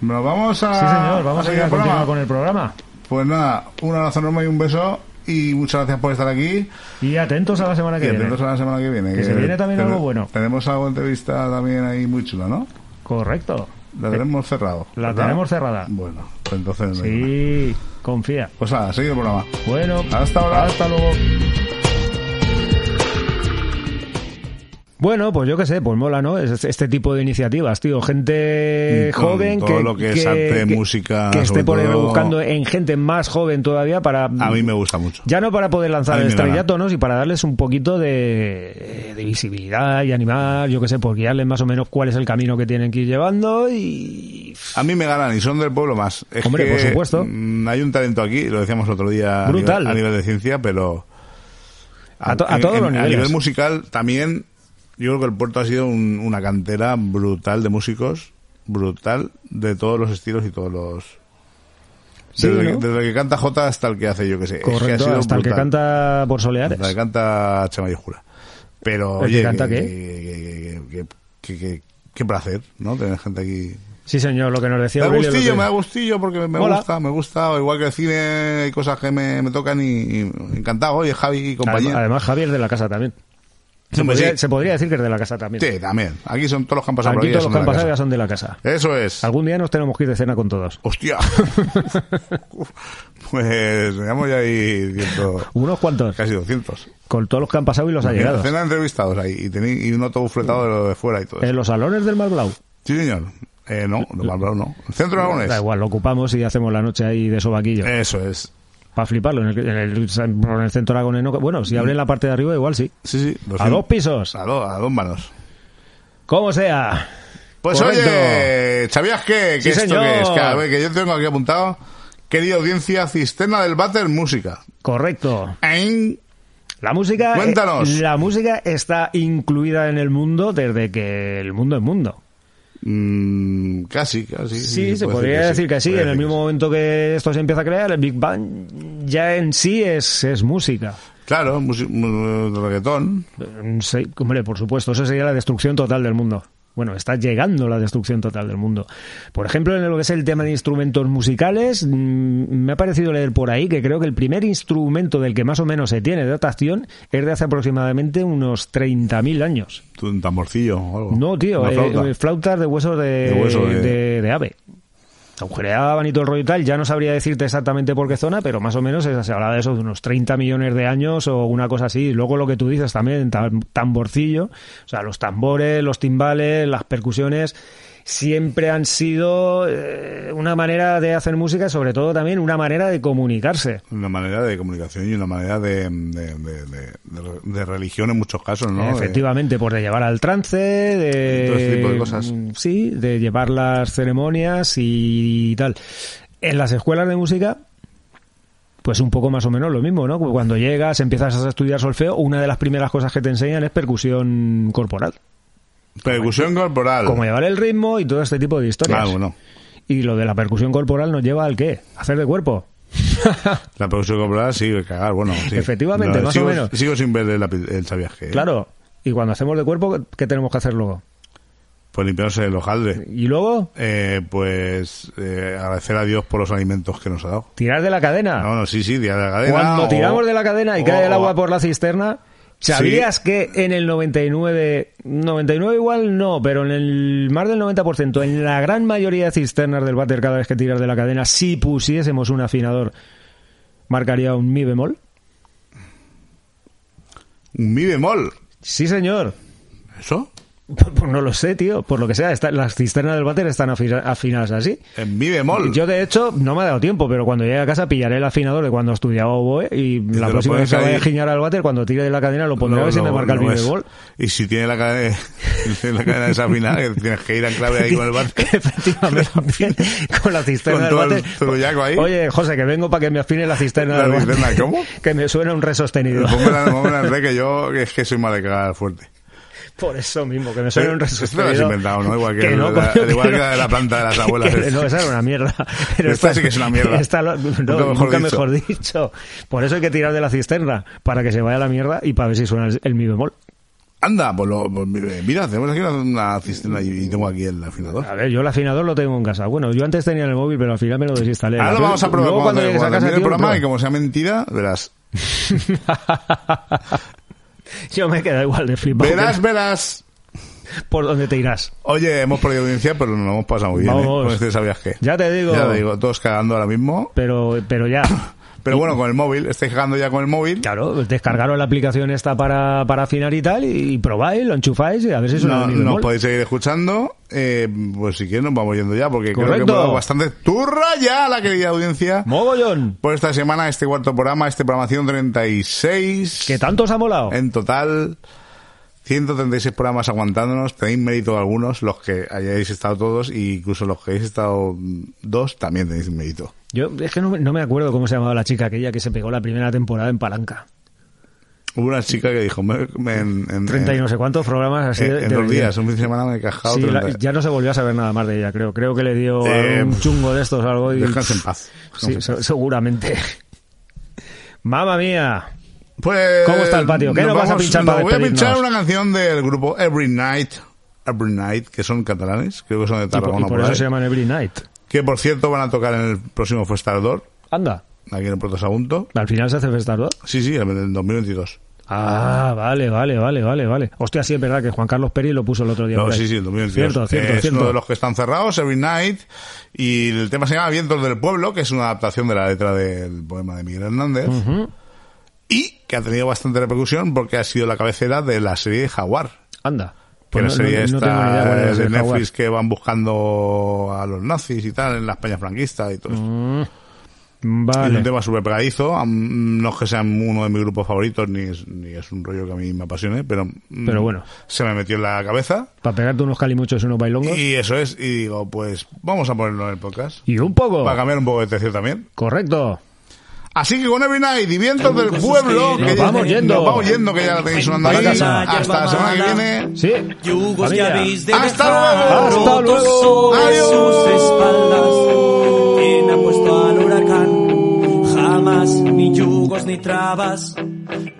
Nos vamos a. Sí, señor, vamos a ir seguir a continuar el programa. con el programa. Pues nada, un abrazo enorme y un beso. Y muchas gracias por estar aquí. Y atentos a la semana que y viene. atentos a la semana que viene. Que se viene también ten- algo bueno. Tenemos algo de entrevista también ahí muy chula, ¿no? Correcto. Eh, La tenemos cerrado. La ¿verdad? tenemos cerrada. Bueno, pues entonces. no hay nada. Sí, confía. Pues nada, sigue el programa. Bueno, Hasta ahora. Hasta luego. Bueno, pues yo qué sé, pues mola, ¿no? Es- Este tipo de iniciativas, tío. Gente Con joven todo que. lo que es arte, música, Que esté sobre por ahí todo. buscando en gente más joven todavía para. A mí me gusta mucho. Ya no para poder A lanzar mí el me gana. estrellato, ¿no? Y para darles un poquito de, de visibilidad y animar, yo qué sé, por guiarles más o menos cuál es el camino que tienen que ir llevando y. A mí me ganan y son del pueblo más. Es Hombre, que, por supuesto. mm, Hay un talento aquí, lo decíamos otro día a nivel- Brutal. A, nivel, de ciencia, pero. A to- a todos los niveles. A nivel musical también, yo creo que el puerto ha sido un- una cantera brutal de músicos, brutal, de todos los estilos y todos los. Sí, Desde, ¿no? desde el que canta J hasta el que hace, yo que sé. Es que ha Correcto, sido hasta el que brutal. canta por soleares. La que canta Che mayúscula. Pero, ¿El que oye, canta que- qué? que- que- que- que- que- qué placer, ¿no? Tener gente aquí. Sí, señor, lo que nos decía Me da Aurelio el otro gustillo, día. me da gustillo porque me Mola. gusta, me gusta. O Igual que el cine, hay cosas que me, me tocan y, y encantado. Oye, Javi y compañía. Además, Javier de la casa también. Se, podría, se podría decir que es de la casa también. Sí, también. Aquí son todos los que han pasado por Aquí ahí, todos son los de que han la pasado ya casa. son de la casa. Eso es. Algún día nos tenemos que ir de cena con todos. ¡Hostia! Pues tenemos ya ahí unos cuantos. Casi 200. Con todos los que han pasado y los Imagínate, allegados. cena de entrevistados ahí y, tení- y no todo fletado de lo de fuera y todo. En los salones del Malblau. Sí, señor. Eh, no, de Malbrado no. El centro de Aragones. Da igual, lo ocupamos y hacemos la noche ahí de sobaquillo. Eso es. Para fliparlo. En el, en el- en el centro aragonés no- Bueno, si abren la parte de arriba, igual sí. Sí, sí. A dos pisos. A dos, a dos manos. Como sea. Pues Correcto. oye, ¿sabías qué? Sí, ¿Qué esto señor. qué es? Que, a ver, que yo tengo aquí apuntado. Querida audiencia, Cisterna del Váter Música. Correcto. La música. eh, Cuéntanos. la música está incluida en el mundo desde que el mundo es mundo. Mm, casi, casi. Sí, se podría decir que sí. En el mismo momento que esto se empieza a crear, el Big Bang ya en sí es, es música. Mm, Claro, musi- mu- reggaetón. Sí, hombre, por supuesto, eso sería la destrucción total del mundo. Bueno, está llegando la destrucción total del mundo. Por ejemplo, en lo que es el tema de instrumentos musicales, mm, me ha parecido leer por ahí que creo que el primer instrumento del que más o menos se tiene datación es de hace aproximadamente unos 30.000 años. Un tamborcillo o algo. No, tío, Una eh, flauta. eh, flautas de huesos de, De hueso de- de- de ave. Agujereaban y todo el rollo y tal, ya no sabría decirte exactamente por qué zona, pero más o menos es- se hablaba de eso de unos 30 millones de años o una cosa así. Luego lo que tú dices también, tam- tamborcillo, o sea, los tambores, los timbales, las percusiones, siempre han sido eh, una manera de hacer música, sobre todo también una manera de comunicarse. Una manera de comunicación y una manera de, de, de- de- de- de religión en muchos casos, ¿no? Efectivamente, por de llevar al trance, de Todo ese tipo de cosas. Mm, Sí, de llevar las ceremonias y tal. En las escuelas de música pues un poco más o menos lo mismo, ¿no? Cuando llegas, empiezas a estudiar solfeo, una de las primeras cosas que te enseñan es percusión corporal. Eh, percusión corporal. Como llevar el ritmo y todo este tipo de historias. Ah, bueno. Y lo de la percusión corporal nos lleva al qué? A Hacer de cuerpo. La percusión corporal sí, cagar, bueno. sí. Efectivamente, más o sigo- menos. Sigo sin ver el, api- el sabías qué, ¿eh? Claro. Y cuando hacemos de cuerpo, ¿qué tenemos que hacer luego? Pues limpiarse el hojaldre. ¿Y luego? pues eh, agradecer a Dios por los alimentos que nos ha dado. Tirar de la cadena. No, no, sí, sí, tirar de la cadena. Oh. Cuando o- tiramos de la cadena y o- cae el agua o- por la cisterna, ¿sabías que en el 99, 99 igual no, pero en el más del 90%, en la gran mayoría de cisternas del váter cada vez que tiras de la cadena, si pusiésemos un afinador, marcaría un mi bemol? ¿Un mi bemol? Sí, señor. Pues, ¿Eso? no lo sé, tío. Por lo que sea, está- las cisternas del váter están afi- afinadas así. En mi bemol. Yo, de hecho, no me ha dado tiempo, pero cuando llegue a casa pillaré el afinador de cuando estudiaba oboe y la lo próxima vez pones que vaya ahí. a giñar al váter, cuando tire de la cadena, lo pondré a Lo- ver si lo- Pues me marca lo el ves. mi bemol. Y si tiene la cadena, tiene la cadena desafinada, que tienes que ir a clave ahí con el bar. con la cisterna Con del todo el váter. trullaco ahí. Oye, José, que vengo para que me afine la cisterna La del váter. cisterna, ¿cómo? que me suena un resostenido. Pónmela, pónmela en re, que yo que es que soy mal de cagar fuerte. Por eso mismo, que me suena un Esto lo resostenido. has inventado, ¿no? Igual que, Que no, la, coño, que igual que no. la de la planta de las abuelas. Que no, esa era una mierda. Pero Esta sí que es una mierda. esta lo- no, Nunca nunca, mejor mejor, dicho. dicho. Por eso hay que tirar de la cisterna, para que se vaya a la mierda y para ver si suena el, el mi bemol. Anda, pues, lo, pues mira, tenemos aquí una, una cisterna y, y tengo aquí el afinador. A ver, yo el afinador lo tengo en casa. Bueno, yo antes tenía en el móvil, pero al final me lo desinstalé. Ahora lo Pero vamos a probar luego cuando cuando, llegues a cuando casa, termine el tío, lo programa y pruebo. como sea mentira, verás. Yo me quedo igual de flipado. Verás, verás. ¿Por dónde te irás? Oye, hemos perdido audiencia, pero nos lo hemos pasado muy bien. ¿eh? Vamos. Con este sabías qué. Ya te digo. Ya te digo, todos cagando ahora mismo. Pero, pero ya. Pero bueno, con el móvil, estáis cagando ya con el móvil. Claro, descargaros la aplicación esta para, para afinar y tal, y, probáis, lo enchufáis y a ver si suena No, el mi nos bemol. podéis seguir escuchando. eh, pues si quieres, nos vamos yendo ya, porque creo que Correcto. hemos dado bastante turra ya a la querida audiencia. ¡Mogollón! Por esta semana, este cuarto programa, este programa 136. ¿Qué tanto os ha molado? En total, 136 programas aguantándonos. Tenéis mérito algunos, los que hayáis estado todos, e incluso los que hayáis estado mm, dos, también tenéis mérito. Yo es que no, me- no me acuerdo cómo se llamaba la chica aquella que se pegó la primera temporada en Palanca. Hubo una chica que dijo, me- me- en, en- 30 y no sé cuántos programas así en- de, Eh, en de dos relleno. días, un fin de semana me he cajado. Sí, la- 30. ya no se volvió a saber nada más de ella, creo. Creo que le dio Eh, un chungo de estos algo y... descansa en paz. Descansa Sí, en se- seguramente. ¡Mamma mía! Pues, ¿Cómo está el patio? ¿Qué nos vas a vamos- pinchar nos para Voy a despedirnos? pinchar una canción del grupo Every Night, Every Night, que son catalanes, creo que son de Y por, y Tarragona. por eso ahí. se llaman Every Night. Que por cierto van a tocar en el próximo Festador, Anda, aquí en el Puerto Sagunto. al final se hace Festardor. Sí, sí, en el 2022. Ah, vale, vale, vale, vale, vale. Hostia, sí es verdad que Juan Carlos Pérez lo puso el otro día. No, por ahí. sí, sí, el 2022. Cierto, cierto, es cierto. uno de los que están cerrados, Every Night. Y el tema se llama Vientos del Pueblo, que es una adaptación de la letra del poema de Miguel Hernández. Y que ha tenido bastante repercusión porque ha sido la cabecera de la serie de Jaguar. Anda. Que Pues la no- no- serie no esta tengo ni idea cuál es la serie de de Jaguar. Netflix que van buscando a los nazis y tal en la España franquista y todo eso. Es Mm, Vale. un tema súper pegadizo. am- No es que sea uno de mis grupos favoritos, ni es, ni es un rollo que a mí me apasione, pero, mm, Pero bueno. se me metió en la cabeza. Para pegarte unos calimuchos y unos bailongos. Y eso es, y digo, pues vamos a ponerlo en el podcast. Y un poco. Para cambiar un poco de tercio también. Correcto. Así que con Every Night y Vientos del Pueblo, Nos que ya- vamos yendo. Nos vamos yendo, que ya la tenéis sonando Para ahí. casa. Hasta la semana que viene. Sí. Yugos Familia. ya habéis de Hasta dejar luego. Hasta rotos luego. sobre sus espaldas. Quien ha puesto al huracán, jamás ni yugos ni trabas,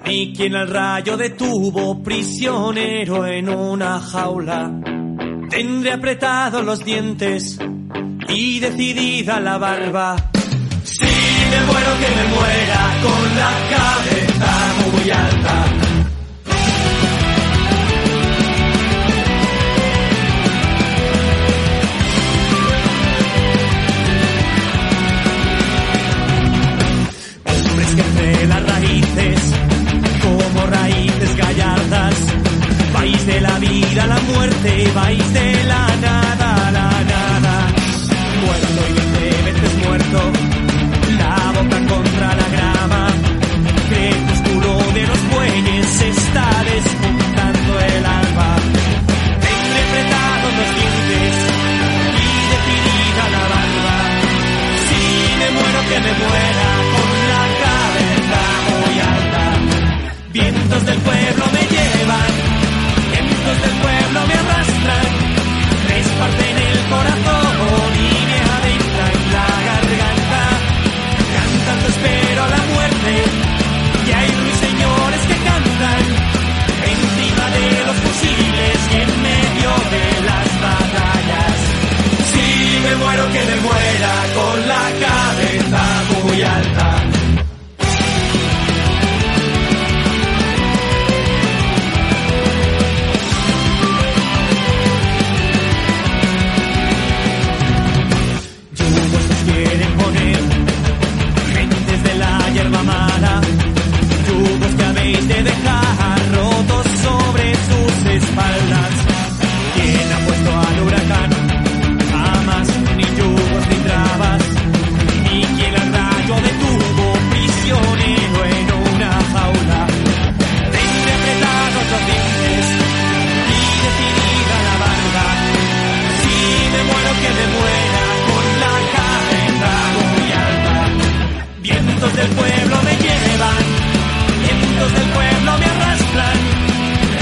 ni quien al rayo detuvo prisionero en una jaula. Tendré apretados los dientes y decidida la barba. Si me muero que me muera con la cabeza muy alta. Hombres que entre las raíces, como raíces gallardas, vais de la vida a la muerte, vais de la nada a la nada. Muerto y veinte veces muerto, la boca contra la grama, crepúsculo de los bueyes se está despuntando el alba. Tendré apretados los dientes y definida la barba. Si me muero que me muera con la cabeza muy alta. Vientos del pueblo me llevan, vientos del pueblo me arrastran, esparcen el corazón y me adentran la garganta. Cantando espero la muerte, y hay ruiseñores que cantan encima de los fusiles y en medio de las batallas. Si me muero que me muera con la cabeza muy alta. Yugos nos quieren poner, gentes de la hierba mala, yugos que habéis de dejar rotos sobre sus espaldas. ¿Quién ha puesto al huracán? Jamás, ni yugos ni trabas, ni quien al rayo detuvo prisionero en una jaula. Tendré apretados los dientes y decidida la barba. Si me muero que me muera con la cabeza muy alta. Vientos del pueblo me llevan, vientos del pueblo me arrastran,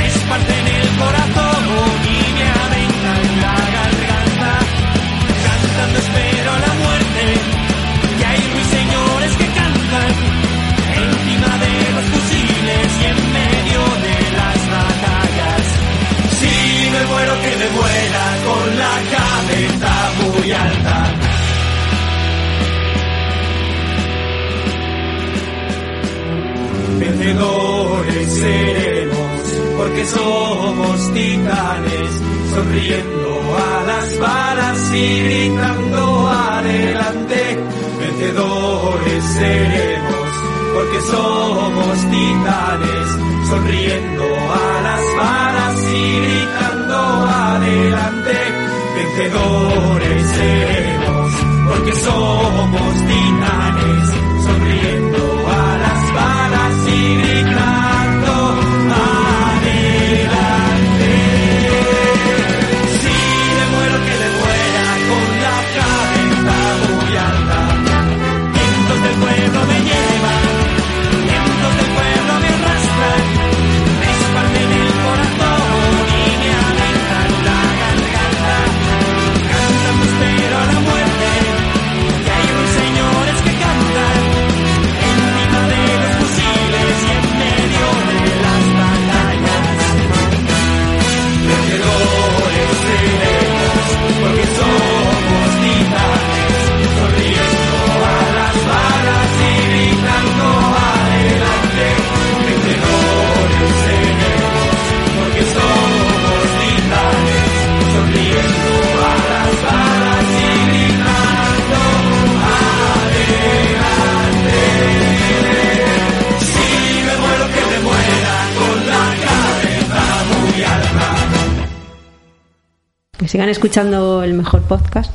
esparcen el corazón y me aventan la garganta. Cantando espero la muerte, y hay ruiseñores que cantan, encima de los fusiles y en medio de las batallas. Si me muero que me muera con la cabeza muy alta. Vencedores seremos, porque somos titanes, sonriendo a las balas y gritando adelante. Vencedores seremos, porque somos titanes, sonriendo a las balas y gritando adelante. Vencedores seremos, porque somos titanes, sonriendo a las balas y gritando adelante. Si me muero que me muera con la cabeza muy alta, vientos del pueblo me llevan, vientos del pueblo me arrastran, me esparcen el corazón y me alentan la garganta. Cantamos pero a la muerte, que hay un señor Sigan escuchando el mejor podcast.